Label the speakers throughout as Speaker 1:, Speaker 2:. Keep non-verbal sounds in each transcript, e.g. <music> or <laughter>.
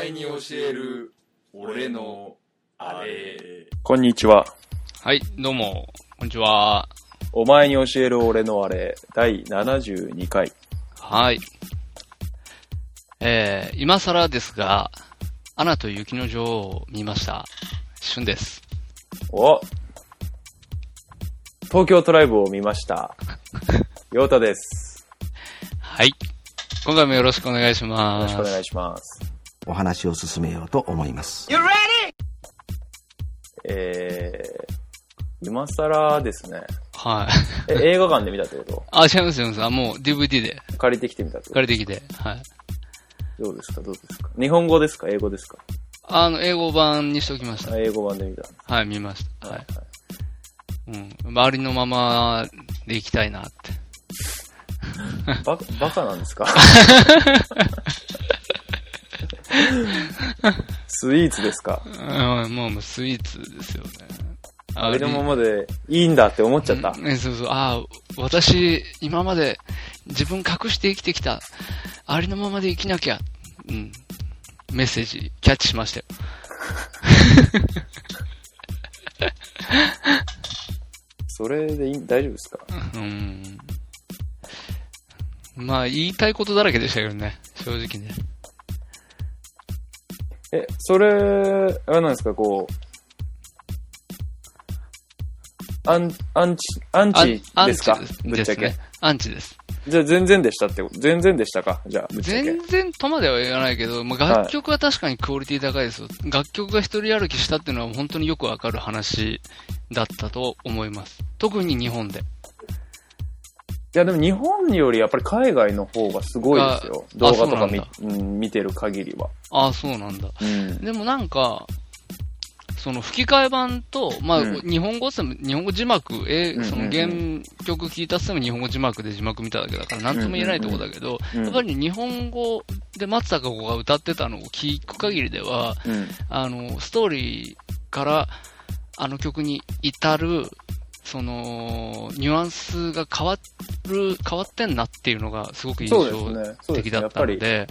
Speaker 1: える俺のあれ
Speaker 2: こんにちは。
Speaker 3: はい、どうも、こんにちは。
Speaker 2: お前に教える俺のあれ、第72回。
Speaker 3: はい。えー、今更ですが、アナと雪の女王を見ました。シュンです。
Speaker 2: お東京トライブを見ま <laughs> した。ヨータです。
Speaker 3: はい。今回もよろしくお願いし
Speaker 2: よ
Speaker 3: ま
Speaker 2: ろしくお
Speaker 3: す。
Speaker 2: 願いします。
Speaker 4: お話を進めようと思います。
Speaker 2: えー、今更ですね。
Speaker 3: は
Speaker 2: <laughs>
Speaker 3: い。
Speaker 2: え、映画館で見たってこ
Speaker 3: あ、違います、違います。あ、もう DVD で
Speaker 2: と借りてきてみたってこと
Speaker 3: 借りてきて。はい。
Speaker 2: どうですかどうですか日本語ですか英語ですか
Speaker 3: あの、英語版にしておきまし
Speaker 2: あ英語版で見た。
Speaker 3: た。はい、見ました。はい。うん。周りのままで行きたいなって。
Speaker 2: <laughs> バカ、バカなんですかスイーツですか
Speaker 3: うん、もうもうスイーツですよね。あ
Speaker 2: あれのままでいいんだって思っちゃった。
Speaker 3: うんえそうそう。ああ、私、今まで自分隠して生きてきた。ありのままで生きなきゃ。うん。メッセージ、キャッチしましたよ。
Speaker 2: それでいい大丈夫ですか
Speaker 3: うん。まあ、言いたいことだらけでしたけどね。正直ね。
Speaker 2: え、それ、あれなんですか、こう、アン、アンチ、アン
Speaker 3: あ
Speaker 2: チですかぶっ
Speaker 3: で
Speaker 2: ちゃ
Speaker 3: す
Speaker 2: け
Speaker 3: ね。。アンチです。
Speaker 2: じゃあ全然でしたってこと全然でしたかじゃあ、ぶっちゃけ
Speaker 3: 全。然とまでは言わないけど、まあ、
Speaker 2: はい
Speaker 3: 楽曲は確かにクオリティ高いですよ。楽曲が一人歩きしたっていうのは本当によくわかる話だったと思います。特に日本で。
Speaker 2: いや、でも日本よりやっぱり海外の方がすごいですよ。
Speaker 3: あ
Speaker 2: 動画とか見
Speaker 3: そ
Speaker 2: うん見てる限りは。
Speaker 3: ああ、そうなんだ。
Speaker 2: うん。
Speaker 3: でもなんか、その吹き替え版と、まあ、
Speaker 2: うん
Speaker 3: 日本語っつっても、日本語字幕、え
Speaker 2: うんうんうん
Speaker 3: その原曲聞いたっつっても日本語字幕で字幕見ただけだから、なんとも言えないとこだけど、
Speaker 2: うん
Speaker 3: やっぱり日本語で松坂子が歌ってたのを聞く限りでは、
Speaker 2: うん。
Speaker 3: あの、ストーリーからあの曲に至る、その、ニュアンスが変わる、変わってんなっていうのがすごく印
Speaker 2: そう
Speaker 3: 象
Speaker 2: ですね。そうです
Speaker 3: 的
Speaker 2: ね。
Speaker 3: だ
Speaker 2: やっ
Speaker 3: っ
Speaker 2: たぱ
Speaker 3: の
Speaker 2: り
Speaker 3: で、、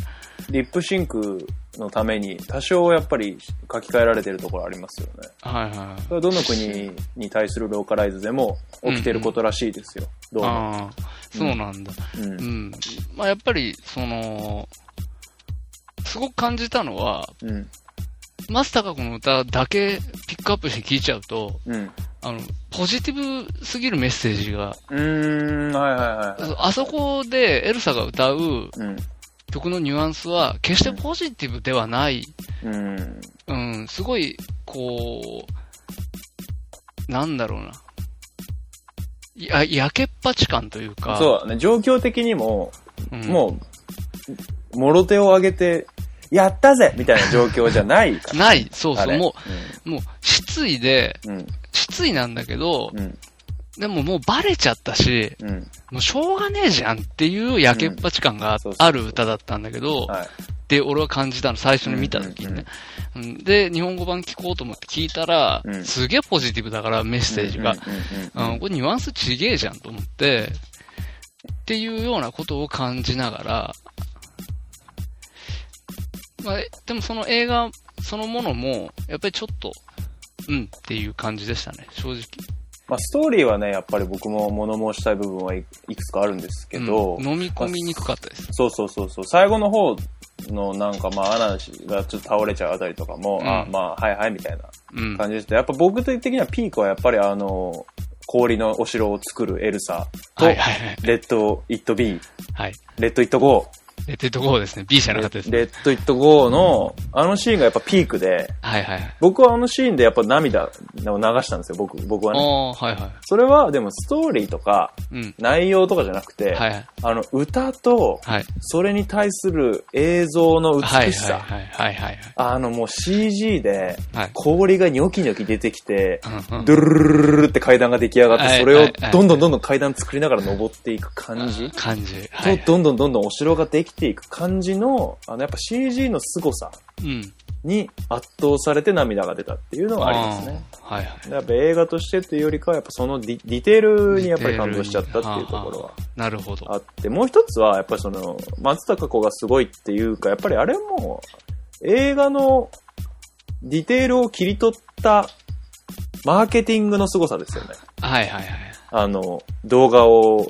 Speaker 2: リップシンクのために、多少やっぱり書き換えられてるところありますよね。
Speaker 3: はいはい。
Speaker 2: それはどの国に対するローカライズでも起きてることらしいですよ。どうも。
Speaker 3: ああ、そうなんだ。
Speaker 2: う。
Speaker 3: うんん。まあ、やっぱり、その、すごく感じたのは、
Speaker 2: うん。
Speaker 3: マスタカ子の歌だけピックアップして聴いちゃうと、
Speaker 2: うん。
Speaker 3: あの、ポジティブすぎるメッセージが、
Speaker 2: うーん、はいはいは
Speaker 3: あそこでエルサが歌う
Speaker 2: い。うん。
Speaker 3: 曲のニュアンスは、決してポジティブではない、
Speaker 2: うん。
Speaker 3: うん、すごい、こう、なんだろうな。や、やけっぱち感というか、
Speaker 2: そうだね。状況的にも、
Speaker 3: うん
Speaker 2: もう、もろ手を挙げて、やったぜみたいな状況じゃないから。
Speaker 3: ない、そう
Speaker 2: あ
Speaker 3: そう、
Speaker 2: れ
Speaker 3: もう、もう、失意で、
Speaker 2: うん。うん。
Speaker 3: 失意なんだけど、
Speaker 2: うん。
Speaker 3: でももうバレちゃったし、
Speaker 2: うん。
Speaker 3: もうしょうがねえじゃんっていうやけっぱち感が
Speaker 2: そうそうそう
Speaker 3: ある歌だったんだけど、
Speaker 2: はい。
Speaker 3: で、俺は感じたの、最初に見た時にね。うんで、日本語版聞こうと思って聞いたら、
Speaker 2: うん
Speaker 3: すげえポジティブだから、メッセージが。
Speaker 2: うん。
Speaker 3: う
Speaker 2: うんん。
Speaker 3: これニュアンスちげえじゃんと思って、っていうようなことを感じながら、まあ、えでもその映画そのものも、やっぱりちょっと、うんっていう感じでしたね、正直。
Speaker 2: まあ、ストーリーはね、やっぱり僕も物申したい部分はいいくつかあるんですけど、
Speaker 3: うん飲み込みにくかったです。
Speaker 2: そうそうそうそう。最後の方のなんかまあ、アナがちょっと倒れちゃうあたりとかも、
Speaker 3: うん
Speaker 2: あまあ、はいはいみたいな
Speaker 3: うん。
Speaker 2: 感じでした。やっぱ僕的にはピークはやっぱりあの、氷のお城を作るエルサと、
Speaker 3: はいはいはい。
Speaker 2: レッド・イット・ビー、
Speaker 3: はい。
Speaker 2: レッド・イット・ゴ
Speaker 3: レッドイットゴーですね。B 社
Speaker 2: ー、
Speaker 3: の
Speaker 2: レ
Speaker 3: 方ですね。
Speaker 2: ッド・イット・ゴーの、あのシーンがやっぱピークで、
Speaker 3: はいはいはい。
Speaker 2: 僕はあのシーンでやっぱ涙を流したんですよ、僕僕はね。
Speaker 3: ああー、はいは
Speaker 2: それはでもストーリーとか
Speaker 3: い。うん。
Speaker 2: 内容とかじゃなくて、
Speaker 3: はいはい。
Speaker 2: あの歌と
Speaker 3: はい。
Speaker 2: それに対する映像の
Speaker 3: はい
Speaker 2: 美しさ、
Speaker 3: はいはいはい
Speaker 2: あのもう CG で
Speaker 3: はい。
Speaker 2: 氷がニョキニョキ出てきて、
Speaker 3: はい。うんうん
Speaker 2: ドゥルルルルルルって階段が出来上がって、
Speaker 3: はい
Speaker 2: それ
Speaker 3: は
Speaker 2: を
Speaker 3: いはい
Speaker 2: どんどんどんどん階段作りながら登っていく感じと、
Speaker 3: 感じ。はいはい。
Speaker 2: どんどんどんどんお城ができていく感じの、あのやっぱ CG の凄さ
Speaker 3: うん。
Speaker 2: に圧倒されて涙が出たっていうのはありますね。
Speaker 3: あー。はいはい。
Speaker 2: やっぱ映画としてというよりかは、やっぱそのディディテールにやっぱり感動しちゃったっていうところは
Speaker 3: なるほど。
Speaker 2: あって、もう一つは、やっぱりその、松たか子がすごいっていうか、やっぱりあれも、映画のディテールを切り取ったマーケティングの凄さですよね。
Speaker 3: はいはいはい。
Speaker 2: あの、動画を、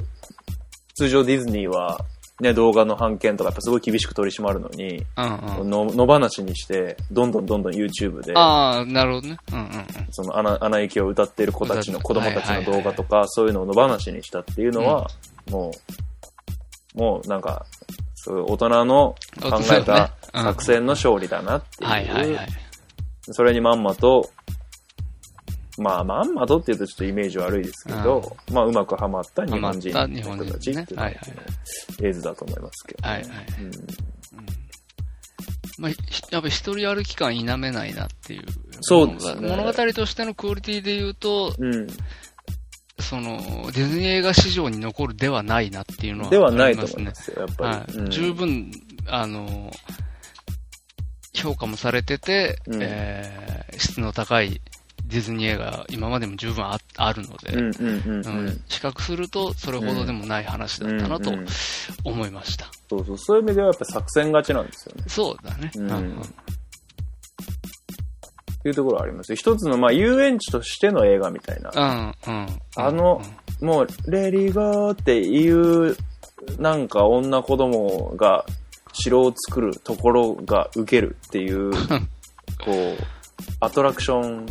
Speaker 2: 通常ディズニーは、ね、動画の版権とかやっぱすごい厳しく取り締まるのに、
Speaker 3: うんうん。
Speaker 2: の野放しにして、どんどんどんどん YouTube で、
Speaker 3: ああ、なるほどね。うんうんうん。
Speaker 2: その穴、穴行きを歌ってる子たちの、子
Speaker 3: 歌っ
Speaker 2: 供
Speaker 3: て
Speaker 2: たちの
Speaker 3: は
Speaker 2: 動
Speaker 3: いは
Speaker 2: 画
Speaker 3: い
Speaker 2: とか、そういうのを野放しにしたっていうのは、もう、もうなんか、そういう大人の考えた作戦の勝利だなって
Speaker 3: はいはい
Speaker 2: い
Speaker 3: は
Speaker 2: う
Speaker 3: い。
Speaker 2: それにまんまと、まあまんまとっていうとちょっとイメージ悪いですけど、まあうまくはまった日本人
Speaker 3: ハマった日本人
Speaker 2: の人たちっていうのが
Speaker 3: ねはい
Speaker 2: 映像だと思いますけど、
Speaker 3: はいはい。
Speaker 2: うん
Speaker 3: まあ、ひやっぱり一人歩き感否めないなっていう。
Speaker 2: そうですね
Speaker 3: 物語としてのクオリティで言うと、
Speaker 2: うん。
Speaker 3: その、ディズニー映画史上に残るではないなっていうのは、
Speaker 2: ではないと
Speaker 3: あ
Speaker 2: 思い
Speaker 3: りま
Speaker 2: ますす
Speaker 3: ね。
Speaker 2: よ、やっ
Speaker 3: は
Speaker 2: ぱり。
Speaker 3: い、
Speaker 2: うん
Speaker 3: 十分、あの、評価もされてて、
Speaker 2: うん
Speaker 3: えー質の高いディズニー映画、今までも十分ああるので、
Speaker 2: うんうんうん
Speaker 3: う
Speaker 2: うんん。
Speaker 3: 比較すると、それほどでもない話だったなと
Speaker 2: うんうん
Speaker 3: 思いました。
Speaker 2: そうそう、そういう意味ではやっぱ作戦勝ちなんですよね。
Speaker 3: そうだね。
Speaker 2: うん
Speaker 3: うん
Speaker 2: っていうところはありますよ。一つの、まあ遊園地としての映画みたいな。
Speaker 3: うん、うん。
Speaker 2: あのもう、レディーゴーっていう、なんか女子供が城を作るところが受けるって <laughs> いう、こう、アトラクション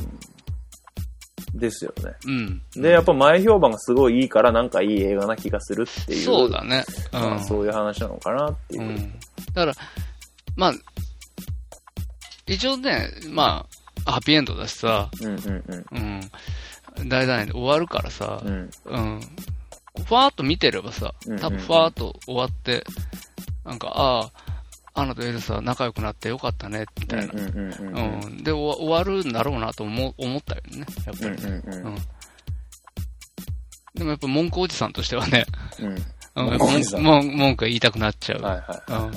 Speaker 2: ですよね。
Speaker 3: うん、うん。
Speaker 2: で、やっぱ前評判がすごいいいから、なんかいい映画な気がするっていう。
Speaker 3: そうだね。うん。
Speaker 2: まあそういう話なのかなっていうう。
Speaker 3: ん。だから、まあ、一応ね、まあ、ハッピーエンドだしさ、
Speaker 2: うんうんうん。
Speaker 3: うん。大団円で終わるからさ、
Speaker 2: うん
Speaker 3: うん。ふわーっと見てればさ
Speaker 2: うんう、ん
Speaker 3: 多分ふわーっと終わって、なんか、ああ、アナとエルサ仲良くなってよかったね、みたいな
Speaker 2: う。んうんうんうんうん
Speaker 3: うん。で、おわ終わるんだろうなと思思ったよね、やっぱりね。
Speaker 2: うんうんうん
Speaker 3: うん。でもやっぱ文句おじさんとしてはね、
Speaker 2: うん
Speaker 3: うん
Speaker 2: 文句おじさん
Speaker 3: 文句文句言いたくなっちゃう。
Speaker 2: はいはいは
Speaker 3: うん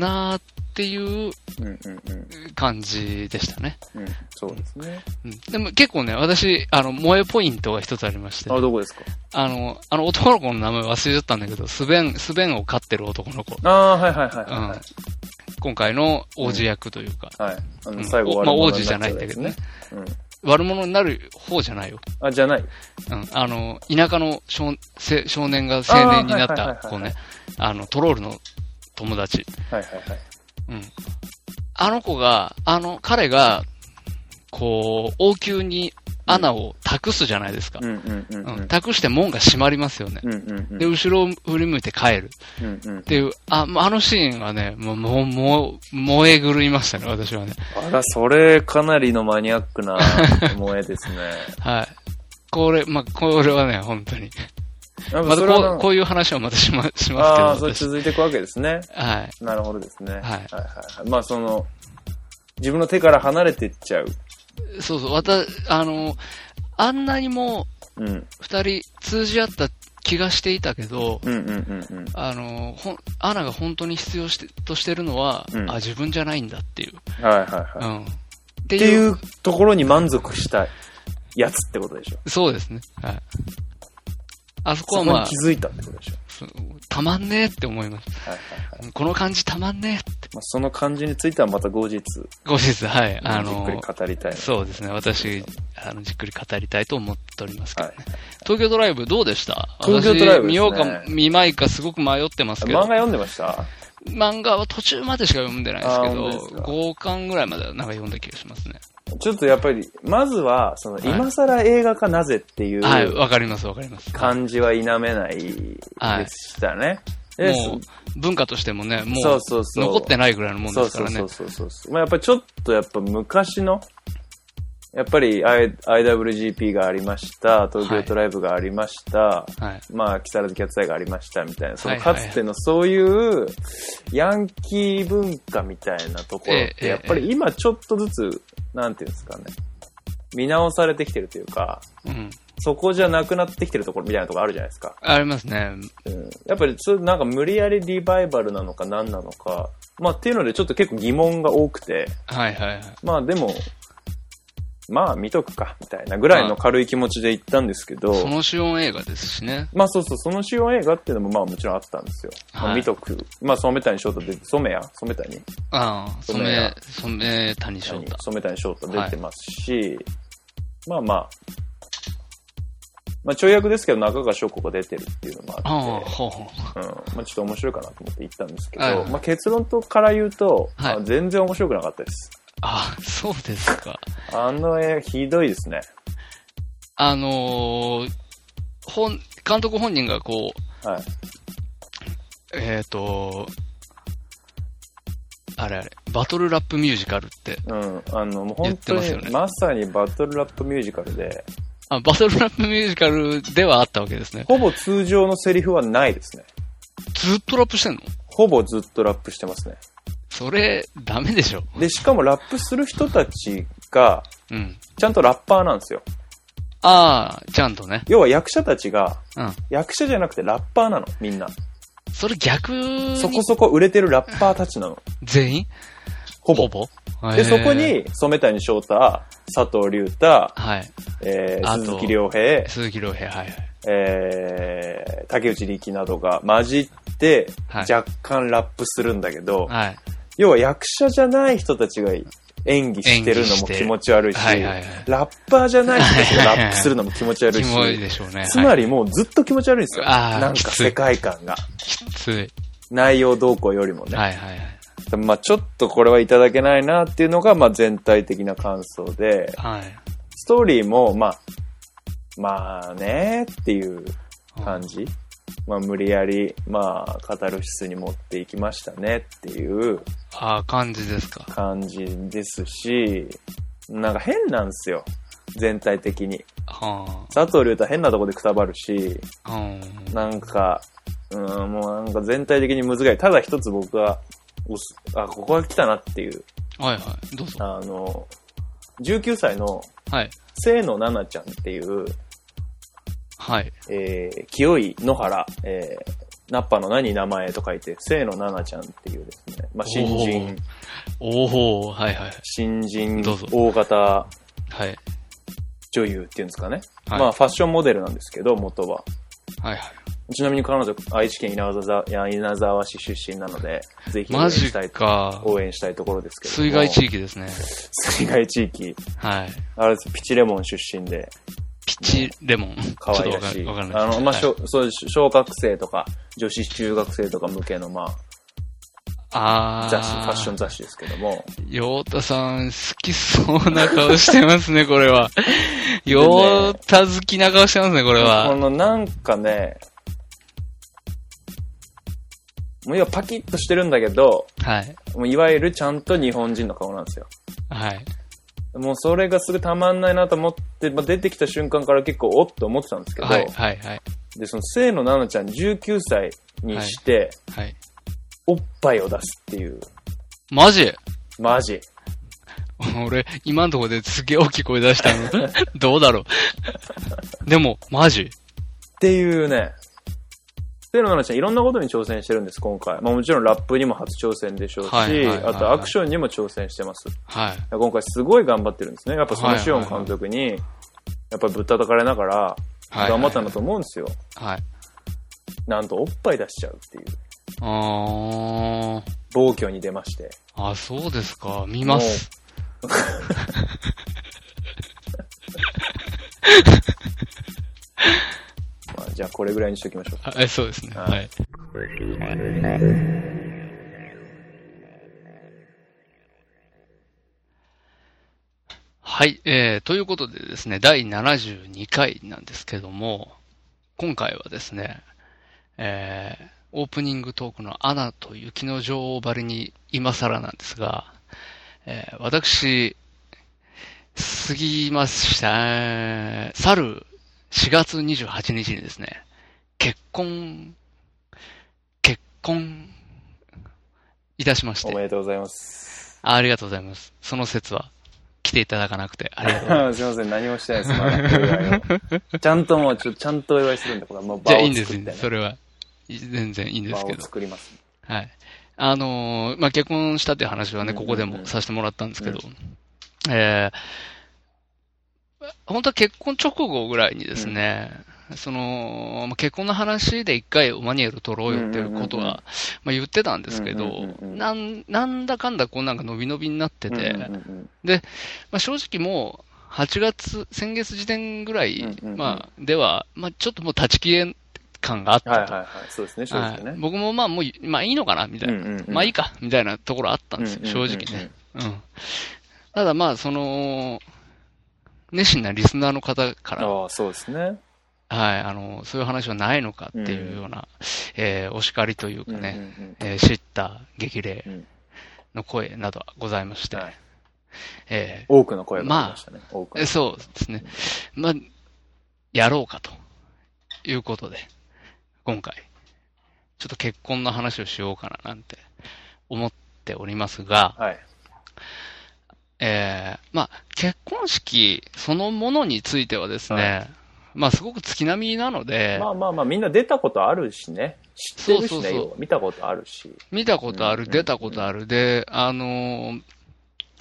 Speaker 3: なーっていう
Speaker 2: い。うんうんうん
Speaker 3: 感じでしたね。
Speaker 2: うん。そうですね。
Speaker 3: うん、でも結構ね、私、あの、萌えポイントが一つありまして、
Speaker 2: あ、
Speaker 3: あ
Speaker 2: どこですか
Speaker 3: の、あの男の子の名前忘れちゃったんだけど、スベン、スベンを飼ってる男の子。
Speaker 2: ああ、はいはいは
Speaker 3: う
Speaker 2: いはいは
Speaker 3: ん
Speaker 2: い。、
Speaker 3: 今回の王子役というか、
Speaker 2: はい。あ
Speaker 3: うん
Speaker 2: の、最後
Speaker 3: おまあ
Speaker 2: 悪
Speaker 3: 王
Speaker 2: 者
Speaker 3: 子
Speaker 2: に
Speaker 3: じゃな
Speaker 2: っ
Speaker 3: い
Speaker 2: ち
Speaker 3: ん
Speaker 2: う
Speaker 3: だ
Speaker 2: や
Speaker 3: け
Speaker 2: つ
Speaker 3: どね
Speaker 2: ね。
Speaker 3: 悪者になる方じゃないよ。
Speaker 2: うん。あ、じゃない。
Speaker 3: うん、あの、田舎の少青少年が青年に
Speaker 2: あーはいはいは
Speaker 3: なっ
Speaker 2: い
Speaker 3: た
Speaker 2: はい
Speaker 3: 子ね、あの、トロールの友達。
Speaker 2: はいはいはい。
Speaker 3: うん。あの子が、あの、彼が、こう、王宮にアナを託すじゃないですか
Speaker 2: う。んうんうんう
Speaker 3: うんん。。託して門が閉まりますよね。
Speaker 2: うんうんうん
Speaker 3: で、後ろを振り向いて帰るっ
Speaker 2: うんうん。
Speaker 3: ていう、あ、もうあのシーンはね、もう、もう、もう、燃え狂いましたね、私はね。
Speaker 2: あら、それ、かなりのマニアックな萌え <laughs> ですね。
Speaker 3: はい。これ、まあ、これはね、本当に。
Speaker 2: やっ
Speaker 3: ま
Speaker 2: ぱ
Speaker 3: た
Speaker 2: それ
Speaker 3: こう、
Speaker 2: は、
Speaker 3: こういう話はまたしま、し
Speaker 2: あ
Speaker 3: ま
Speaker 2: あ、それ
Speaker 3: すけど、
Speaker 2: 続いていくわけですね。
Speaker 3: 私。はい。
Speaker 2: なるほどですね。はいいはいはい。まあ、その、自分の手から離れていっちゃう。
Speaker 3: そうそう、わた、あの、あんなにも
Speaker 2: うん。うん
Speaker 3: 二人通じ合った気がしていたけど、
Speaker 2: うんうんうん。
Speaker 3: あの、ほん、アナが本当に必要して、としてるのは、
Speaker 2: うん
Speaker 3: あ、自分じゃないんだっていう。
Speaker 2: はいはいはい。
Speaker 3: う
Speaker 2: っ
Speaker 3: ん。って
Speaker 2: て
Speaker 3: い
Speaker 2: い
Speaker 3: う、
Speaker 2: うところに満足したいやつってことでしょ。
Speaker 3: そうですね。はい。あそこ
Speaker 2: そ
Speaker 3: は
Speaker 2: こ
Speaker 3: ま
Speaker 2: に
Speaker 3: あ
Speaker 2: 気、づいたってことでしょ。
Speaker 3: たまんねえって思います。
Speaker 2: はいはいはい。
Speaker 3: この感じたまんねえって。
Speaker 2: まあ、その感じについてはまた後日、
Speaker 3: 後日、はい。あ
Speaker 2: じっくり
Speaker 3: の、
Speaker 2: 語りたいな
Speaker 3: そうですね。私、あの、じっくり語りたいと思っておりますけど
Speaker 2: は
Speaker 3: ね。東京ドライブどうでした
Speaker 2: 東京ドライブですね
Speaker 3: 私見ようか、見まいかすごく迷ってます
Speaker 2: い。
Speaker 3: け
Speaker 2: 漫画。
Speaker 3: ど
Speaker 2: 読んでました
Speaker 3: 漫画は途中までしか読んでないです
Speaker 2: あ
Speaker 3: け
Speaker 2: ー本当
Speaker 3: ど
Speaker 2: です、か
Speaker 3: 5巻ぐらいまではなんか読んだ気がしますね。
Speaker 2: ちょっとやっぱり、まずは、その、今更映画化なぜってい
Speaker 3: はいうわかりますわかります。
Speaker 2: 感じは否めないでしたね。で
Speaker 3: もう文化としてもね、も
Speaker 2: そううそうそう
Speaker 3: 残ってないぐらいのもん
Speaker 2: そ
Speaker 3: で
Speaker 2: う
Speaker 3: すか
Speaker 2: そう
Speaker 3: らね
Speaker 2: そう。そうそうそう。まあやっぱりちょっとやっぱ昔の、やっぱり I- IWGP がありました、東京ドライブがありました、
Speaker 3: はい。
Speaker 2: まあ、木更津キャッツアイがありましたみたいな、そ
Speaker 3: は
Speaker 2: の
Speaker 3: いはい
Speaker 2: か
Speaker 3: はい
Speaker 2: つてのそういうヤンキー文化みたいなところっ
Speaker 3: ええ
Speaker 2: て、やっぱり今ちょっとずつ、なんていうんですかね、見直されてきてるというか、
Speaker 3: うん。
Speaker 2: そこじゃなくなってきてるところみたいなところあるじゃないですか。
Speaker 3: ありますね。
Speaker 2: うん、やっぱりそういうなんか無理やりリバイバルなのか何なのか、まあっていうのでちょっと結構疑問が多くて、
Speaker 3: はいはいはい。
Speaker 2: まあでも、まあ見とくか、みたいなぐらいの軽い気持ちで行ったんですけど、
Speaker 3: その主音映画ですしね。
Speaker 2: まあそうそう、その主要映画っていうのもまあもちろんあったんですよ。ま
Speaker 3: は
Speaker 2: あ、
Speaker 3: い
Speaker 2: 見とく。まあ染谷翔太出て、染谷染谷
Speaker 3: ああ、
Speaker 2: 染
Speaker 3: 染
Speaker 2: 谷、
Speaker 3: 染谷翔太。
Speaker 2: 染谷翔太出てますし、まあまあ、まあちょい役ですけど中川翔子が出てるっていうのも
Speaker 3: あ
Speaker 2: あ
Speaker 3: あ、
Speaker 2: って、
Speaker 3: ほうほう。
Speaker 2: うんまあちょっと面白いかなと思って行ったんですけど、
Speaker 3: はい
Speaker 2: まあ結論とから言うと、
Speaker 3: はい
Speaker 2: まあ全然面白くなかったです。
Speaker 3: ああ、そうですか。
Speaker 2: あの絵、ひどいですね。
Speaker 3: あのー本、監督本人がこう、
Speaker 2: はい。
Speaker 3: えっ、と、あれあれ、バトルラップミュージカルって、
Speaker 2: うん。あの、もう
Speaker 3: 言
Speaker 2: 本
Speaker 3: って
Speaker 2: 当
Speaker 3: ま
Speaker 2: に
Speaker 3: すよ
Speaker 2: ま,、
Speaker 3: ね
Speaker 2: さにバトルラップミュージカルで、
Speaker 3: あバトルラップミュージカルではあったわけですね。
Speaker 2: ほぼ通常のセリフはないですね。
Speaker 3: ずっとラップしてんの
Speaker 2: ほぼずっとラップしてますね。
Speaker 3: それ、ダメでしょ。
Speaker 2: で、しかもラップする人たちが、
Speaker 3: うん。
Speaker 2: ちゃんとラッパーなんですよ。
Speaker 3: ああ、ちゃんとね。
Speaker 2: 要は役者たちが、
Speaker 3: うん。
Speaker 2: 役者じゃなくてラッパーなの、みんな。
Speaker 3: それ逆に
Speaker 2: そこそこ売れてるラッパーたちなの。
Speaker 3: 全員
Speaker 2: ほぼ。
Speaker 3: へ
Speaker 2: で、
Speaker 3: ー
Speaker 2: そこに、染谷翔太、佐藤隆太、
Speaker 3: はい。
Speaker 2: えー
Speaker 3: あと
Speaker 2: 鈴木亮平、
Speaker 3: 鈴木亮平、はいはい。
Speaker 2: えー竹内力などが混じって、
Speaker 3: はい
Speaker 2: 若干ラップするんだけど、
Speaker 3: はい。
Speaker 2: 要は役者じゃない人たちが演技してるのも気持ち悪いし、
Speaker 3: はいはいはい。
Speaker 2: ラッパーじゃない人たちがラップするのも気持ち悪
Speaker 3: キ
Speaker 2: いし、
Speaker 3: モいでしょうね。
Speaker 2: つま
Speaker 3: はい、
Speaker 2: りもうずっと気持ち悪いんですよ。
Speaker 3: あー
Speaker 2: なん
Speaker 3: き
Speaker 2: か
Speaker 3: つい
Speaker 2: 世界観が。
Speaker 3: きつい。
Speaker 2: 内容動向よりもね。
Speaker 3: はいはいはい。
Speaker 2: まあちょっとこれはいただけないなっていうのが、まあ全体的な感想で、
Speaker 3: はい。
Speaker 2: ストーリーも、まあ、まあねっていう感じ。まあ無理やり、まあカタルシスに持っていきましたねっていう
Speaker 3: ああ、感じですか。
Speaker 2: 感じですし、なんか変なんですよ。全体的に。
Speaker 3: は
Speaker 2: 佐藤隆太変なとこでくたばるし、
Speaker 3: あ。うん。
Speaker 2: なんか、うん、もうなんか全体的に難しい。ただ一つ僕は、おすあ、ここが来たなっていう、
Speaker 3: はいはい。どうぞ。
Speaker 2: あの、19歳の
Speaker 3: はい。
Speaker 2: 清野奈々ちゃんっていう、
Speaker 3: はい。
Speaker 2: えー、清い野原、えー、ナッパの何名前と書いて、清野奈々ちゃんっていうですね、まあ、新人、
Speaker 3: おおおはいはい。
Speaker 2: 新人
Speaker 3: どうぞ、
Speaker 2: 大型
Speaker 3: はい。
Speaker 2: 女優っていうんですかね。
Speaker 3: はい
Speaker 2: まあ、ファッションモデルなんですけど、元は。
Speaker 3: はいはい。ち
Speaker 2: ちなみに彼女、愛知県稲沢いや稲沢市出身なので、ぜひ応
Speaker 3: マ
Speaker 2: 援
Speaker 3: ジ
Speaker 2: したいと
Speaker 3: か。
Speaker 2: 応援したいところですけれども。
Speaker 3: 水害地域ですね。
Speaker 2: 水害地域。
Speaker 3: はい。
Speaker 2: あれです、ピチレモン出身で、
Speaker 3: ピチレモン。
Speaker 2: 可愛らし
Speaker 3: ち
Speaker 2: い。
Speaker 3: ょっとわかんわかんない
Speaker 2: あ
Speaker 3: です。
Speaker 2: の、まあ、
Speaker 3: はい
Speaker 2: しょそう、小学生とか、女子中学生とか向けの、ま
Speaker 3: あ
Speaker 2: あ、
Speaker 3: ー
Speaker 2: 雑誌、ファッション雑誌ですけども、
Speaker 3: ヨータさん、好きそうな顔してますね、これは。ヨータ好きな顔してますね、これ
Speaker 2: こ
Speaker 3: は。
Speaker 2: のなんかね、もう今パキッとしてるんだけど、
Speaker 3: はい。
Speaker 2: もういわゆるちゃんと日本人の顔なんですよ。
Speaker 3: はい。
Speaker 2: もうそれがすぐたまんないなと思って、まあ、出てきた瞬間から結構おっと思ってたんですけど、
Speaker 3: はい、はい、はい。
Speaker 2: で、その清野奈々ちゃん19歳にして、
Speaker 3: はい。
Speaker 2: おっぱいを出すっていう、
Speaker 3: マジ <laughs>
Speaker 2: マジ。
Speaker 3: 俺、今のところですげえ大きい声出したの。
Speaker 2: <laughs>
Speaker 3: どうだろう。でも、マジ
Speaker 2: っていうね。清野奈々ちゃんいろんなことに挑戦してるんです、今回。まあもちろんラップにも初挑戦でしょうし、
Speaker 3: はいはいはいは
Speaker 2: あ
Speaker 3: い
Speaker 2: とアクションにも挑戦してます。
Speaker 3: はい。
Speaker 2: 今回すごい頑張ってるんですね。やっぱそのシオン監督に、やっぱりぶったたかれながら、
Speaker 3: はい。
Speaker 2: 頑張ったん
Speaker 3: の
Speaker 2: だと思うんですよ。
Speaker 3: はい。
Speaker 2: なんとおっぱい出しちゃうっていう、
Speaker 3: あー。
Speaker 2: 暴挙に出まして。
Speaker 3: あ、そうですか。見ます。
Speaker 2: まあ、じゃあこれぐらいにしときましょう。
Speaker 3: あえそうですね。
Speaker 2: はい
Speaker 3: はい。はい、えー、ということでですね、第72回なんですけども、今回はですね、えー、オープニングトークのアナと雪の女王ばりに今更なんですが、えー、私、過ぎました、去る4月28日にですね、結婚、結婚、いたしまし
Speaker 2: <laughs> お
Speaker 3: て。
Speaker 2: めでとうございます。
Speaker 3: あありがとうございます。その説は、来ていただかなくて、ありがとうございます。
Speaker 2: あすいません、何もしてないです、まだお祝いを。 <laughs> ちゃんともう、ちょちゃんとお祝いするんで、これはもう
Speaker 3: じ
Speaker 2: 場
Speaker 3: ゃあいい
Speaker 2: を
Speaker 3: んで
Speaker 2: 作っ
Speaker 3: す、
Speaker 2: て、ね
Speaker 3: ね、それは。い全然いいんで
Speaker 2: 場
Speaker 3: すけ
Speaker 2: を
Speaker 3: ど。
Speaker 2: 作ります。
Speaker 3: はい。あのーまあ、結婚したっていう話はね、
Speaker 2: うんうん
Speaker 3: こ
Speaker 2: うん
Speaker 3: こでもさせてもらったんですけど、えー本当は結婚直後ぐらいにですね、その、まあ結婚の話で一回マニュエル取ろうよっていうこと
Speaker 2: うんうんうんうん
Speaker 3: は、まあ言ってたんですけ
Speaker 2: う
Speaker 3: ど
Speaker 2: んうんうんう、ん
Speaker 3: なん、なんだかんだこうなんか伸び伸びになってて、
Speaker 2: うんうん
Speaker 3: まあ、正直もう、8月、先月時点ぐらい、
Speaker 2: うんうんうん
Speaker 3: まあ、では、まあ、ちょっともう断ち切れ感があっ
Speaker 2: うんはい
Speaker 3: た
Speaker 2: はい
Speaker 3: と。
Speaker 2: はい。そうですね、正直
Speaker 3: はい
Speaker 2: ね。
Speaker 3: 僕もまあ、もう、まあいいのかな、みたいな。まあいいか、みたいなところあったんですよ、正直ね。うん。ただまあ、その、熱心なリスナーの方から、
Speaker 2: ああ、そうですね。
Speaker 3: はい、あの、そういう話はないのかっていうような、えーお叱りというか
Speaker 2: うんうんうん
Speaker 3: ね、えー知った激励の声などはございまして、
Speaker 2: はい
Speaker 3: え
Speaker 2: 多くの声がありましたね。多く
Speaker 3: ーえ
Speaker 2: の
Speaker 3: そうですね。まあ、やろうかということで、今回、ちょっと結婚の話をしようかななんて思っておりますが、
Speaker 2: はい。
Speaker 3: えーまあ、結婚式そのものについてはですね、まあ、すごく月並みなので、
Speaker 2: まあまあまあ、みんな出たことあるしね。知ってるし
Speaker 3: そうそ
Speaker 2: ね、
Speaker 3: うそう
Speaker 2: 要は見たことあるし。
Speaker 3: 見たことあ
Speaker 2: う
Speaker 3: る、
Speaker 2: ん
Speaker 3: 出たことある、で、あのー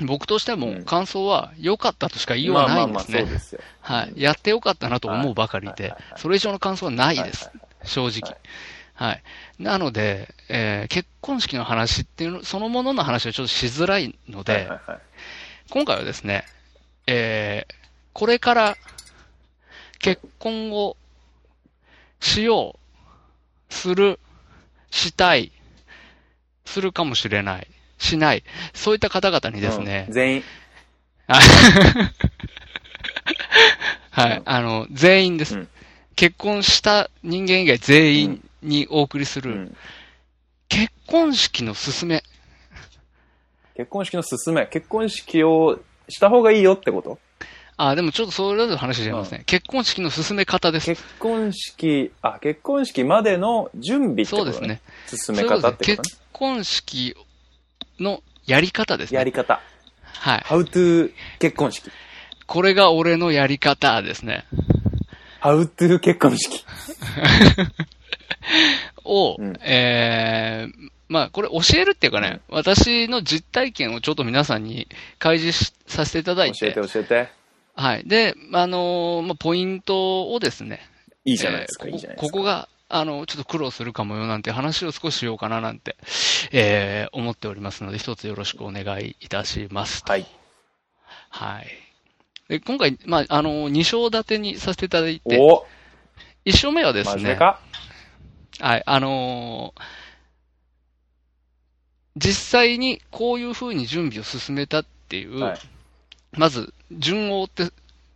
Speaker 3: 僕として
Speaker 2: う
Speaker 3: も
Speaker 2: ん
Speaker 3: 感想は良かったとしか言いようがないんです
Speaker 2: まあまあまあ、そう
Speaker 3: ね。
Speaker 2: ですよ。
Speaker 3: はい。やって良かったなと思うばかり
Speaker 2: はい
Speaker 3: で
Speaker 2: はいはい、はい
Speaker 3: それ以上の感想はないです
Speaker 2: は。
Speaker 3: 正直。はい。なので、えー結婚式の話っていうの、そのものの話はちょっとしづらいの
Speaker 2: はい
Speaker 3: で
Speaker 2: は、いはい
Speaker 3: 今回はですね、えーこれから結婚をしよう、する、したい、するかもしれない、しない、そういった方々にですね
Speaker 2: うん、全員。
Speaker 3: は
Speaker 2: う
Speaker 3: い
Speaker 2: ん、
Speaker 3: あの、全員です、
Speaker 2: うん
Speaker 3: 結婚した人間以外全員にお送りする、
Speaker 2: うん
Speaker 3: 結婚式の勧め、
Speaker 2: 結婚式の勧め。結婚式をした方がいいよってこと
Speaker 3: あ、でもちょっとそれぞれ話しちゃいますね。結婚式の勧め方です。
Speaker 2: 結婚式、あ、結婚式までの準備って
Speaker 3: そ
Speaker 2: こ
Speaker 3: う
Speaker 2: と
Speaker 3: です
Speaker 2: だね。
Speaker 3: ね。
Speaker 2: 進め方って
Speaker 3: そういう
Speaker 2: こね
Speaker 3: こととです。結婚式のやり方ですね。
Speaker 2: やり方。
Speaker 3: はい。
Speaker 2: How to 結婚式。
Speaker 3: これが俺のやり方ですね。
Speaker 2: How to 結婚式。
Speaker 3: を、
Speaker 2: うん
Speaker 3: えーまあこれ教えるっていうかね、私の実体験をちょっと皆さんに開示しさせていただい
Speaker 2: 教え
Speaker 3: て、
Speaker 2: て教えて。
Speaker 3: はい。で、あのーまあ、ポイントをですね、
Speaker 2: いいじゃないですか、
Speaker 3: えー
Speaker 2: いいじゃないですか。
Speaker 3: こここが、あの、ちょっと苦労するかもよなんて話を少ししようかななんて、えー思っておりますので、一つよろしくお願いいたします。
Speaker 2: はい。
Speaker 3: はい。で今回、まあ、あの、2章立てにさせていただいて、
Speaker 2: お
Speaker 3: 1章目はです
Speaker 2: 真面目
Speaker 3: ね、
Speaker 2: か
Speaker 3: はい、あのー実際にこういうふうに準備を進めたっていう、
Speaker 2: はい
Speaker 3: まず順を追って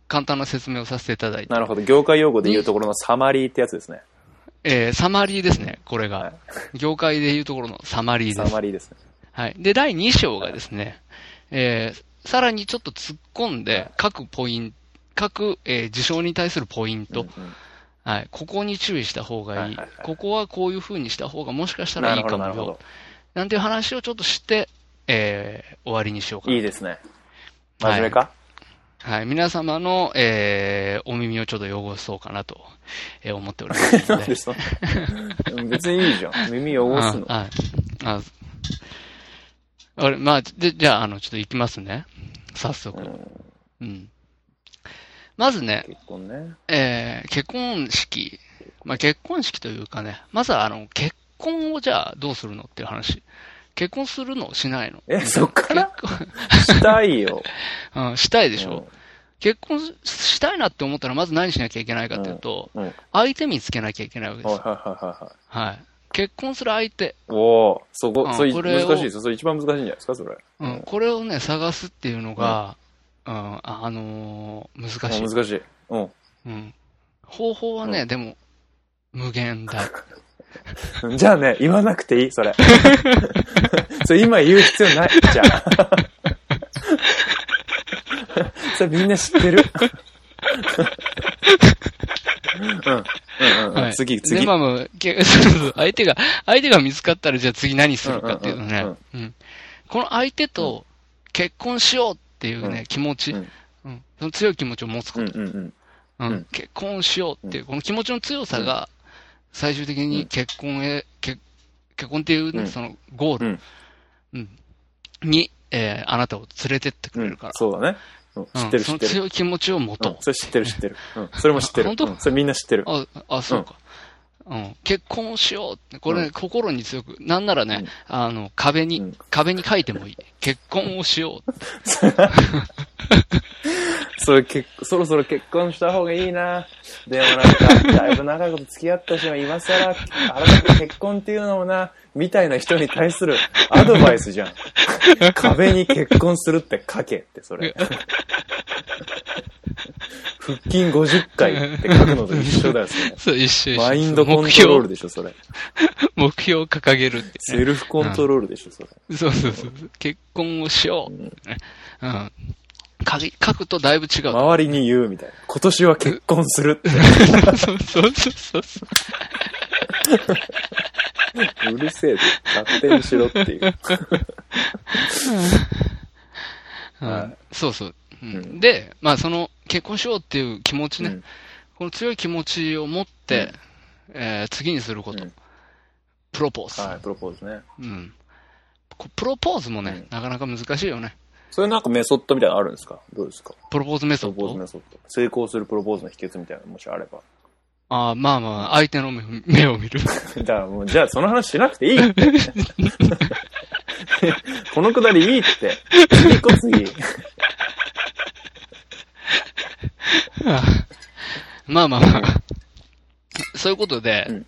Speaker 3: 簡単な説明をさせていただいて、
Speaker 2: なるほど。業界用語で言うところのサマリーってやつですね。
Speaker 3: えーサマリーですね、これが。
Speaker 2: はい
Speaker 3: 業界でいうところのサマリー
Speaker 2: サ
Speaker 3: です。
Speaker 2: マリーですね。
Speaker 3: はい。で、第2章がですね、えーさらにちょっと突っ込んで、各ポイント、各、えー事象に対するポイント、
Speaker 2: うんうん
Speaker 3: はい、ここに注意した方がいい
Speaker 2: はいはいはい
Speaker 3: ここはこういうふうにした方がもしかしたら
Speaker 2: ないる
Speaker 3: い
Speaker 2: ほど、
Speaker 3: かも
Speaker 2: なるほ
Speaker 3: よ
Speaker 2: ど。
Speaker 3: なんていう話をちょっとして、えー終わりにしようかな。
Speaker 2: いいですね。真面目か
Speaker 3: はい。皆様の、えーお耳をちょっと汚そうかなと、えー思っておりますの
Speaker 2: なん
Speaker 3: で。
Speaker 2: <laughs> でそんなうん別にいいじゃん。耳汚すの。
Speaker 3: あ <laughs> はいああれ、まあ、で、じゃあ、あの、ちょっと行きますね。早速。うん。まずね、
Speaker 2: 結婚ね。
Speaker 3: えー結婚式。まあ、結婚式というかね、まずは、あの、結婚をじゃあどうするのっていう話。結婚するのしないの
Speaker 2: え、そっから
Speaker 3: 結婚
Speaker 2: したい
Speaker 3: <laughs>
Speaker 2: よ。
Speaker 3: うん、したいでしょ、
Speaker 2: うん
Speaker 3: 結婚したいなって思ったら、まず何しなきゃいけないかっていうと、
Speaker 2: うんうん
Speaker 3: 相手見つけなきゃいけないわけで
Speaker 2: はいはい
Speaker 3: す。
Speaker 2: はいはいはい。
Speaker 3: はい。結婚する相手、
Speaker 2: おおそこ、
Speaker 3: うん
Speaker 2: それ
Speaker 3: これを
Speaker 2: 難しいですよ。それ一番難しいんじゃないですか、それ。
Speaker 3: うん
Speaker 2: うん
Speaker 3: これをね、探すっていうのが、うん、ああのー難しい、
Speaker 2: 難しい。うん。
Speaker 3: うん。方法はね、でも、無
Speaker 2: <laughs>
Speaker 3: 限大。
Speaker 2: じゃあね、言わなくていい、
Speaker 3: <laughs>
Speaker 2: それ。それ今言う必要ない。じゃあ。 <laughs> それみんな知って
Speaker 3: <laughs>
Speaker 2: る。うん。うんうんうん。
Speaker 3: はい
Speaker 2: 次、次。
Speaker 3: で、まあまあけ <laughs> そうそう相手が、相手が見つかったら、じゃあ次何するかっていうのね、
Speaker 2: う
Speaker 3: うんん
Speaker 2: うん
Speaker 3: この相手と結婚しようっていうね、
Speaker 2: うん
Speaker 3: 気持ち、
Speaker 2: う
Speaker 3: うんんその強い気持ちを持つこと
Speaker 2: うんうんうん。
Speaker 3: うん
Speaker 2: うん
Speaker 3: 結婚しようっていう、この気持ちの強さが、最終的
Speaker 2: うん
Speaker 3: に結婚へ、結結婚っていうね、
Speaker 2: うん
Speaker 3: そのゴール、うんに、えーあなたを連れてってくれるから、
Speaker 2: そうだね。うん知って
Speaker 3: うん
Speaker 2: る知
Speaker 3: そ
Speaker 2: っ
Speaker 3: の
Speaker 2: てる。
Speaker 3: 強い気持ちを持と
Speaker 2: うん
Speaker 3: う。
Speaker 2: それ知ってる知ってる。うんそれも知ってる。
Speaker 3: 本当
Speaker 2: うんそれみんな知ってる。
Speaker 3: あ、あ、そうか。うん、結婚をしようって、これ、
Speaker 2: うん
Speaker 3: 心に強く、なんならね、あの、壁に、
Speaker 2: うん
Speaker 3: 壁に書いてもいい。結婚をしようって。
Speaker 2: それ結そろそろ結婚した方がいいな。でもなんか、だいぶ長いこと付き合ったし、今更、改めて結婚っていうのもな、みたいな人に対するアドバイスじゃん。壁に結婚するって書けって、それ。腹筋50回って書くのと一緒だよ、
Speaker 3: <laughs>
Speaker 2: それ。
Speaker 3: そう、一緒一緒。
Speaker 2: マインドコントロール
Speaker 3: で。
Speaker 2: でしょ、それ。
Speaker 3: 目標を掲げるって、
Speaker 2: セルフコントロールでしょ、それ。
Speaker 3: そうそうそうそう。結婚をしよう。
Speaker 2: うん
Speaker 3: うん。書き書くとだいぶ違う。
Speaker 2: 周りに言うみたいな。今年は結婚するって。
Speaker 3: そうそうそうそう。
Speaker 2: <laughs> うるせえで、勝手にしろっていう。
Speaker 3: うん
Speaker 2: はい
Speaker 3: そうそう、うん
Speaker 2: うん
Speaker 3: で、まあその結婚しようっていう気持ちね、
Speaker 2: うん
Speaker 3: この強い気持ちを持って、えー次にすること、
Speaker 2: うん
Speaker 3: プロポーズ、
Speaker 2: はい、プロポーズね。
Speaker 3: うん。こプロポーズもね、
Speaker 2: うん
Speaker 3: なかなか難しいよね。
Speaker 2: それなんかメソッドみたいなのあるんですかどうですか
Speaker 3: プロポーズメ
Speaker 2: プ
Speaker 3: ソ
Speaker 2: ロ
Speaker 3: ッ
Speaker 2: ポーズ
Speaker 3: ド
Speaker 2: メソッド。成功するプロポーズの秘訣みたいなのもしあれば。
Speaker 3: ああまあまあ、相手の目目を見る。
Speaker 2: だからもう、じゃあその話しなくていいって。 <laughs> このくだりいいって。次こ次。
Speaker 3: <laughs> まあまあまあ。そういうことで、
Speaker 2: うん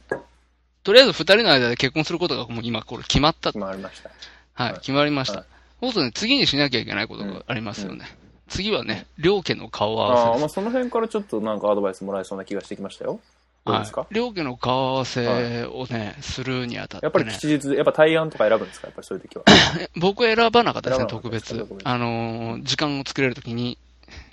Speaker 3: とりあえず二人の間で結婚することがもう今これ決まった。
Speaker 2: 決まりました。
Speaker 3: はい、
Speaker 2: はい
Speaker 3: 決まりました。
Speaker 2: はい
Speaker 3: そうするとね、次にしなきゃいけないことがありますよね。次はね、両家の顔を合
Speaker 2: あ
Speaker 3: わ
Speaker 2: あ、
Speaker 3: せ
Speaker 2: ま
Speaker 3: で
Speaker 2: あ
Speaker 3: す。
Speaker 2: その辺からちょっとなんかアドバイスもらえそうな気がしてきましたよ。どうですか、
Speaker 3: はい、両家の顔合わせをね、するにあたって、
Speaker 2: や
Speaker 3: ね、
Speaker 2: っぱり吉日で、やっぱ対案とか選ぶんですかやっぱりそういう時は。
Speaker 3: 僕選ばなかったですね、
Speaker 2: 選ばなか
Speaker 3: 特
Speaker 2: ったですか
Speaker 3: 別
Speaker 2: 特。別
Speaker 3: あのー時間を作れるときに、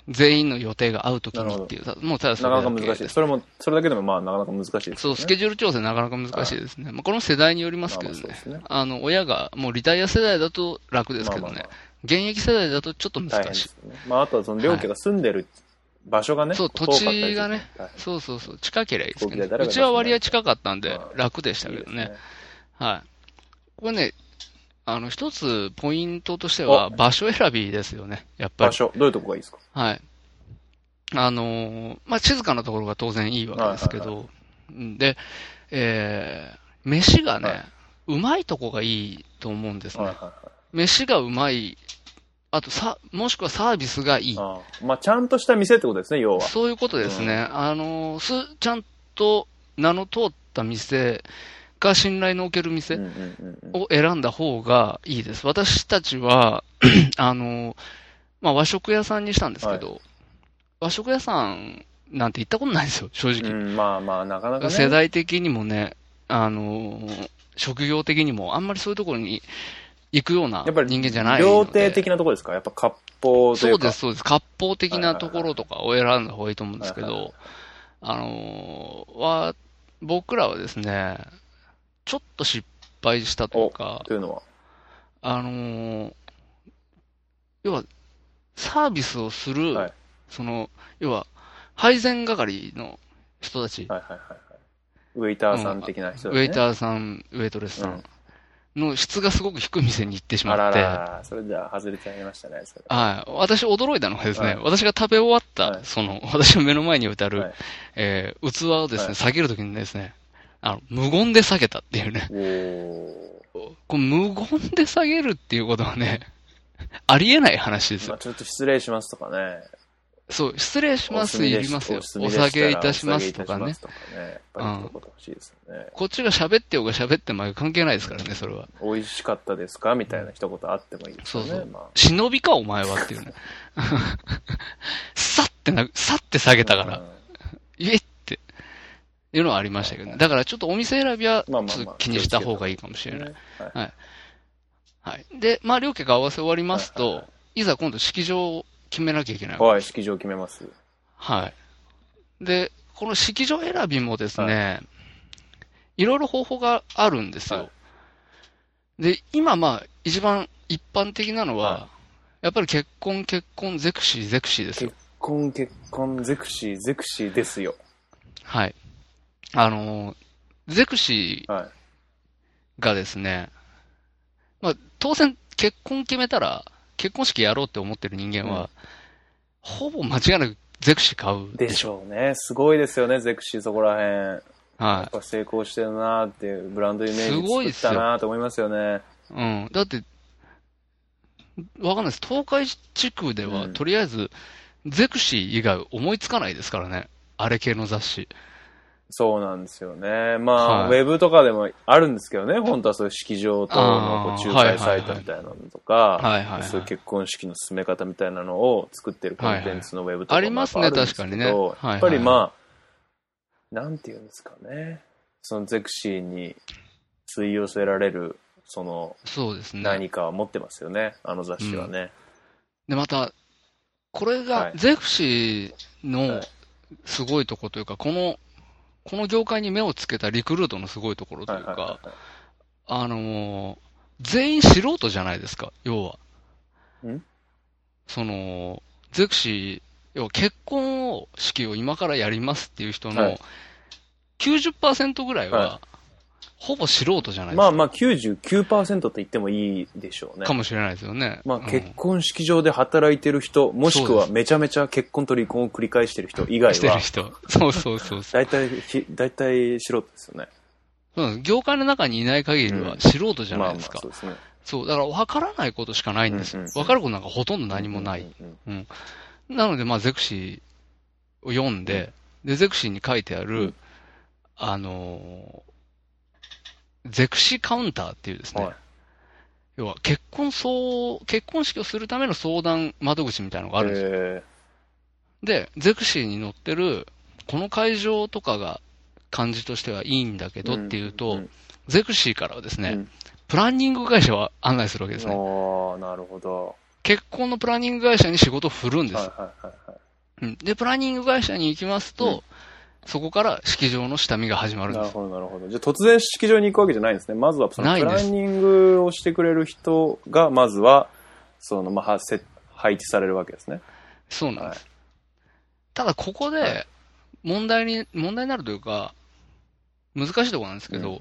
Speaker 3: 全員の予定が合うときにっていう、たもうただそ
Speaker 2: な
Speaker 3: れ
Speaker 2: か
Speaker 3: だ
Speaker 2: な
Speaker 3: け
Speaker 2: か難しい。
Speaker 3: です
Speaker 2: それも、それだけでもまあなかなか難しいです、ね。
Speaker 3: そう、スケジュール調整なかなか難しいですね。まあ、これも世代によりますけど
Speaker 2: まあまあ
Speaker 3: ね
Speaker 2: そうですね。
Speaker 3: あの、親が、もうリタイア世代だと楽ですけど
Speaker 2: まあま
Speaker 3: ね
Speaker 2: あま。
Speaker 3: 現役世代だとちょっと
Speaker 2: 大変
Speaker 3: 難
Speaker 2: で
Speaker 3: しい
Speaker 2: す。よね。まああとはその両家が住んでる場所がね、
Speaker 3: そう、
Speaker 2: こ
Speaker 3: 土
Speaker 2: う遠かったりす
Speaker 3: 地
Speaker 2: る
Speaker 3: がね
Speaker 2: はい、
Speaker 3: そうそうそう、近ければいいですけ
Speaker 2: 飛行機代
Speaker 3: ど、
Speaker 2: だら
Speaker 3: ね、う
Speaker 2: け
Speaker 3: ちは割合近かったんで
Speaker 2: ま、あ
Speaker 3: 楽でしたけど
Speaker 2: いいです
Speaker 3: ね。はい。これね、あの、一つポイントとして
Speaker 2: お
Speaker 3: は、場所選びですよね、やっぱ
Speaker 2: 場
Speaker 3: り。
Speaker 2: 所、どういうとこがいいですか
Speaker 3: はい。あのーまあ、静かなところが当然いいわけですけ
Speaker 2: はいは
Speaker 3: ど、うんで、えー飯がね、
Speaker 2: はいう
Speaker 3: まいとこがいいと思うんです
Speaker 2: はいは
Speaker 3: ね
Speaker 2: い。はい
Speaker 3: 飯がうまい、あとさ、もしくはサービスがいい。
Speaker 2: ああまあ、ちゃんとした店ってことですね、要は。
Speaker 3: そういうことですね。あのーす、ちゃんと名の通った店が信頼のおける店。
Speaker 2: うんうんうんうん
Speaker 3: を選んだ方がいいです。私た
Speaker 2: <clears throat>
Speaker 3: ちは、あの、まあ、和食屋さんにしたんですけど、和食屋さんなんて行ったことないんですよ、正
Speaker 2: う
Speaker 3: 直。
Speaker 2: ん、まあまあ、なかなかね。
Speaker 3: 世代的にもね、あの、職業的にも、あんまりそういうところに行くような
Speaker 2: やっぱり
Speaker 3: 人間じゃないの
Speaker 2: 料
Speaker 3: で。
Speaker 2: 亭的なところですかやっぱ割烹とい
Speaker 3: そううで
Speaker 2: か。
Speaker 3: す、そうです。割烹的
Speaker 2: はいはいはい
Speaker 3: なところとかを選んだ方がいいと思うんですけ
Speaker 2: はいはい
Speaker 3: ど、あのは、僕らはですね、ちょっと失敗したというか、
Speaker 2: というのは。
Speaker 3: あのー要は、サービスをする、
Speaker 2: はい
Speaker 3: その、要は、配膳係の人たち、
Speaker 2: はいはいはいはい。ウェイターさん的な人
Speaker 3: ウ
Speaker 2: だね
Speaker 3: ェイターさん、ウェイトレスさんの質がすごく低い店に行ってし
Speaker 2: あ
Speaker 3: ま
Speaker 2: ら
Speaker 3: って、
Speaker 2: ら、それじゃあ外れちゃいましたね、それ。
Speaker 3: はい、私驚いたのがですね、
Speaker 2: はい
Speaker 3: 私が食べ終わった、
Speaker 2: はい
Speaker 3: その、 <laughs> 私の目の前に置いてある、
Speaker 2: はい
Speaker 3: えー器をですね、
Speaker 2: はい
Speaker 3: 下げるときにですね、あの、無言で下げたっていうね、
Speaker 2: おー
Speaker 3: こう無言で下げるっていうことはね、 <laughs> ありえない話です
Speaker 2: ま
Speaker 3: よ
Speaker 2: あ、ちょっと失礼しますとかね。
Speaker 3: そう、失礼します、いりますよ。お
Speaker 2: 下
Speaker 3: 酒いたしますとかね。
Speaker 2: とかね。やっぱりそういうこと欲しいですよね。
Speaker 3: こっちが喋ってようが喋ってまいが関係ないですからね、それは。
Speaker 2: 美味しかったですかみたいな一言あってもいいですよね。
Speaker 3: そうそう
Speaker 2: まあ
Speaker 3: 忍びか、お前はっていうね。 <laughs> さってな、さって下げたから、いえって、いうのはありましたけどね。だからちょっとお店選びは、ち
Speaker 2: ま
Speaker 3: ょ
Speaker 2: あ
Speaker 3: っ
Speaker 2: まあまあ
Speaker 3: と気にした方がいいかもしれない。
Speaker 2: ねはい
Speaker 3: はい。で、まあ、両家が合わせ終わります
Speaker 2: はいはい
Speaker 3: と
Speaker 2: は、
Speaker 3: いざ今度式場を決めなきゃいけない。
Speaker 2: はい、式場決めます。
Speaker 3: はい。で、この式場選びもですね、いろいろ方法があるんですよ。
Speaker 2: は
Speaker 3: で、今まあ、一番一般的なのは、
Speaker 2: は
Speaker 3: やっぱり結婚、結婚、ゼクシー、ゼクシーですよ。
Speaker 2: 結婚、結婚、ゼクシー、ゼクシーですよ。
Speaker 3: はい。あのー、ゼクシ
Speaker 2: は
Speaker 3: ーがですね、まあ、当然、結婚決めたら、結婚式やろうって思ってる人間は、ほぼ間違いなくゼクシー買う
Speaker 2: でしょうね。すごいですよね、ゼクシーそこら辺。や
Speaker 3: は
Speaker 2: っぱ成功してるなーっていう、ブランドイメ
Speaker 3: すご
Speaker 2: ー
Speaker 3: いっ
Speaker 2: ジ
Speaker 3: す
Speaker 2: 作
Speaker 3: よ
Speaker 2: ったなーと思いますよね。
Speaker 3: い。うん。だって、わかんないです。東海地区では、
Speaker 2: うん
Speaker 3: とりあえず、ゼクシー以外思いつかないですからね。あれ系の雑誌。
Speaker 2: そうなんですよね。まあ、
Speaker 3: はい
Speaker 2: ウェブとかでもあるんですけどね、本当はそういう式場等のこう
Speaker 3: あー
Speaker 2: 仲介サイトみたいなのとか、
Speaker 3: はいはいはい
Speaker 2: そういう結婚式の進め方みたいなのを作ってるコンテンツのウェブとかも
Speaker 3: ありますね
Speaker 2: やっぱあるんですけど
Speaker 3: 確かにねはいはい
Speaker 2: やっぱりまあ、なんていうんですかね、そのゼクシーに吸い寄せられる、その
Speaker 3: そうですね。
Speaker 2: 何かは持ってますよね、あの雑誌はね。
Speaker 3: で、また、これ
Speaker 2: は
Speaker 3: が
Speaker 2: い、
Speaker 3: ゼクシーの
Speaker 2: はい
Speaker 3: すごいとこというか、この、この業界に目をつけたリクルートのすごいところと
Speaker 2: はいいうはいは
Speaker 3: か、あのー全員素人じゃないですか、要は。
Speaker 2: ん
Speaker 3: その、ゼクシー、要は結婚を、式を今からやりますっていう人
Speaker 2: は
Speaker 3: の
Speaker 2: い
Speaker 3: 90%ぐらいは
Speaker 2: は、
Speaker 3: ほぼ素人じゃない
Speaker 2: い
Speaker 3: です
Speaker 2: まあ
Speaker 3: か。
Speaker 2: まあ99%と言ってもいいでしょうね
Speaker 3: か。もしれないですよね。
Speaker 2: まあ、
Speaker 3: うん
Speaker 2: 結婚式場で働いてる人、もしく
Speaker 3: そう
Speaker 2: は
Speaker 3: で
Speaker 2: めちゃめちゃ結婚と離婚を繰り返してる人以外
Speaker 3: してる
Speaker 2: は、
Speaker 3: 人。そうそうそうそう。
Speaker 2: 大体ひ、大体素人ですよね。
Speaker 3: そうなんです業界の中にいない限りは
Speaker 2: うん
Speaker 3: 素人じゃ
Speaker 2: ま
Speaker 3: な
Speaker 2: あ
Speaker 3: い
Speaker 2: まあ
Speaker 3: ですか。
Speaker 2: そうですね。
Speaker 3: そう、だから分からないことしかないんですよ。
Speaker 2: うんうんうん
Speaker 3: 分かることなんかほとんど何もない。
Speaker 2: うんうん
Speaker 3: なので、まあ、ゼクシーを読んで、で、ゼクシーに書いてある、
Speaker 2: うん
Speaker 3: あのーゼクシーカウンターっていうです
Speaker 2: うん
Speaker 3: ね、
Speaker 2: はい
Speaker 3: 要は結婚相、結婚式をするための相談窓口みたいなのがあるんですよ。
Speaker 2: え
Speaker 3: で、ゼクシーに載ってる、この会場とかが感じとしてはいいんだけ
Speaker 2: ー
Speaker 3: どっていうと、
Speaker 2: んん
Speaker 3: ゼクシーからはですね、
Speaker 2: うん
Speaker 3: プランニング会社を案内するわけですね。
Speaker 2: ああ、なるほど。
Speaker 3: 結婚のプランニング会社に仕事を振るんです。
Speaker 2: はいはいはいはい。
Speaker 3: うんで、プランニング会社に行きますと、
Speaker 2: うん
Speaker 3: そこから式場の下見が始まるん
Speaker 2: な
Speaker 3: で
Speaker 2: る
Speaker 3: す。
Speaker 2: ほど、なるほど。じゃあ突然式場に行くわけじゃないんですね。まずはその
Speaker 3: ない
Speaker 2: プ
Speaker 3: んです
Speaker 2: ランニングをしてくれる人が、まずは、その、まあ、はせ配置されるわけですね。
Speaker 3: そうなんです。
Speaker 2: は
Speaker 3: ただ、ここ
Speaker 2: は
Speaker 3: で、問題に、問題になるというか、難しいところなんですけど、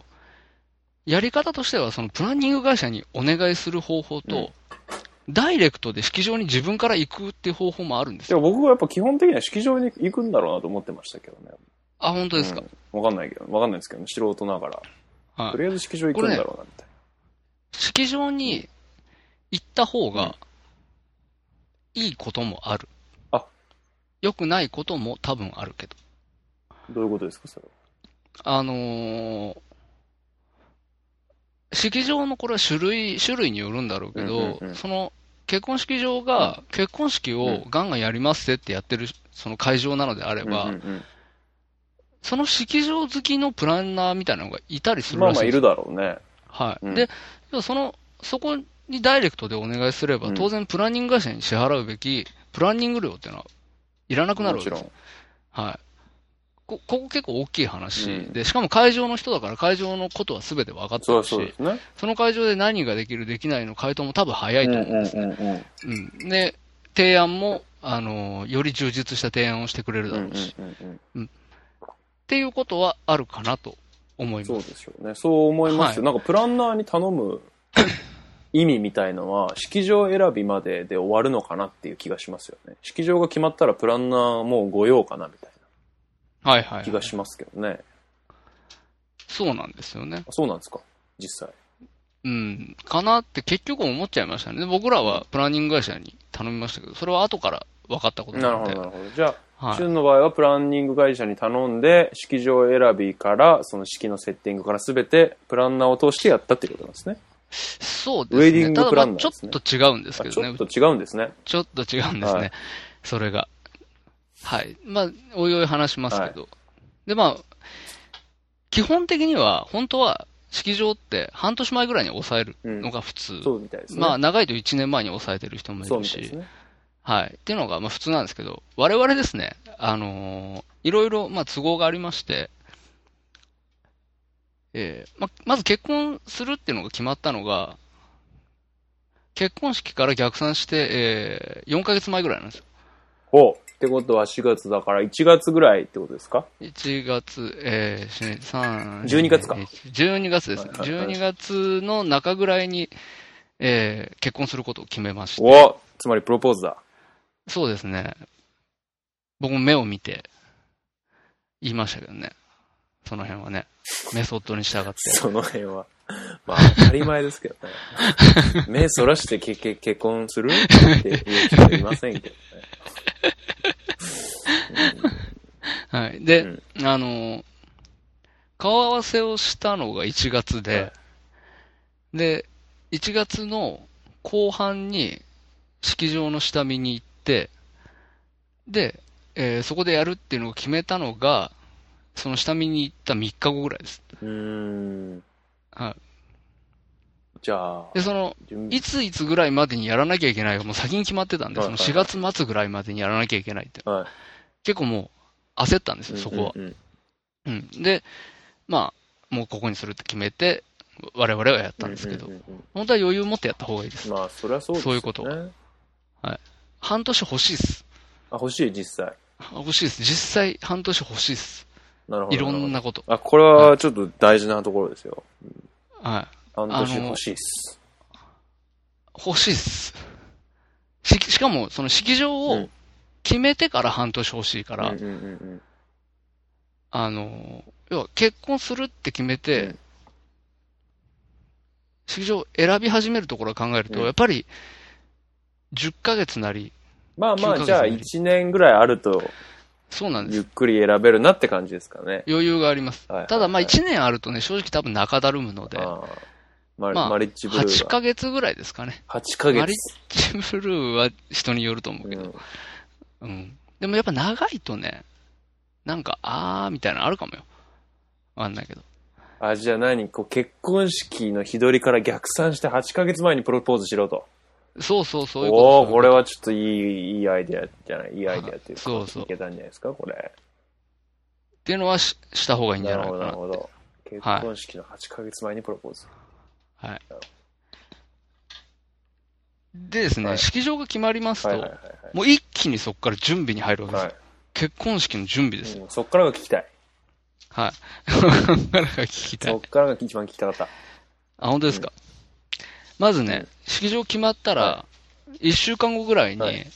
Speaker 3: やり方としては、そのプランニング会社にお願いする方法と、ダイレクトで式場に自分から行くっていう方法もあるんです
Speaker 2: で
Speaker 3: よ。
Speaker 2: も僕はやっぱ基本的には式場に行くんだろうなと思ってましたけどね。
Speaker 3: あ、本当ですか。
Speaker 2: うんわ、かんないけど、わかんないですけどね、素人ながら。
Speaker 3: はい
Speaker 2: とりあえず式場行くんだろうな、みたい
Speaker 3: 式場に行った方が、いいこともある。
Speaker 2: あ
Speaker 3: 良くないことも多分あるけど。
Speaker 2: な。どういうことですか、それは。
Speaker 3: あのー式場のこれは種類、種類によるんだろうけど、
Speaker 2: うんうんうん
Speaker 3: その結婚式場が結婚式をガンガンやりますぜってやってるその会場なのであれば、
Speaker 2: うんうん
Speaker 3: その式場好きのプランナーみたいなのがいたりす
Speaker 2: うん
Speaker 3: る
Speaker 2: まあ
Speaker 3: らし
Speaker 2: ま
Speaker 3: い
Speaker 2: あ、
Speaker 3: んで
Speaker 2: いる
Speaker 3: す
Speaker 2: だろうね。
Speaker 3: はい。
Speaker 2: うん
Speaker 3: で、要はその、そこにダイレクトでお願いすれば、
Speaker 2: うん
Speaker 3: 当然プランニング会社に支払うべき、プランニング料っていうのは、いらなくな
Speaker 2: も
Speaker 3: る
Speaker 2: ち
Speaker 3: わけで
Speaker 2: ろ
Speaker 3: す
Speaker 2: ん。
Speaker 3: はい。こ、ここ結構大きい話
Speaker 2: うん
Speaker 3: で、しかも会場の人だから会場のことは全て分かって
Speaker 2: そう
Speaker 3: る
Speaker 2: そうで
Speaker 3: し、
Speaker 2: すね。
Speaker 3: その会場で何ができる、できないの回答も多分早いと思うんですね。
Speaker 2: うんうん。
Speaker 3: うん。で、提案も、あの、より充実した提案をしてくれるだろうし、っ
Speaker 2: うんうんうん
Speaker 3: ていうことはあるかなと思い
Speaker 2: そう
Speaker 3: ま。
Speaker 2: ですしょうね。そう思いますよ、なんかプランナーに頼む意味みたいのは、式場選びまでで終わるのかなっていう気がしますよね。式場が決まったらプランナーもう御用かなみたい
Speaker 3: はいは
Speaker 2: ない気。がしますけどね。
Speaker 3: そうなんですよね。
Speaker 2: あそうなんですか実際。
Speaker 3: うん、かなって結局思っちゃいましたね。で僕らはプランニング会社に頼みましたけど、それは後から分かったこと
Speaker 2: な
Speaker 3: な
Speaker 2: る
Speaker 3: の
Speaker 2: ほ
Speaker 3: で。
Speaker 2: ど、なるほど。じゃあ、
Speaker 3: はい
Speaker 2: 旬の場合はプランニング会社に頼んで、式場選びから、その式のセッティングからすべて、プランナーを通してやったっていうことなんですね。
Speaker 3: そ
Speaker 2: ウ
Speaker 3: う
Speaker 2: ェ
Speaker 3: です
Speaker 2: ディ
Speaker 3: ね。
Speaker 2: ン
Speaker 3: た
Speaker 2: グ
Speaker 3: だ
Speaker 2: プ
Speaker 3: ま
Speaker 2: ラ
Speaker 3: あ
Speaker 2: ンナー
Speaker 3: ちょ
Speaker 2: ですね
Speaker 3: っと違うんです
Speaker 2: あ
Speaker 3: け
Speaker 2: ち
Speaker 3: ど
Speaker 2: ょ
Speaker 3: ね
Speaker 2: っ。と違うんですね。
Speaker 3: ちょっと違うんですね。
Speaker 2: はい
Speaker 3: それが。はい。まあ、おいおい話しますけど。で、まあ、基本的には、本当は、式場って半年前ぐらいに抑えるのが普通。
Speaker 2: そうみたいですね。
Speaker 3: まあ、長いと1年前に抑えてる人もい
Speaker 2: そう
Speaker 3: る
Speaker 2: み
Speaker 3: した
Speaker 2: い。ですね。
Speaker 3: はい。っていうのが、まあ普通なんですけど、我々ですね、あのーいろいろ、まあ都合がありまして、えーまあ、まず結婚するっていうのが決まったのが、結婚式から逆算して、えー4ヶ月前ぐらいなんですよ。
Speaker 2: ほう。ってことは4月だから、1月ぐらいってことですか
Speaker 3: 1月、えー、3、
Speaker 2: 12月か
Speaker 3: 12月ですね。
Speaker 2: はいはいはい
Speaker 3: 12月の中ぐらいに、えー結婚することを決めまして
Speaker 2: おつまりプロポーズだ。 <laughs>
Speaker 3: そうですね。僕も目を見て、言いましたけどね。その辺はね。メソッドに従って。
Speaker 2: その辺は。まあ、当たり前ですけどね。 <laughs> 目そらしてけけ結婚するっていう人はいませんけど
Speaker 3: <laughs>
Speaker 2: ね。
Speaker 3: はい。で、
Speaker 2: うん
Speaker 3: あの、顔合わせをしたのが1月
Speaker 2: は
Speaker 3: で、で、1月の後半に式場の下見に行って、で、えーそこでやるっていうのを決めたのが、その下見に行った3日後ぐらいです。
Speaker 2: うーん。
Speaker 3: は
Speaker 2: じゃあ
Speaker 3: い。で、、その、
Speaker 2: 準備
Speaker 3: いついつぐらいまでにやらなきゃいけないがもう先に決まってたんで、
Speaker 2: はい
Speaker 3: そ
Speaker 2: はい
Speaker 3: の
Speaker 2: はい
Speaker 3: 4月末ぐらいまでにやらなきゃいけないって。
Speaker 2: は
Speaker 3: 結構もう焦ったんです
Speaker 2: い。
Speaker 3: よ、そこは
Speaker 2: う。んうん
Speaker 3: うん。で、まあ、もうここにするって決めて、我々はやったんですけど、
Speaker 2: うんうんうん
Speaker 3: 本当は余裕持ってやった方がいいです。
Speaker 2: まあ、そりゃそうですよね。
Speaker 3: そういうことは半年欲しいっす。
Speaker 2: あ、欲しい、実際。
Speaker 3: 欲しいです。実際、半年欲しいっす。
Speaker 2: なるほど。
Speaker 3: いろん
Speaker 2: る
Speaker 3: なこと。
Speaker 2: ほど。あ、これはちょっと大事なところですよ。
Speaker 3: は
Speaker 2: 半年欲しいっす。
Speaker 3: い。欲しいっす。し、しかも、その式場
Speaker 2: う
Speaker 3: を
Speaker 2: ん
Speaker 3: 決めてから半年欲しいか
Speaker 2: う
Speaker 3: ら、
Speaker 2: んうんうんうん。
Speaker 3: あの、要は結婚するって決めて、
Speaker 2: うん
Speaker 3: 式場を選び始めるところを考えると、
Speaker 2: うん
Speaker 3: やっぱり、10ヶ月なり、
Speaker 2: まあま
Speaker 3: 9ヶ
Speaker 2: あ、
Speaker 3: 月
Speaker 2: じゃあ
Speaker 3: なり
Speaker 2: 1年ぐらいあると、
Speaker 3: そうなんです
Speaker 2: ゆっくり選べるなって感じですかね。
Speaker 3: 余裕があります。
Speaker 2: はいはいはい
Speaker 3: ただ、まあ1年あるとね、正直多分中だるむので、
Speaker 2: ああマ
Speaker 3: まあ
Speaker 2: マリッジブル
Speaker 3: 8
Speaker 2: ーが。
Speaker 3: ヶ月ぐらいですかね。
Speaker 2: 8ヶ
Speaker 3: マリッ
Speaker 2: 月。
Speaker 3: ジブルーは人によると思うけど。うん。でもやっぱ長いとね、なんか、あーみたいなのあるかもよ。わかんないけど。
Speaker 2: あ、じゃあ何こう結婚式の日取りから逆算して8ヶ月前にプロポーズしろと。
Speaker 3: そうそう、そういうこと。
Speaker 2: おおー
Speaker 3: そう
Speaker 2: こ
Speaker 3: いう
Speaker 2: れはちょっといい、いいアイデアじゃない、いいアイデアっていうか、
Speaker 3: そうそう
Speaker 2: いけたんじゃないですか、これ。
Speaker 3: っていうのはしした方がいいんじ
Speaker 2: な
Speaker 3: ゃ
Speaker 2: る
Speaker 3: な
Speaker 2: ほど、な
Speaker 3: いかな
Speaker 2: る。ほど。結婚式の8ヶ月前にプロポーズ。
Speaker 3: はい。でですね、
Speaker 2: はい
Speaker 3: 式場が決まりますと、
Speaker 2: はいはいは
Speaker 3: もう一気にそこから準備に入るわ
Speaker 2: い
Speaker 3: けです
Speaker 2: は
Speaker 3: よ。
Speaker 2: い。はい
Speaker 3: 結婚式の準備ですよ。
Speaker 2: うんそっからが聞きたい。
Speaker 3: はい。 <laughs> なんか聞きた
Speaker 2: そ
Speaker 3: い
Speaker 2: っ。からが一番聞きたかった。
Speaker 3: あ、本当ですか。まずね、式場決まったら、1週間後ぐらいに、
Speaker 2: はい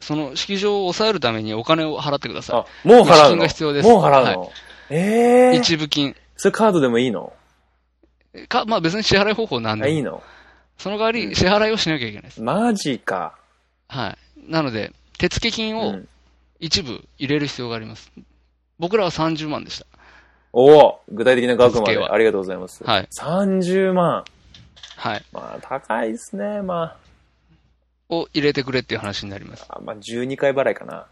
Speaker 3: その式場を抑えるためにお金を払ってくだ
Speaker 2: あ、
Speaker 3: さ
Speaker 2: もう
Speaker 3: 資
Speaker 2: 払う
Speaker 3: 金
Speaker 2: の
Speaker 3: が必要です
Speaker 2: もう払うの、ええー。
Speaker 3: い。一部金。
Speaker 2: それカードでもいいの
Speaker 3: か、まあ別に支払い方法なん
Speaker 2: あ、
Speaker 3: でも、
Speaker 2: いいの
Speaker 3: その代わ
Speaker 2: う
Speaker 3: り
Speaker 2: ん
Speaker 3: 支払いをしなきゃいけないです。
Speaker 2: マジか。
Speaker 3: はい。なので、手付金
Speaker 2: う
Speaker 3: を
Speaker 2: ん
Speaker 3: 一部入れる必要があります。僕らは30万でした。
Speaker 2: おお具体的な額ま
Speaker 3: 助け
Speaker 2: で
Speaker 3: は
Speaker 2: ありがとうございます。
Speaker 3: はい。
Speaker 2: 30万。
Speaker 3: はい。
Speaker 2: まあ、高いですね。ま
Speaker 3: を入れてくれっていう話になります。
Speaker 2: あ、あまあ、12回払いかな。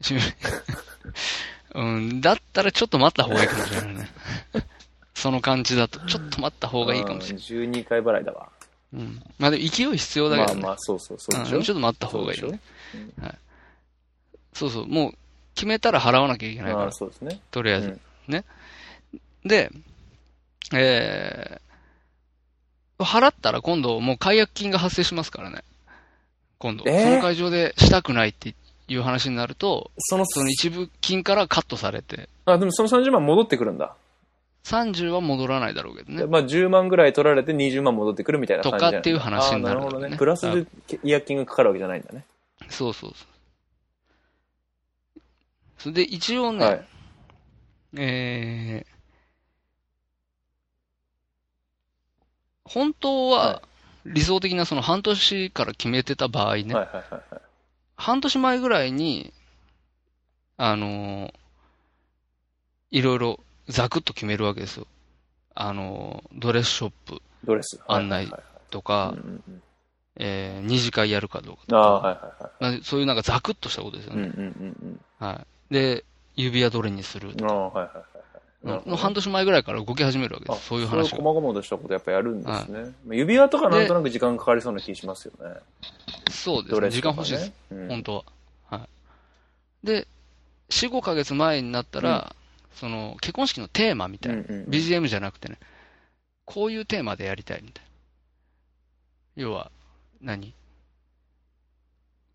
Speaker 3: しうん、だったらちょっと待った方がいいかもしれないね。その感じだと、ちょっと待った方がいいかもしれない。
Speaker 2: うん12回払いだわ。
Speaker 3: うん。まあでも勢い必要だけ
Speaker 2: ま
Speaker 3: ど
Speaker 2: あ
Speaker 3: ね。
Speaker 2: まあ、そうそう、そうでし
Speaker 3: う
Speaker 2: ょ。
Speaker 3: んちょっと待った方がいい
Speaker 2: そう
Speaker 3: よ
Speaker 2: で
Speaker 3: ね。そうそう。もう、決めたら払わなきゃいけない
Speaker 2: しょ
Speaker 3: か
Speaker 2: まあ、
Speaker 3: ら、
Speaker 2: そうですね。
Speaker 3: とりあえず。
Speaker 2: うん
Speaker 3: ね。で、えー、払ったら今度もう解約金が発生しますからね。今度。
Speaker 2: えー
Speaker 3: その会場でしたくないっていう話になると、
Speaker 2: その、
Speaker 3: その一部金からカットされて、
Speaker 2: あ、でもその30万戻ってくるんだ。
Speaker 3: 30は戻らないだろうけどね
Speaker 2: で。まあ、10万ぐらい取られて20万戻ってくるみたいな感じなんだ
Speaker 3: とかっていう話になる
Speaker 2: あ
Speaker 3: ん
Speaker 2: ー
Speaker 3: だ
Speaker 2: なるほどね。
Speaker 3: ね
Speaker 2: プラスで違約金がかかるわけじゃないんだね。
Speaker 3: そうそうそう。それで、一応ね、
Speaker 2: はい。
Speaker 3: えー本当
Speaker 2: は
Speaker 3: は理想的なその半年から決めてた場合
Speaker 2: は
Speaker 3: ね、
Speaker 2: いはいはいはい。
Speaker 3: 半年前ぐらいに、あのーいろいろザクッと決めるわけですよ。あのードレスショップ
Speaker 2: ドレス。
Speaker 3: 案内
Speaker 2: はい
Speaker 3: と
Speaker 2: はい
Speaker 3: か
Speaker 2: はい、うんうんうん
Speaker 3: えー二次会やるかどうかと
Speaker 2: ああ、は
Speaker 3: か、
Speaker 2: いはいは
Speaker 3: なそういうなんかザクッとしたことですよ
Speaker 2: い。うん
Speaker 3: ね。
Speaker 2: うんうん
Speaker 3: はい。で、指輪どれにする
Speaker 2: うん。ああ、はいはいはいはい。
Speaker 3: の半年前ぐらいから動き始めるわけで
Speaker 2: あ
Speaker 3: す。そういう話
Speaker 2: そういう
Speaker 3: を。
Speaker 2: 細々としたことやっぱやるんですね。まあ指輪とかなんとなく時間かかりそうな気しますよね。
Speaker 3: そうです
Speaker 2: ド
Speaker 3: ね。
Speaker 2: レス
Speaker 3: 時
Speaker 2: と
Speaker 3: 間
Speaker 2: か、ね。
Speaker 3: 欲しいです。
Speaker 2: うん
Speaker 3: 本当は。はい。で、4、5ヶ月前になったら、その、結婚式のテーマみたいな。
Speaker 2: うんうん
Speaker 3: BGM じゃなくてね、こういうテーマでやりたいみたいな。要は、何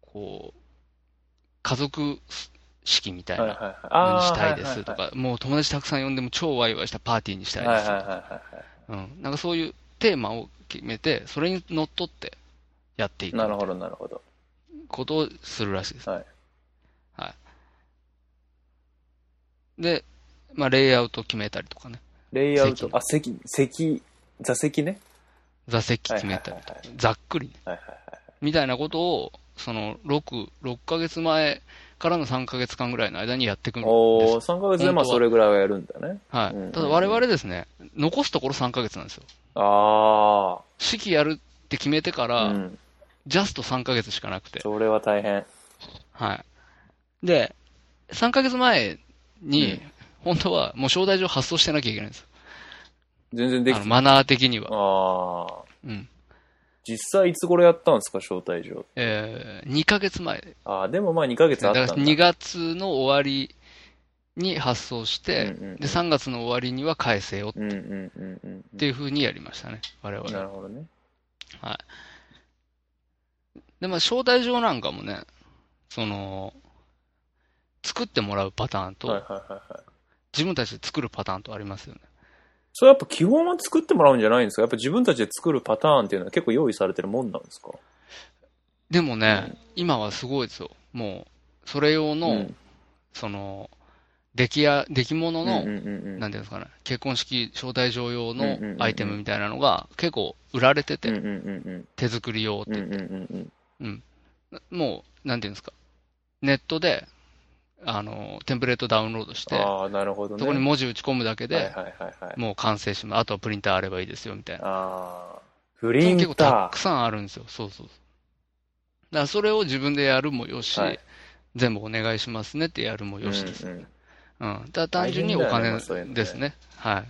Speaker 3: こう、家族式みたい
Speaker 2: はいはい
Speaker 3: な。
Speaker 2: はい。
Speaker 3: の
Speaker 2: あ
Speaker 3: に
Speaker 2: あ
Speaker 3: したいですと。か、もう友達たくさん呼んでも超ワイワイしたパーティーにした
Speaker 2: はいいはい
Speaker 3: で
Speaker 2: は
Speaker 3: す
Speaker 2: い
Speaker 3: と
Speaker 2: はい
Speaker 3: か、うん、なんかそういうテーマを決めて、それにのっとってやっていく
Speaker 2: なるほどなるほど。
Speaker 3: ことをするらしいです。
Speaker 2: はい
Speaker 3: はい。で、まあ、レイアウト決めたりとかね。
Speaker 2: レイアウト
Speaker 3: 席、
Speaker 2: あ、席、席、座席ね。
Speaker 3: 座席決めたりとか
Speaker 2: はいはいはい。
Speaker 3: ざっくりね。
Speaker 2: はいはいはい。
Speaker 3: みたいなことを、その、6、6ヶ月前からの3ヶ月間ぐらいの間にやっていくんで
Speaker 2: おー、
Speaker 3: す。
Speaker 2: 3ヶ月でまあ
Speaker 3: 本当は
Speaker 2: それぐらいはやるんだね。
Speaker 3: は
Speaker 2: うんうんうん
Speaker 3: い。ただ我々ですね、残すところ3ヶ月なんですよ。
Speaker 2: あ
Speaker 3: 式やるって決めてか
Speaker 2: あ、
Speaker 3: ら、
Speaker 2: うん。
Speaker 3: ジャスト3ヶ月しかなくて。
Speaker 2: それは大変。
Speaker 3: はい。で、3ヶ月前に、
Speaker 2: うん
Speaker 3: 本当はもう招待状発送してなきゃいけないんですよ。
Speaker 2: 全然でき
Speaker 3: あ
Speaker 2: て
Speaker 3: のマナー的には。
Speaker 2: ああ、
Speaker 3: うん。
Speaker 2: 実際いつ頃やったんですか、招待状。
Speaker 3: えー、2ヶ月前。
Speaker 2: ああ、でもまあ2ヶ月あ
Speaker 3: だ
Speaker 2: っ
Speaker 3: か
Speaker 2: たん
Speaker 3: ら
Speaker 2: だ。
Speaker 3: 2月の終わりに発送して、
Speaker 2: うんうんうん
Speaker 3: で、3月の終わりには返せよっ
Speaker 2: うんうんうんうんうん。
Speaker 3: ていう風にやりましたね。我々。
Speaker 2: なるほどね。
Speaker 3: で、まあ、招待状なんかもね、その、作ってもらうパターンと、
Speaker 2: はいはいはいはい。
Speaker 3: 自分たちで作るパターンとありますよね。
Speaker 2: それやっぱ基本は作ってもらうんじゃないんですかやっぱ自分たちで作るパターンっていうのは結構用意されてるもんなんですか
Speaker 3: でもね、今はすごいですよ。もう、それ用の、
Speaker 2: うん
Speaker 3: その、出来や、出来物の、
Speaker 2: うんうんうん
Speaker 3: なんていうんですかね、結婚式招待状用
Speaker 2: うんう
Speaker 3: の
Speaker 2: んうんうん
Speaker 3: アイテムみたいなのが結構売られてて、
Speaker 2: うんうんうん
Speaker 3: 手作り用って
Speaker 2: うん。うんうんうんうん。
Speaker 3: もう、なんていうんですか、ネットで、あの、テンプレートダウンロードして、
Speaker 2: ああ、なるほどね。
Speaker 3: そこに文字打ち込むだけ
Speaker 2: はい
Speaker 3: で、
Speaker 2: はいはいはい。
Speaker 3: もう完成します。あとはプリンターあればいいですよ、みたいな。
Speaker 2: ああ、プ
Speaker 3: そ
Speaker 2: リ
Speaker 3: れ
Speaker 2: ン
Speaker 3: 結構た
Speaker 2: タ
Speaker 3: くさんあるんですよ。そうそうそう。だからそれを自分でやるもよし、
Speaker 2: はい
Speaker 3: 全部お願いしますねってやるも
Speaker 2: ー。
Speaker 3: よしです。
Speaker 2: うんうん
Speaker 3: うん。ただ単純にお
Speaker 2: 大変だよ
Speaker 3: 金
Speaker 2: ねそういうのね
Speaker 3: ですね。はい。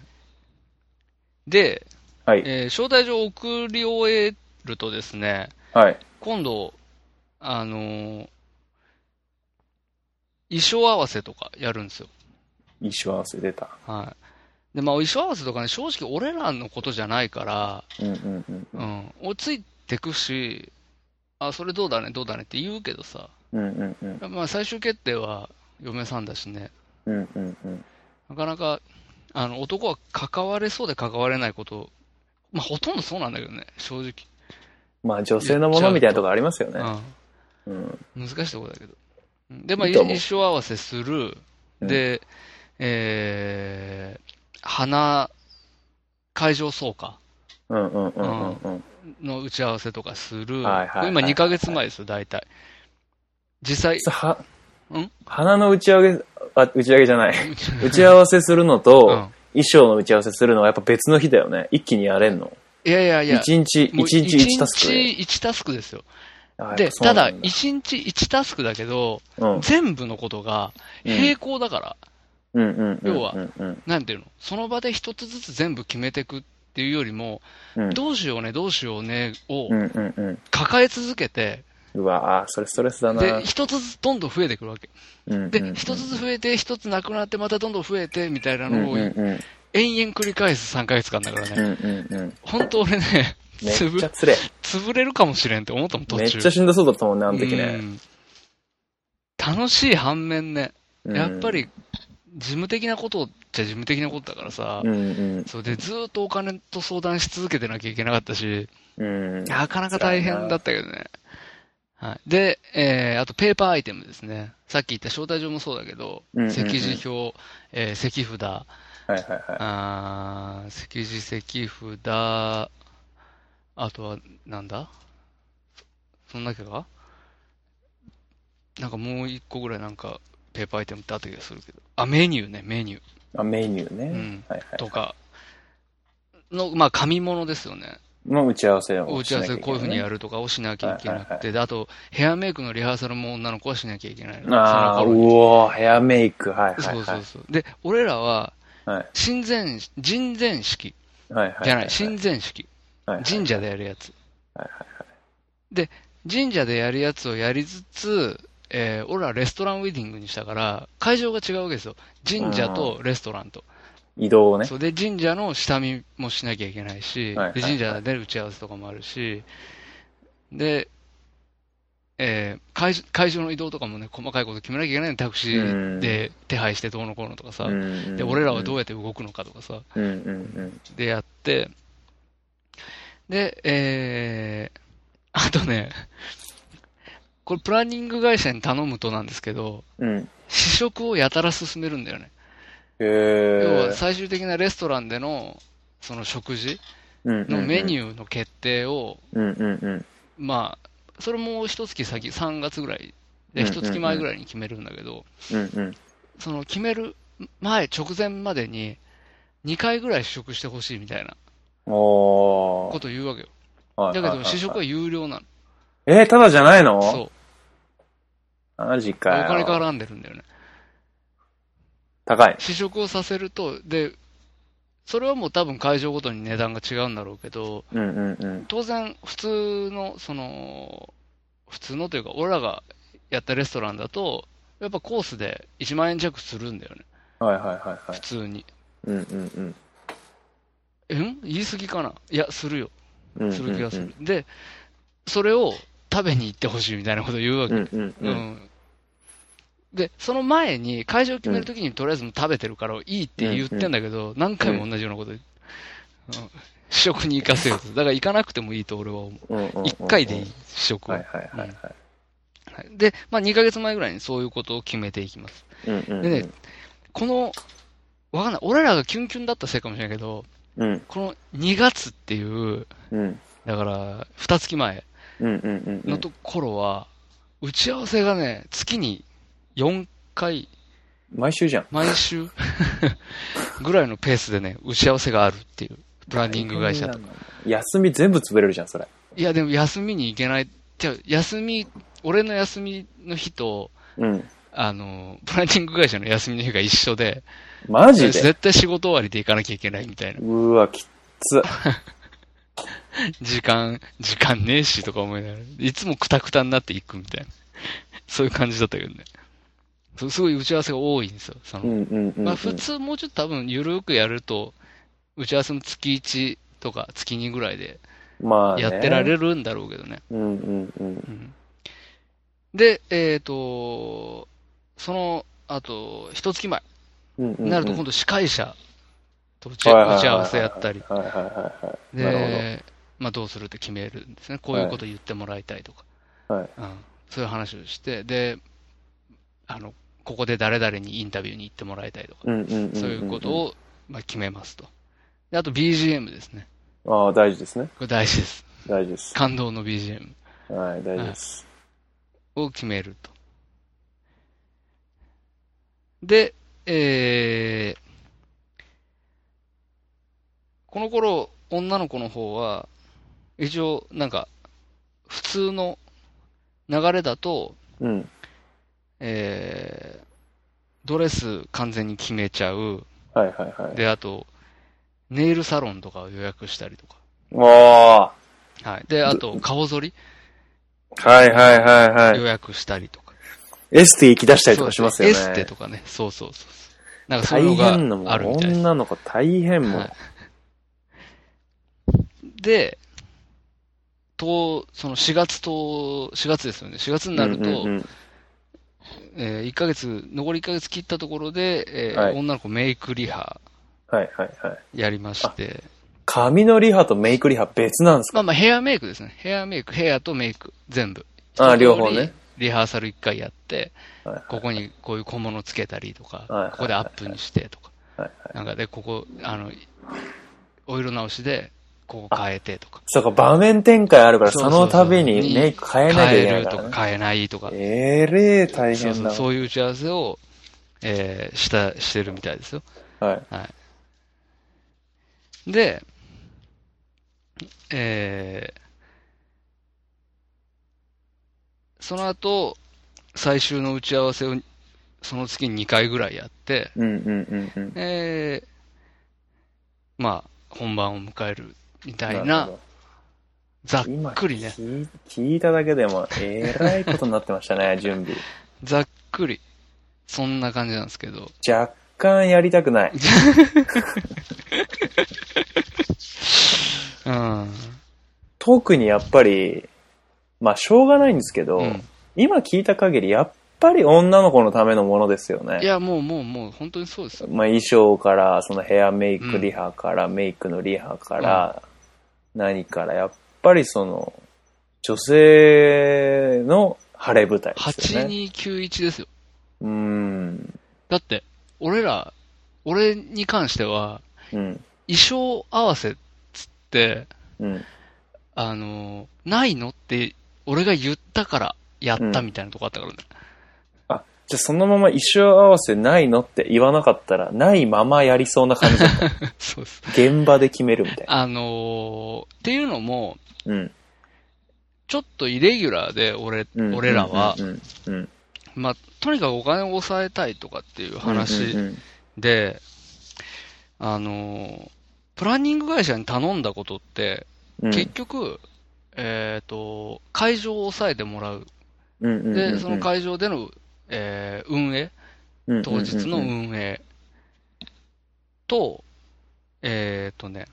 Speaker 3: で、
Speaker 2: はい
Speaker 3: えー招待状を送り終えるとですね、
Speaker 2: はい。
Speaker 3: 今度、あのー衣装合わせとかやるんですよ。
Speaker 2: 衣装合わせ出た。
Speaker 3: はい。で、まあ、衣装合わせとかね、正直俺らのことじゃないから、
Speaker 2: うんうんうんう。
Speaker 3: うんん、追いついてくし、あ、それどうだね、どうだねって言うけどさ、
Speaker 2: うんうんうん。
Speaker 3: まあ、最終決定は嫁さんだしね、
Speaker 2: うんうんうん。
Speaker 3: なかなか、あの、男は関われそうで関われないこと、まあ、ほとんどそうなんだけどね、正直。
Speaker 2: まあ女性のものみたいなとこありますよね。うん。
Speaker 3: うん、難しいとこだけど。うんで、まあ、
Speaker 2: いいと思う
Speaker 3: 衣装合わせする、
Speaker 2: うん
Speaker 3: で、えー、花、会場総括
Speaker 2: うんうんうんうんうん。
Speaker 3: の打ち合わせとかする、
Speaker 2: はいはいはいはい
Speaker 3: 今2ヶ月前ですよ、大体。実際、
Speaker 2: さは
Speaker 3: うん、
Speaker 2: 花の打ち上げ、あ、打ち上げじゃ
Speaker 3: <laughs>
Speaker 2: ない。打ち合わせするのと、
Speaker 3: うん
Speaker 2: 衣装の打ち合わせするのはやっぱ別の日だよね。一気にやれんの。
Speaker 3: いやいやいや、
Speaker 2: 一日、
Speaker 3: もう
Speaker 2: 一日一タスクで。
Speaker 3: 一日一タスクですよ。
Speaker 2: あやっ
Speaker 3: で、
Speaker 2: ぱそうな
Speaker 3: た
Speaker 2: んだ
Speaker 3: だ、一日一タスクだけど、
Speaker 2: うん
Speaker 3: 全部のことが平行だから、
Speaker 2: うんうんうん。
Speaker 3: 要は
Speaker 2: うんうん
Speaker 3: なんていうの、その場で一つずつ全部決めていくっていうよりも、
Speaker 2: うん
Speaker 3: どうしようね、どうしようねを
Speaker 2: うんうんうん。
Speaker 3: 抱え続けて、
Speaker 2: うわぁ、それストレスだな
Speaker 3: で、一つずつどんどん増えてくるわけ。
Speaker 2: うんうんう
Speaker 3: で
Speaker 2: ん、
Speaker 3: 一つずつ増えて、一つなくなって、またどんどん増えて、みたいな
Speaker 2: うん
Speaker 3: の
Speaker 2: う
Speaker 3: を
Speaker 2: ん
Speaker 3: 延
Speaker 2: うん。
Speaker 3: 々繰り返す3ヶ月間だから
Speaker 2: う
Speaker 3: ね。
Speaker 2: んうん
Speaker 3: <laughs>
Speaker 2: うん。
Speaker 3: 本当俺ね、
Speaker 2: めっ
Speaker 3: 潰
Speaker 2: ちゃつれ。
Speaker 3: 潰れるかもしれんって思ったもん、途
Speaker 2: めっ
Speaker 3: 中。
Speaker 2: ちゃしんどそうだったもんね、あの時
Speaker 3: う
Speaker 2: ね。
Speaker 3: ん楽しい反面ね、
Speaker 2: うん
Speaker 3: やっぱ、り、事務的なことっちゃ事務的なことだからさ、
Speaker 2: うんうん
Speaker 3: それでずっとお金と相談し続けてなきゃいけなかったし、
Speaker 2: うん。
Speaker 3: なかなか大変だったけどね。はい、で、えーあとペーパーアイテムですね。さっき言った招待状もそうだけど、
Speaker 2: うんうんうん
Speaker 3: 席次表、えー席札、
Speaker 2: はいはいはい。
Speaker 3: あー席次、席札、あとは、なんだそんだけかなんかもう一個ぐらいなんか、ペーパーアイテムってあった気がするけど。あ、メニューね、メニュ
Speaker 2: あ、メニューね。
Speaker 3: うん
Speaker 2: はいはい。
Speaker 3: ーとか、の、まあ、紙物ですよね。
Speaker 2: の打ち合わせ
Speaker 3: お
Speaker 2: を
Speaker 3: 打
Speaker 2: し
Speaker 3: ち合
Speaker 2: な
Speaker 3: わ
Speaker 2: きゃ
Speaker 3: せ
Speaker 2: いけないね。
Speaker 3: こういうふうにやるとかをしなきゃいけな
Speaker 2: はい
Speaker 3: く
Speaker 2: はい
Speaker 3: て、で、あと、ヘアメイクのリハーサルも女の子はしなきゃいけないの。
Speaker 2: ああ、
Speaker 3: そうの頃に
Speaker 2: おー、ヘアメイク、はいはい
Speaker 3: そう
Speaker 2: は
Speaker 3: そ。
Speaker 2: いう
Speaker 3: そう。で、俺らは、
Speaker 2: はい
Speaker 3: 神前、神前式
Speaker 2: はいはい。
Speaker 3: じゃない、神前式。
Speaker 2: はいはい
Speaker 3: <laughs> 神社でやるやつ
Speaker 2: はいはい。
Speaker 3: で、神社でやるやつをやりつつ、えー俺らレストランウェディングにしたから、会場が違うわけですよ。神社とレストランと。
Speaker 2: 移動をね。
Speaker 3: そうで、神社の下見もしなきゃいけないし、
Speaker 2: はいはい
Speaker 3: で神社で打ち合わせとかもあるし、で、えー会場会場の移動とかもね、細かいこと決めなきゃいけないのタクシーで手配してどうのこうのとかさ、で、
Speaker 2: で
Speaker 3: 俺らはどう
Speaker 2: う
Speaker 3: やって動くのかとかさ、
Speaker 2: うんうん
Speaker 3: でやって、 <laughs> で、えー、あとね、これプランニング会社に頼むとなんですけど、
Speaker 2: うん。
Speaker 3: 試食をやたら進めるんだよね。
Speaker 2: へ
Speaker 3: 要は
Speaker 2: え。
Speaker 3: 最終的なレストランでの、その食事のメニ
Speaker 2: ュー。
Speaker 3: ューの決定を、
Speaker 2: うんうんうん。
Speaker 3: まあ、それも一月先、3月ぐらい、
Speaker 2: うんうんうん
Speaker 3: 一月前ぐらいに決めるんだけど、
Speaker 2: うんうん。
Speaker 3: その決める前、直前までに、2回ぐらい試食してほしいみたいな
Speaker 2: お
Speaker 3: こ
Speaker 2: ー。
Speaker 3: と言うわけよ。
Speaker 2: はい
Speaker 3: だけ
Speaker 2: はい
Speaker 3: ど、
Speaker 2: はい
Speaker 3: 試食は有料なの。
Speaker 2: えー、ただじゃないの
Speaker 3: そう。
Speaker 2: う。マジ
Speaker 3: お
Speaker 2: かよ。
Speaker 3: 金絡んでるんだよね。
Speaker 2: 高い。
Speaker 3: 試食をさせると、で、それはもう多分会場ごとに値段が違うんだろうけど、
Speaker 2: うんうんうん。
Speaker 3: 当然普通の、その、普通のというか、俺らがやったレストランだと、やっぱコースで1万円弱するんだよね、
Speaker 2: はいはいはいは
Speaker 3: 普
Speaker 2: い。
Speaker 3: 通に。
Speaker 2: うんうんうん
Speaker 3: えん言い過ぎかないや、するよ。
Speaker 2: うんうんうん。
Speaker 3: する気がする。で、それを食べに行ってほしいみたいなことを言うわ
Speaker 2: う
Speaker 3: け。
Speaker 2: んうん
Speaker 3: う
Speaker 2: うん。
Speaker 3: んで、その前に会場を決めるときにとりあえずもう食べてるからいいって言ってんだけど、何回も同じようなこと言ううん試食に行かせようと。だから行かなくてもいいと俺は思
Speaker 2: う
Speaker 3: う。
Speaker 2: んうんうんうん
Speaker 3: 1回でいい、。試食は
Speaker 2: はいはいはいは
Speaker 3: はいで、まあ2ヶ月前ぐらいにそういうことを決めていきます。
Speaker 2: い。うんうんうん。
Speaker 3: でね、この、わかんない。俺らがキュンキュンだったせいかもしれないけど、
Speaker 2: うん
Speaker 3: この2月っていう、
Speaker 2: うん
Speaker 3: だから、2月前
Speaker 2: うんうんうんうん。
Speaker 3: のところは、打ち合わせがね、月に4回、
Speaker 2: 毎週じゃん。
Speaker 3: 毎週ぐらいのペースでね、打ち合わせがあるっていう、ブランディング会社と。
Speaker 2: 休み全部潰れるじゃん、それ。
Speaker 3: いや、でも休みに行けない、じゃあ休み、俺の休みの日と、
Speaker 2: うん。
Speaker 3: あの、ブランディング会社の休みの日が一緒で、
Speaker 2: マジで
Speaker 3: 絶対仕事終わりで行かなきゃいけないみたいな。
Speaker 2: うわ、きっつ。
Speaker 3: 時間、時間ねえしとか思いながら、いつもクタクタになっていくみたいな。そういう感じだったけどね。そうすごい打ち合わせが多いんですよ。その
Speaker 2: うんうんうんうん。
Speaker 3: まあ普通もうちょっと多分緩くやると、打ち合わせも月1とか月2ぐらいで
Speaker 2: まあね
Speaker 3: やってられるんだろうけどね。
Speaker 2: うんうんうん。
Speaker 3: うんで、えっ、と、その、あと、一月前
Speaker 2: うんうんうん
Speaker 3: になると今度司会者と打ち
Speaker 2: はいはいはい
Speaker 3: 打ち合わせやったり、
Speaker 2: はいはいはいはい。なるほど
Speaker 3: で、まあ、どうするって決めるんですね、こういうこと言ってもらいたいとか、
Speaker 2: はい
Speaker 3: うん、そういう話をして、であの、ここで誰々にインタビューに行ってもらいたいとか、
Speaker 2: うんうんんんん
Speaker 3: そういうこと。を、まあ、決めますと。であと BGM ですね。
Speaker 2: ああ、大事ですね。
Speaker 3: これ大事です。
Speaker 2: 大事です。
Speaker 3: 感動の BGM
Speaker 2: はい、大事です。
Speaker 3: を決めると。で、えー、この頃、女の子の方は、一応、なんか、普通の流れだと、
Speaker 2: うん。
Speaker 3: えー、ドレス完全に決めちゃう。
Speaker 2: はいはいはい。
Speaker 3: で、あと、ネイルサロンとかを予約したりとか。
Speaker 2: あ
Speaker 3: はい。で、あと、顔剃り
Speaker 2: あ、はいはいはい
Speaker 3: 予
Speaker 2: は
Speaker 3: 約したりとか。
Speaker 2: い。エステ行き出したりとかしますよね。
Speaker 3: そうエステとかね。そうそうそうそう。なんかそうい
Speaker 2: 大
Speaker 3: う
Speaker 2: 変な
Speaker 3: の
Speaker 2: もん。
Speaker 3: があるみたいです。
Speaker 2: 女の子大変も
Speaker 3: は
Speaker 2: ん
Speaker 3: い。で、と、その4月と、4月ですよね。4月になると、
Speaker 2: うんうんうん
Speaker 3: え1ヶ月、残り1ヶ月切ったところで、えー
Speaker 2: はい
Speaker 3: 女の子メイクリハ
Speaker 2: はいはいはい。
Speaker 3: やりまして、
Speaker 2: 髪のリハとメイクリハ別なんですか
Speaker 3: まあまあヘアメイクですね。ヘアメイク、ヘアとメイク、全部。
Speaker 2: あー
Speaker 3: 一通り
Speaker 2: 両方ね。
Speaker 3: リハーサル1回やって、
Speaker 2: はいはい
Speaker 3: ここにこういう小物つけたりと
Speaker 2: いはいはいはい、
Speaker 3: かここでアップにしてとか
Speaker 2: はい、
Speaker 3: なんかで、ここ、あの、お色直しで、ここ変えてとか。
Speaker 2: そうか、場面展開あるから、
Speaker 3: そう
Speaker 2: そ
Speaker 3: そう
Speaker 2: の度にメイク変えなきゃいけ
Speaker 3: 変
Speaker 2: な
Speaker 3: え
Speaker 2: い
Speaker 3: る
Speaker 2: か
Speaker 3: と
Speaker 2: ら、ね。
Speaker 3: か変えないとか、
Speaker 2: えれー、大
Speaker 3: そう
Speaker 2: 変
Speaker 3: そう
Speaker 2: だ。
Speaker 3: そういう打ち合わせを、えーした、してるみたいですよ。
Speaker 2: はい。
Speaker 3: で、えーその後、最終の打ち合わせをその月に2回ぐらいやって、
Speaker 2: うんうんうんうん。
Speaker 3: えーまあ、本番を迎えるみたいな
Speaker 2: るほ、ど
Speaker 3: ざっ
Speaker 2: 今
Speaker 3: くりね、
Speaker 2: 聞い、聞いただけでも、えらいことになってましたね、 <laughs> 準備。
Speaker 3: ざっくり、そんな感じなんですけど、
Speaker 2: 若干やりたくない。
Speaker 3: うん、
Speaker 2: 特にやっぱり、まあ、しょうがないんですけど、
Speaker 3: うん
Speaker 2: 今聞いた限り、やっぱり女の子のためのものですよ
Speaker 3: い
Speaker 2: ね。
Speaker 3: や、もう、もう、もう、本当にそうですよ。
Speaker 2: まあ、衣装から、そのヘアメイクリハから、メイクのリハから、何から、やっぱりその、女性の晴れ舞台ですよね。
Speaker 3: 8291ですよ。
Speaker 2: うーん。
Speaker 3: だって、俺ら、俺に関しては、
Speaker 2: うん。
Speaker 3: 衣装合わせっつって、
Speaker 2: うん。
Speaker 3: あの、ないのって、俺が言ったからやったみたいなとこあったからね。
Speaker 2: あ、じゃあそのまま衣装合わせないのって言わなかったら、ないままやりそうな感じだった。
Speaker 3: <laughs> そうです。
Speaker 2: 現場で決めるみたいな。
Speaker 3: あのーっていうのも、
Speaker 2: うん。
Speaker 3: ちょっとイレギュラーで、俺、
Speaker 2: うん
Speaker 3: 俺らは、
Speaker 2: うん。うんうん。
Speaker 3: まあ、とにかくお金を抑えたいとかっていう
Speaker 2: うんう
Speaker 3: 話
Speaker 2: んうん
Speaker 3: で、あのープランニング会社に頼んだことって、
Speaker 2: うん
Speaker 3: 結局、えっ、と、会場を抑えてもらう。
Speaker 2: うんうんうんうん
Speaker 3: で、その会場での、えー運営、当日の
Speaker 2: うんうん
Speaker 3: 運営と、えっ、とね、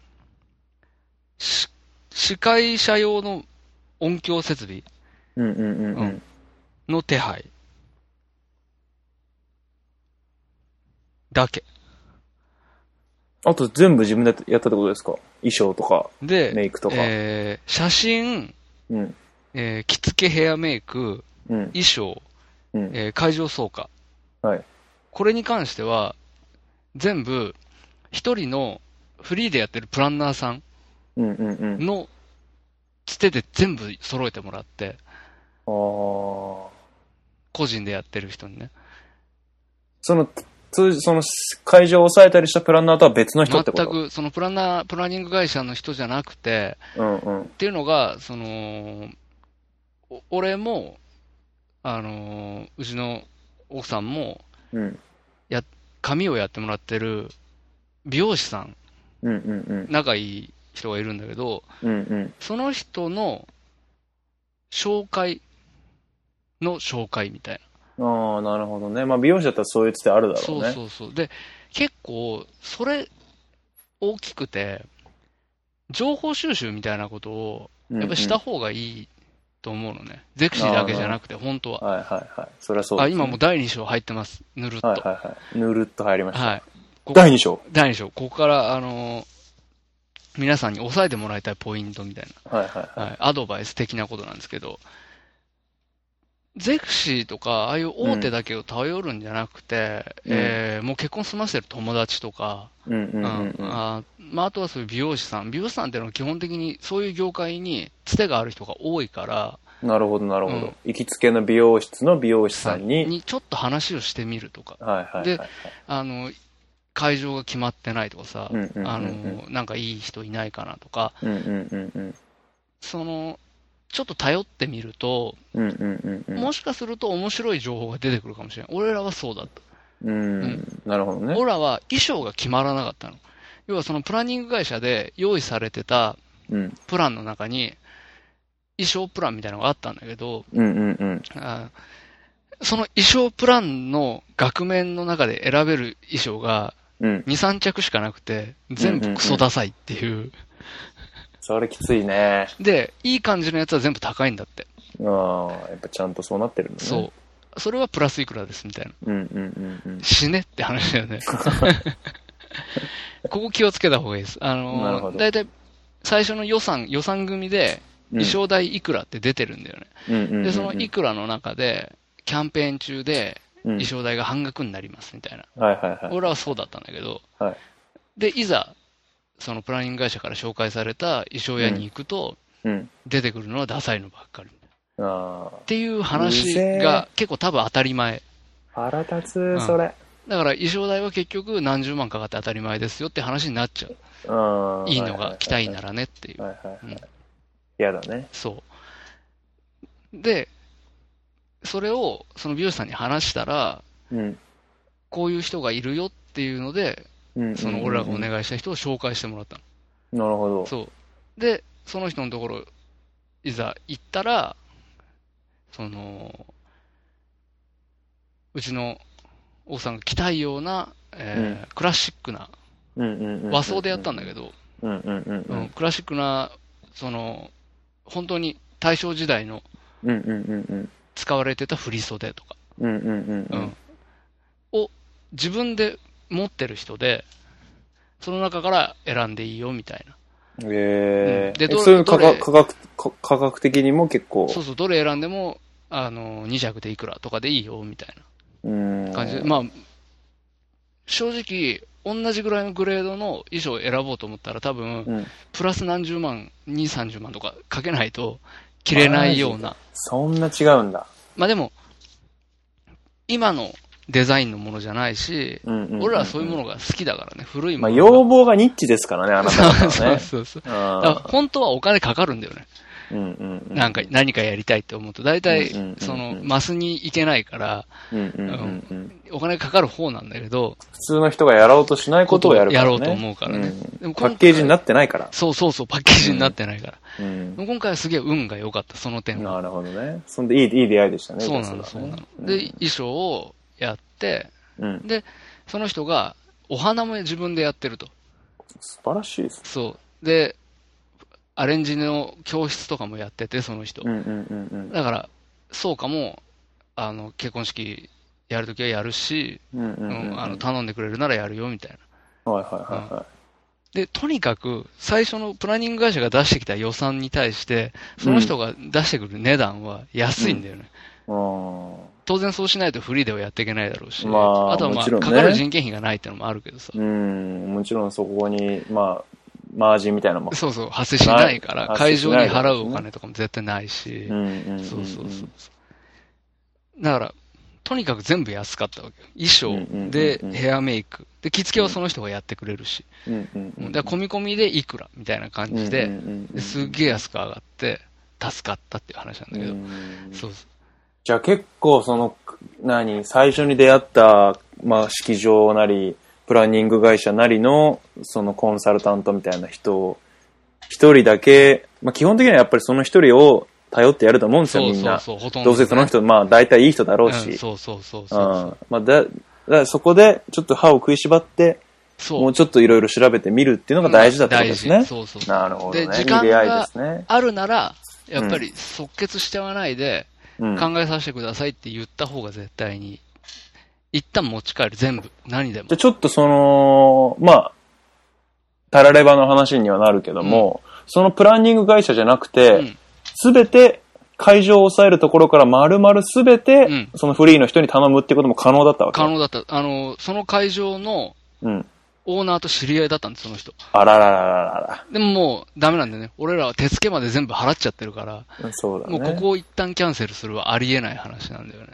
Speaker 3: し司会者用の音響設備
Speaker 2: うんうんうんうん
Speaker 3: の手配だけ。
Speaker 2: あと全部自分でやったってことですか衣装とか
Speaker 3: で、
Speaker 2: メイクとか。
Speaker 3: えー写真、
Speaker 2: うん
Speaker 3: えー着付けヘアメイク、
Speaker 2: うん
Speaker 3: 衣装、
Speaker 2: うん
Speaker 3: えー会場総価。
Speaker 2: はい
Speaker 3: これに関しては、全部、一人のフリーでやってるプランナーさん
Speaker 2: うんうんうん。
Speaker 3: のつてで全部揃えてもらって、
Speaker 2: あー
Speaker 3: 個人でやってる人にね。
Speaker 2: その、通じ、その会場を抑えたりしたプランナーとは別の人
Speaker 3: 全
Speaker 2: ってこと
Speaker 3: く、そのプランナー、プランニング会社の人じゃなくて、
Speaker 2: うんうん。
Speaker 3: っていうのが、その、お俺も、あのー、うちの奥さんも、
Speaker 2: うん。
Speaker 3: 髪をやってもらってる美容師さん、
Speaker 2: うんうん
Speaker 3: 仲いい人がいるんだけど、
Speaker 2: うん。うんうん。
Speaker 3: その人の紹介の紹介みたい
Speaker 2: ああ、なるほどね。まあ、美容師だったらそういうつてある
Speaker 3: な。
Speaker 2: だろ
Speaker 3: そうう
Speaker 2: ね。
Speaker 3: そうそう。で、結構、それ、大きくて、情報収集みたいなことを、やっぱした方がいいと思うのね。ゼクシーだけじゃなくて、本当は。
Speaker 2: うんうんはいはいはい。それはそう
Speaker 3: あ、
Speaker 2: ね
Speaker 3: 今もう第2章入ってます。ぬるっと。
Speaker 2: は
Speaker 3: はい
Speaker 2: はいはい。ぬるっと入りま
Speaker 3: い。
Speaker 2: した。
Speaker 3: こ
Speaker 2: 第2章。
Speaker 3: 第2章。ここから、あのー皆さんに押さえてもらいたいポイントみたいな。
Speaker 2: はいはいは
Speaker 3: はい、アドバイス的なことなんですけど、ゼクシーとか、ああいう大手だけを頼るんじゃなくて、
Speaker 2: うん
Speaker 3: えーもう結婚済ませてる友達とか、
Speaker 2: い。うんう
Speaker 3: う
Speaker 2: う
Speaker 3: んん
Speaker 2: んうん。
Speaker 3: あーまあ、あとはそういう美容師さん、美容師さんっていうのは基本的にそういう業界につてがある人が多いから、
Speaker 2: なるほどなるほ
Speaker 3: うん
Speaker 2: ど。行きつけの美容室の美容師さんに。
Speaker 3: にちょっと話をしてみるとか、
Speaker 2: はいはいはいはい。
Speaker 3: あの会場が決まってないとかさ、
Speaker 2: うんうんうんうん
Speaker 3: あのなんかいい人いないかなとか、
Speaker 2: うんうんうんうん。
Speaker 3: そのちょっと頼ってみると、
Speaker 2: うんうんうんうん。
Speaker 3: もしかすると面白い情報が出てくるかもしれない。俺らはそうだった。
Speaker 2: うん。なるほどね。
Speaker 3: 俺らは衣装が決まらなかったの。要はそのプランニング会社で用意されてた
Speaker 2: うん
Speaker 3: プランの中に、衣装プランみたいなのがあったんだけど、
Speaker 2: うんうんうん。
Speaker 3: あーその衣装プランの額面の中で選べる衣装が
Speaker 2: うん。
Speaker 3: 2、3着しかなくて、全部クソダサいっていう。
Speaker 2: それきついね。
Speaker 3: で、いい感じのやつは全部高いんだって。
Speaker 2: ああ、やっぱちゃんとそうなってるんだね。
Speaker 3: そう。それはプラスいくらですみたいな。
Speaker 2: う。うんうんうん
Speaker 3: 死ねって話だよね。
Speaker 2: <laughs>
Speaker 3: ここ気をつけた方がいいです。あ
Speaker 2: なるほ
Speaker 3: の、
Speaker 2: ど
Speaker 3: だいたい最初の予算、予算組で
Speaker 2: うん。
Speaker 3: 衣装代いくらって出てるんだよね。
Speaker 2: うんうんうんうん
Speaker 3: で、そのいくらの中で、キャンペーン中で
Speaker 2: うん
Speaker 3: 衣装代が半額になりますみたいな。
Speaker 2: はいはいはい。
Speaker 3: 俺らはそうだったんだけど、
Speaker 2: はい
Speaker 3: で、いざ、そのプランニング会社から紹介された衣装屋に行くと、
Speaker 2: うん。
Speaker 3: 出てくるのはダサいのばっかり。っ
Speaker 2: あ
Speaker 3: ていう話
Speaker 2: うぜ
Speaker 3: が結構多分当たり前。
Speaker 2: あ。腹立
Speaker 3: ん
Speaker 2: つ、それ。
Speaker 3: だから衣装代は結局何十万かかって当たり前ですよって話になっちゃう。
Speaker 2: うん。
Speaker 3: いいのが来たいな
Speaker 2: ら。
Speaker 3: らねっていう。
Speaker 2: はいはいは
Speaker 3: うん
Speaker 2: い。嫌だね。
Speaker 3: そう。で、それをその美容師さんに話したら、
Speaker 2: うん。
Speaker 3: こういう人がいるよっていうので、
Speaker 2: うん。
Speaker 3: その俺らがお
Speaker 2: ね。
Speaker 3: 願いした人を紹介してもらったの。
Speaker 2: なるほど。
Speaker 3: そう。で、その人のところ、いざ行ったら、その、うちの奥さんが着たいような、えークラシックな
Speaker 2: うんうんうん。
Speaker 3: 和装でやったんだけど、
Speaker 2: ど。うんうんうんう
Speaker 3: うん
Speaker 2: ん。
Speaker 3: クラシックな、その、本当に大正時代の
Speaker 2: うんうんうんうん。
Speaker 3: 使われてた振り袖とか、
Speaker 2: うんうんうんう
Speaker 3: うんん。を自分で持ってる人で、その中から選んでいいよみたいな。
Speaker 2: え
Speaker 3: うん
Speaker 2: え。
Speaker 3: でどれ
Speaker 2: そういう価
Speaker 3: どれ
Speaker 2: 格、価格、価格的にも結構。
Speaker 3: そうそう、どれ選んでもあの、2着でいくらとかでいいよ、みたい
Speaker 2: うん
Speaker 3: な感じで、まあ、正直、同じぐらいのグレードの衣装を選ぼうと思ったら多分、
Speaker 2: うん
Speaker 3: プラス何十万、2、30万とかかけないと着れないような。
Speaker 2: そんな違うんだ。
Speaker 3: まあでも、今のデザインのものじゃないし、
Speaker 2: うんうんうん
Speaker 3: 俺らはそういうものが好きだからね、古い
Speaker 2: ま
Speaker 3: も
Speaker 2: あ、
Speaker 3: の。
Speaker 2: 要望がニッチですからね、あなた方
Speaker 3: <laughs> そうそ
Speaker 2: は
Speaker 3: う
Speaker 2: ね。
Speaker 3: そうそう。だから
Speaker 2: あ
Speaker 3: 本当はお金かかるんだよね。
Speaker 2: ーうんうんうん。
Speaker 3: なんか、何かやりたいって思うと。大体
Speaker 2: うんうんうんう、ん
Speaker 3: その、マスに行けないから、
Speaker 2: うんうんうんうん、
Speaker 3: お金かかる方なんだけど、
Speaker 2: 普通の人がやろうとしないことをやるから、ね。
Speaker 3: やろうと思うからね
Speaker 2: ん
Speaker 3: でも今
Speaker 2: パ
Speaker 3: 回
Speaker 2: ッケージになってないから。
Speaker 3: そうそうそう、パッケージになってないから。
Speaker 2: うん
Speaker 3: 今回はすげえ運が良かった、その点は。
Speaker 2: なるほどね。そんでいい、いい出会いでしたね。
Speaker 3: そうなの、
Speaker 2: じ
Speaker 3: そ
Speaker 2: ゃあ
Speaker 3: うな
Speaker 2: れはね
Speaker 3: の。で、衣装をやって、
Speaker 2: うんうん。
Speaker 3: で、その人が、お花も自分でやってると。
Speaker 2: 素晴らしいです。
Speaker 3: そう。で、アレンジの教室とかもやってて、その人。
Speaker 2: うんうんうん
Speaker 3: だから、そうかも、あの、結婚式やるときはやるし、
Speaker 2: うん。うんう
Speaker 3: うん
Speaker 2: うんうん
Speaker 3: んあの、頼んでくれるならやるよ、みたいな。
Speaker 2: はいはいはいは
Speaker 3: で、とにかく、最初のプランニング会社が出してきた予算に対して、その人が出してくる値段は安いんだよね。
Speaker 2: い。うん
Speaker 3: 当然そうしないとフリーではやっていけないだろうし、
Speaker 2: まあ
Speaker 3: あとはま
Speaker 2: も
Speaker 3: あ、
Speaker 2: ちろんね
Speaker 3: かかる人件費がないってのもあるけどさ、
Speaker 2: うん、もちろんそこに、まあ、マージンみたいなのも。
Speaker 3: そうそう、発生しないから、
Speaker 2: ない
Speaker 3: 会場に払うお
Speaker 2: 発生しないから
Speaker 3: 金とかも絶対ないし、
Speaker 2: うんうんんん
Speaker 3: <laughs> そうそうそう。そうだから、とにかく全部安かったわけよ。衣
Speaker 2: うんうんうんう
Speaker 3: 装
Speaker 2: ん
Speaker 3: でヘアメイク。で、着付けはその人がやってくれるし。
Speaker 2: うんうんうん。
Speaker 3: で、込み込みでいくらみたいな感じ
Speaker 2: うんう
Speaker 3: で、
Speaker 2: んうんうん
Speaker 3: ですっげえ安く上がって、助かったっていう話なんだけど。
Speaker 2: うん
Speaker 3: そうそう
Speaker 2: じゃあ結構その、何、最初に出会った、まあ、式場なり、プランニング会社なりの、そのコンサルタントみたいな人を、一人だけ、まあ基本的にはやっぱりその一人を頼ってやると思うんですよ、
Speaker 3: そう
Speaker 2: みん
Speaker 3: そう
Speaker 2: な。
Speaker 3: そう、ほとんどね。
Speaker 2: どうせその人、まあ大体いい人だろう
Speaker 3: うん
Speaker 2: し。
Speaker 3: そうそうそう
Speaker 2: う
Speaker 3: そう。
Speaker 2: ん。まあだ、だからそこでちょっと歯を食いしばって、
Speaker 3: そう
Speaker 2: もうちょっといろいろ調べてみるっていうのが大事だってことです
Speaker 3: 大
Speaker 2: ね
Speaker 3: 事。そうそう
Speaker 2: なるほどね。い
Speaker 3: で
Speaker 2: い
Speaker 3: 時間が
Speaker 2: 出会いですね。
Speaker 3: あるなら、やっぱり即決しちゃわないで、
Speaker 2: うん。
Speaker 3: 考えさせてくださいって言った方が絶対に、一旦持ち帰る、全部、何でも
Speaker 2: じゃあ。ちょっとその、まあ、タラレバの話にはなるけども、そのプランニング会社じゃなく
Speaker 3: う
Speaker 2: て
Speaker 3: ん、
Speaker 2: すべ、て会場を抑えるところから丸々すべて、
Speaker 3: うん
Speaker 2: そのフリーの人に頼むってことも可能だったわけ。
Speaker 3: 可能だった。あの、その会場の
Speaker 2: うん。
Speaker 3: オーナーと知り合いだったんです、その人。
Speaker 2: あらららら
Speaker 3: でももう、ダメなんだよね。俺らは手付けまで全部払っちゃってるから、
Speaker 2: らら。そうだね。
Speaker 3: もうここを一旦キャンセルするはありえない話なんだよね。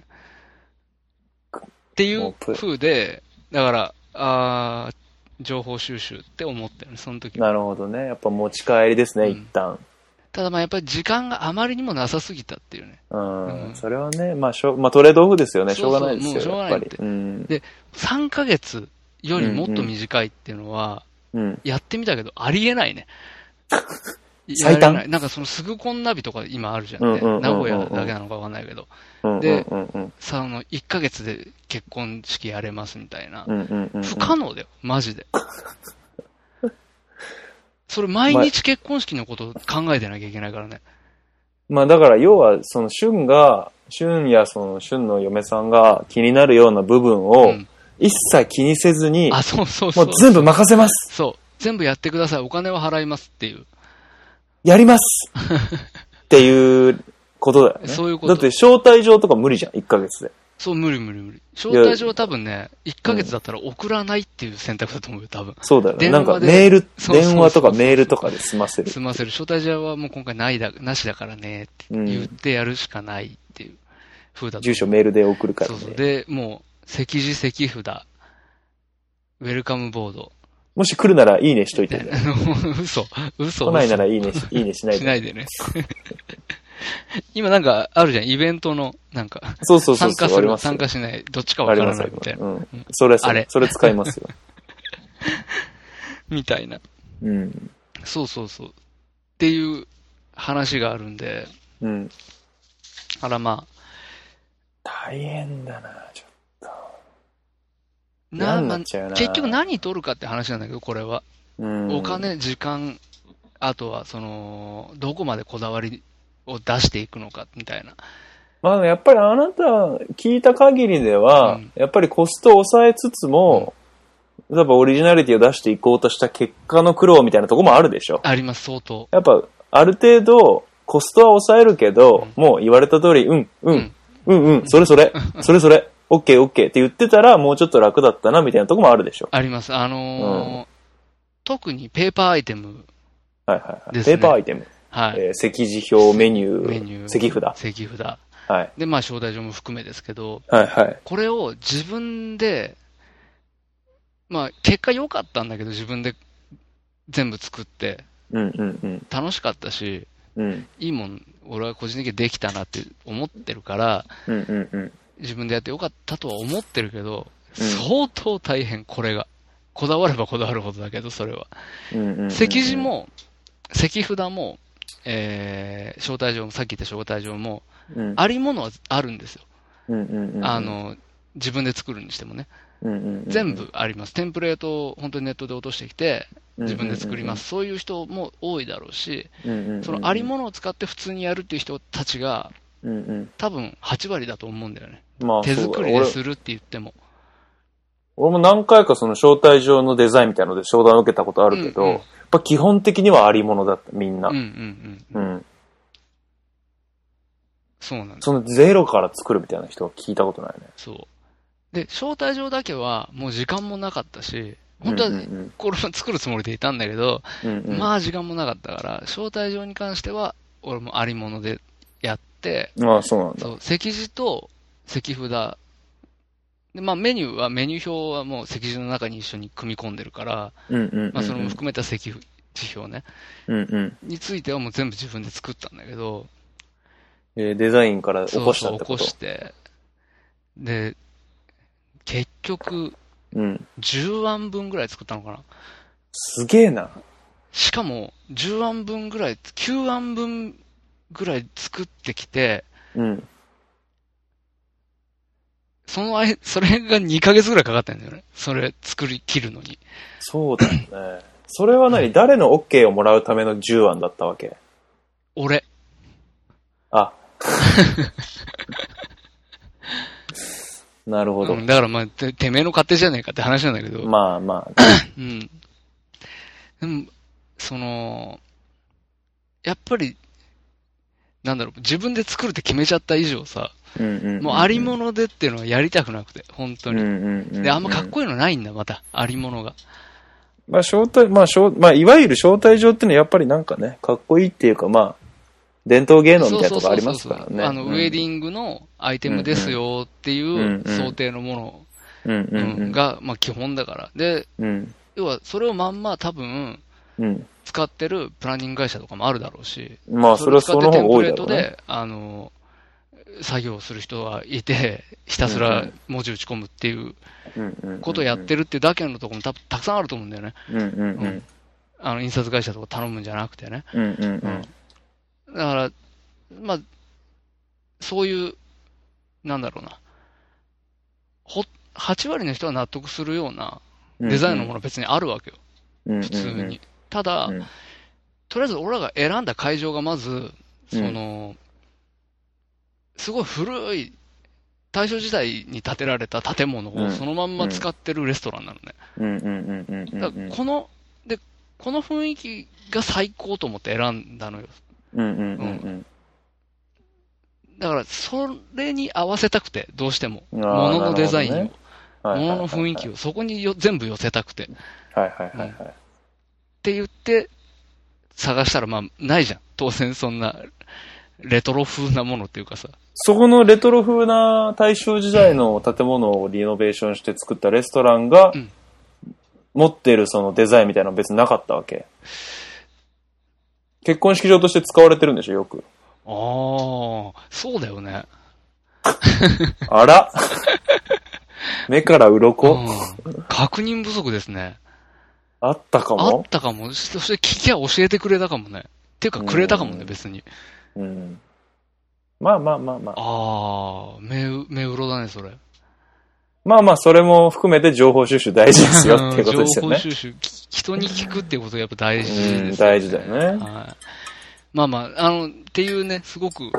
Speaker 3: ってい
Speaker 2: も
Speaker 3: う
Speaker 2: うプ
Speaker 3: 風で、だから、あー情報収集って思ったよね、その時は
Speaker 2: なるほどね。やっぱ持ち帰りですね、
Speaker 3: うん
Speaker 2: 一旦。
Speaker 3: ただまあやっぱり時間があまりにもなさすぎたっていうね。
Speaker 2: うん。
Speaker 3: うん
Speaker 2: それはね、まあ、しょうまあ、トレードオフですよね。し
Speaker 3: そ
Speaker 2: ょう
Speaker 3: うそう
Speaker 2: がないですよ、
Speaker 3: もうしょうが
Speaker 2: やっ
Speaker 3: な
Speaker 2: ぱ
Speaker 3: いっ
Speaker 2: り
Speaker 3: て。
Speaker 2: うん。
Speaker 3: 3ヶ月よりもっと短いっていうのは、
Speaker 2: うん。
Speaker 3: やってみたけど、ありえないね。
Speaker 2: <laughs> 最短
Speaker 3: やれないなんかそのすぐこんナビとか今あるじゃん
Speaker 2: うん
Speaker 3: ね
Speaker 2: うんうんうんうん
Speaker 3: 名古屋だけなのかわかんないけど。
Speaker 2: うん。
Speaker 3: で
Speaker 2: うんうん
Speaker 3: さあの、1ヶ月で結婚式やれますみたいな
Speaker 2: う。ん。うんうん。
Speaker 3: 不可能だよ、マジで。 <laughs> それ毎日結婚式のこと考えてなきゃいけないからね。
Speaker 2: まあだから要はその旬が、旬やその旬の嫁さんが気になるような部分
Speaker 3: う
Speaker 2: を
Speaker 3: ん
Speaker 2: 一切気にせずに、
Speaker 3: あ、そうそうそ
Speaker 2: も
Speaker 3: う
Speaker 2: う。全部任せます
Speaker 3: そう。全部やってください。お金は払いますっていう。
Speaker 2: やりますっていうことだよね。
Speaker 3: そういうこ
Speaker 2: だ
Speaker 3: と
Speaker 2: って招待状とか無理じゃん、1ヶ月で。
Speaker 3: そう、無理無理無理。招待状は多分ね、1ヶ月だったら送らないっていう選択だと思うよ、多分。
Speaker 2: そうだよね。
Speaker 3: 電
Speaker 2: な
Speaker 3: 話
Speaker 2: んか
Speaker 3: で
Speaker 2: メール、
Speaker 3: そうそうそう
Speaker 2: 電話とかメールとかで済ませる。
Speaker 3: すみません、招待状はもう今回ないだ、なしだからねって言ってやるしかないっていう風だと思う
Speaker 2: 住所メールで送るから
Speaker 3: そうそう。
Speaker 2: ね。
Speaker 3: で、もう、席次席札、ウェルカムボード。
Speaker 2: もし来るならいいねしと
Speaker 3: <laughs>
Speaker 2: いて、ね。
Speaker 3: 嘘、嘘。
Speaker 2: 来ないならいいねし、いいねしない
Speaker 3: しな
Speaker 2: で。
Speaker 3: いでね。 <laughs> 今なんかあるじゃん、イベントの、なんか、
Speaker 2: そうそうそう
Speaker 3: 参
Speaker 2: そう、
Speaker 3: 加
Speaker 2: あ
Speaker 3: す
Speaker 2: り
Speaker 3: る、
Speaker 2: ますよ
Speaker 3: 参加しない、どっちか
Speaker 2: あ
Speaker 3: わ
Speaker 2: り
Speaker 3: か
Speaker 2: ま
Speaker 3: ら
Speaker 2: す
Speaker 3: ない
Speaker 2: よ
Speaker 3: みたいな。
Speaker 2: うん。それ、そ
Speaker 3: あれ
Speaker 2: れ、それ使いますよ。
Speaker 3: みたいな。 <laughs>
Speaker 2: うん。
Speaker 3: そうそうそう。っていう話があるんで、
Speaker 2: うん。
Speaker 3: あらまあ、
Speaker 2: 大変だな、ちょっと。
Speaker 3: な
Speaker 2: 嫌に
Speaker 3: ま
Speaker 2: な
Speaker 3: あ
Speaker 2: っちゃうな
Speaker 3: 結局何取るかって話なんだけど、これは。
Speaker 2: お
Speaker 3: お金、時間、あとはその、どこまでこだわりを出していくのかみたいな。
Speaker 2: まあやっぱりあなた聞いた限りでは、
Speaker 3: うん
Speaker 2: やっぱりコストを抑えつつも、やっぱオリジナリティを出していこうとした結果の苦労みたいなとこもあるでしょ。
Speaker 3: あります、相当。
Speaker 2: やっぱある程度コストは抑えるけど、もう言われた通り、うん、う
Speaker 3: うんん、
Speaker 2: うん、うん、それ
Speaker 3: <laughs>
Speaker 2: それ、それそれ、オッケーオッケーって言ってたら、もうちょっと楽だったな、みたいなとこもあるでしょ。
Speaker 3: あります。あのー特にペーパーアイテム、
Speaker 2: はいはいは
Speaker 3: で
Speaker 2: い。
Speaker 3: す
Speaker 2: ペ
Speaker 3: ね
Speaker 2: ーパーアイテム、
Speaker 3: はい。
Speaker 2: えー席次表、メニュー、
Speaker 3: メニュー。
Speaker 2: 席札。はい。
Speaker 3: 席札。
Speaker 2: はい
Speaker 3: で、まあ、招待状も含めですけど、
Speaker 2: はい。
Speaker 3: これを自分で、まあ、結果良かったんだけど、自分で全部作って、
Speaker 2: うんうんうん。
Speaker 3: 楽しかったし、
Speaker 2: うん
Speaker 3: いいもん、俺は個人的にできたなって思ってるから、
Speaker 2: うんうんうん。
Speaker 3: 自分でやって良かったとは思ってるけど、
Speaker 2: うん
Speaker 3: 相当大変、これが。こだわればこだわるほどだけど、それは。
Speaker 2: うんうんうん
Speaker 3: 席次、も、席札も、えー、招待状も、さっき言った招待状も、
Speaker 2: うん
Speaker 3: ありものはあるんですよ。
Speaker 2: うんうんうん、
Speaker 3: あ、の、自分で作るにしてもね。
Speaker 2: うんうんうん、
Speaker 3: 全部あります。テンプレートを本当にネットで落としてきて、自分で作ります。そういう人も多いだろうし、
Speaker 2: うんうんうん。
Speaker 3: そのありものを使って普通にやるっていう人たちが、
Speaker 2: うんうん
Speaker 3: 多分8割だと思うんだよね。
Speaker 2: まあ、
Speaker 3: 手
Speaker 2: そう
Speaker 3: 作
Speaker 2: だ
Speaker 3: り
Speaker 2: 俺
Speaker 3: でするって言っても。
Speaker 2: 俺も何回かその招待状のデザインみたいなので商談を受けたことあるけど、
Speaker 3: うんうん
Speaker 2: やっぱ基本的にはありものだった、みんな。
Speaker 3: う
Speaker 2: う。
Speaker 3: んうんんうん。そうなんです。
Speaker 2: そのゼロから作るみたいな人は聞いたことないね。
Speaker 3: そう。で、招待状だけはもう時間もなかったし、本当は
Speaker 2: うんうん
Speaker 3: これも作るつもりでいたんだけど、
Speaker 2: うんうん、
Speaker 3: まあ時間もなかったから、招待状に関しては俺もありものでやって、
Speaker 2: ああ、そうなんだ。
Speaker 3: そう、席次と席札。で、まあメニューは、メニュー表はもう席次の中に一緒に組み込んでるから、
Speaker 2: うんうんうんうん。
Speaker 3: まあそれも含めた席次表ね、
Speaker 2: うんうん。
Speaker 3: についてはもう全部自分で作ったんだけど、
Speaker 2: えーデザインから起
Speaker 3: そう
Speaker 2: こした
Speaker 3: そう
Speaker 2: って
Speaker 3: 起
Speaker 2: こ。
Speaker 3: ことして、で、結局
Speaker 2: うん。
Speaker 3: 10案分ぐらい作ったのかな。
Speaker 2: すげえな。
Speaker 3: しかも10案分ぐらい、9案分ぐらい作ってきて、
Speaker 2: うん。
Speaker 3: その間、それが2ヶ月ぐらいかかったんだよね。それ作り切るのに。
Speaker 2: そうだよね。それは何誰の OK をもらうための10案だったわけ
Speaker 3: 俺、
Speaker 2: あ。なるほど。
Speaker 3: うん、だからまあて、てめえの勝手じゃねえかって話なんだけど、
Speaker 2: まあまあ。
Speaker 3: うん。でも、その、やっぱり、なんだろう、自分で作るって決めちゃった以上さ、
Speaker 2: うんうんうん
Speaker 3: もうありものでっていうのはやりたくなくて、本当
Speaker 2: うん
Speaker 3: に。
Speaker 2: うんうんうん
Speaker 3: で、あんまかっこいいのないんだ、また、ありものが。
Speaker 2: まあ、招待、まあ、招まあ、いわゆる招待状っていうのはやっぱりなんかね、かっこいいっていうか、まあ、伝統芸能みたいなとこありますからね。
Speaker 3: あの、ウェディングのアイテムですよってい
Speaker 2: んうん
Speaker 3: う想定のも
Speaker 2: うんうん
Speaker 3: の、
Speaker 2: う
Speaker 3: うん
Speaker 2: ん
Speaker 3: が、まあ基本だから。で、
Speaker 2: うん。うん。
Speaker 3: 要はそれをまんま多分、
Speaker 2: うん。
Speaker 3: 使ってるプランニング会社とかもあるだろうし、
Speaker 2: まあ、それはその方が多いだろう
Speaker 3: れを使ってテンプレー
Speaker 2: ね。
Speaker 3: トで、あの、作業する人がいて、ひたすら文字打ち込むっていうことをやってるっていうだけのところもたたくさんあると思うんだよね。
Speaker 2: うんうんうん。
Speaker 3: あの、印刷会社とか頼むんじゃなくてね。
Speaker 2: うんうんうん。
Speaker 3: だから、まあ、そういう、なんだろうな。ほ、8割の人は納得するようなデザインのものは別にあるわけよ。
Speaker 2: の、
Speaker 3: 普通に。。ただ
Speaker 2: うん、
Speaker 3: とりあえず俺らが選んだ会場がまず、その、すごい古い、大正時代に建てられた建物
Speaker 2: う
Speaker 3: を
Speaker 2: ん
Speaker 3: そのまんま使ってるレストランなのね。
Speaker 2: うんうんうんうん。
Speaker 3: だからこの、で、この雰囲気が最高と思って選んだのよ。
Speaker 2: うんうんうん
Speaker 3: だから、それに合わせたくて、どうしても。
Speaker 2: あー
Speaker 3: もののデザイン
Speaker 2: な
Speaker 3: を、
Speaker 2: る
Speaker 3: も
Speaker 2: うん。
Speaker 3: のの雰囲気
Speaker 2: を。
Speaker 3: を、そこによ全部寄せたくて。っ
Speaker 2: はいはいはいはい。
Speaker 3: て言って、探したら、まあ、ないじゃん。当然、そんな、レトロ風なものっていうかさ。
Speaker 2: そこのレトロ風な大正時代の建物をリノベーションして作ったレストランが
Speaker 3: うん、
Speaker 2: 持っているそのデザインみたいなの別になかったわけ。結婚式場として使われてるんでしょ、よく。
Speaker 3: ああ、そうだよね。
Speaker 2: あら <laughs> 目から
Speaker 3: う
Speaker 2: 鱗
Speaker 3: ん、確認不足ですね。
Speaker 2: あったか
Speaker 3: あっ
Speaker 2: も
Speaker 3: たかも。そして聞きゃ教えてくれたかもね。っていうか、くれたかもね、
Speaker 2: うん
Speaker 3: 別に。
Speaker 2: うん。まあまあまあまあ。
Speaker 3: ああ、目う、目うろだね、それ。
Speaker 2: まあまあ、それも含めて情報収集大事ですよっていうことですよ
Speaker 3: うん
Speaker 2: ね
Speaker 3: 情。報収集、き人に聞くっていうことがやっぱ大事ですよ
Speaker 2: う
Speaker 3: ね
Speaker 2: ん、大事だよね。
Speaker 3: はい。まあまあ、あの、っていうね、すごく、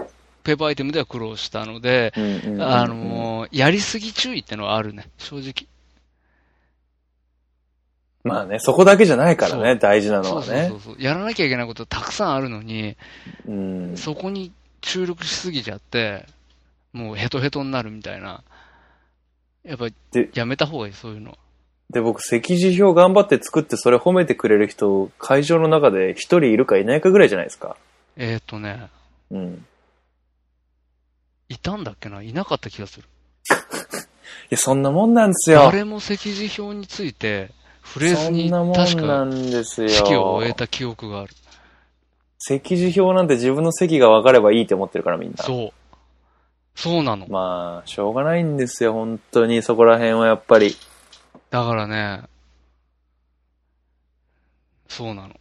Speaker 3: ペーパーアイテムでは苦労したので、
Speaker 2: うんうんうんうん
Speaker 3: あのーやりすぎ注意ってのはあるね、正直。
Speaker 2: まあね、そこだけじゃないから
Speaker 3: そ
Speaker 2: ね、大事なの
Speaker 3: そう
Speaker 2: は
Speaker 3: そう
Speaker 2: ね
Speaker 3: そう。そう。やらなきゃいけないことたくさんあるのに、
Speaker 2: うん。
Speaker 3: そこに注力しすぎちゃって、もうヘトヘトになるみたいな。やっぱ
Speaker 2: で、
Speaker 3: やめた方がいい、そういうの。
Speaker 2: で、僕、席次表頑張って作ってそれ褒めてくれる人、会場の中で一人いるかいないかぐらいじゃないですか。
Speaker 3: えーっとね、
Speaker 2: うん。
Speaker 3: いたんだっけないなかった気がする。
Speaker 2: いや、そんなもんなんですよ。
Speaker 3: 誰も席次表について、フレーズ
Speaker 2: そ
Speaker 3: に
Speaker 2: んなも
Speaker 3: 確
Speaker 2: んな
Speaker 3: か
Speaker 2: んですよ。
Speaker 3: 式を終えた記憶がある。
Speaker 2: 席次表なんて自分の席が分かればいいって思ってるからみんな。
Speaker 3: そう。そうなの。
Speaker 2: まあ、しょうがないんですよ、本当に。そこら辺はやっぱり。
Speaker 3: だからね、そうなの。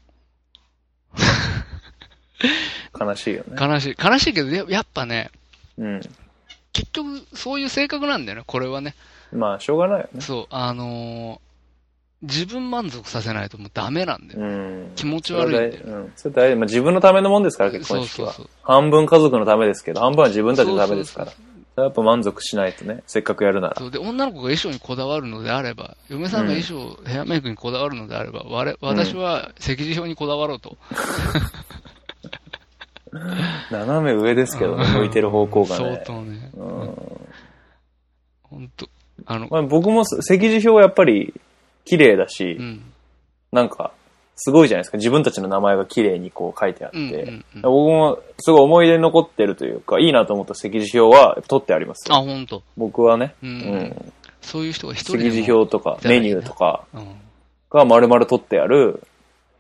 Speaker 2: 悲しいよね。
Speaker 3: 悲しい。悲しいけど、ややっぱね、
Speaker 2: うん。
Speaker 3: 結局そういう性格なんだよね、これはね。
Speaker 2: まあ、しょうがないよね。
Speaker 3: そう、あのー自分満足させないともうダメなんだよ。
Speaker 2: うん。
Speaker 3: 気持
Speaker 2: そ
Speaker 3: ち
Speaker 2: れは
Speaker 3: 悪い
Speaker 2: 大
Speaker 3: んだよ。
Speaker 2: うん。それ大事。まあ、自分のためのもんですから、結
Speaker 3: そ
Speaker 2: 婚
Speaker 3: う
Speaker 2: 式
Speaker 3: そう
Speaker 2: は。
Speaker 3: そう。
Speaker 2: 半分家族のためですけど、半分は自分たちのためですから。
Speaker 3: そう
Speaker 2: それはやっぱ満足しないとね、せっかくやるなら。
Speaker 3: そうで、女の子が衣装にこだわるのであれば、嫁さんが衣装、ヘアメイクにこだわるのであれば、我々私は席次表にこだわろうと。
Speaker 2: 斜め上ですけどね、
Speaker 3: うん
Speaker 2: 向いてる方向が
Speaker 3: 相
Speaker 2: ね。
Speaker 3: 当ね。
Speaker 2: うん
Speaker 3: 本当あの、
Speaker 2: まあ、僕も席次表はやっぱり綺麗だし、
Speaker 3: うん。
Speaker 2: なんか、すごいじゃないですか。自分たちの名前が綺麗にこう書いてあって。
Speaker 3: うん。うんうん
Speaker 2: 僕もすごい思い出に残ってるというか、いいなと思った席次表は取ってありますよ
Speaker 3: あ、本当
Speaker 2: 僕はね。
Speaker 3: う。
Speaker 2: うんん。
Speaker 3: そういう人が一人
Speaker 2: 席次
Speaker 3: でも。
Speaker 2: 表とか
Speaker 3: いただ
Speaker 2: メ
Speaker 3: いて
Speaker 2: ニューとか
Speaker 3: うん。
Speaker 2: が丸々取ってある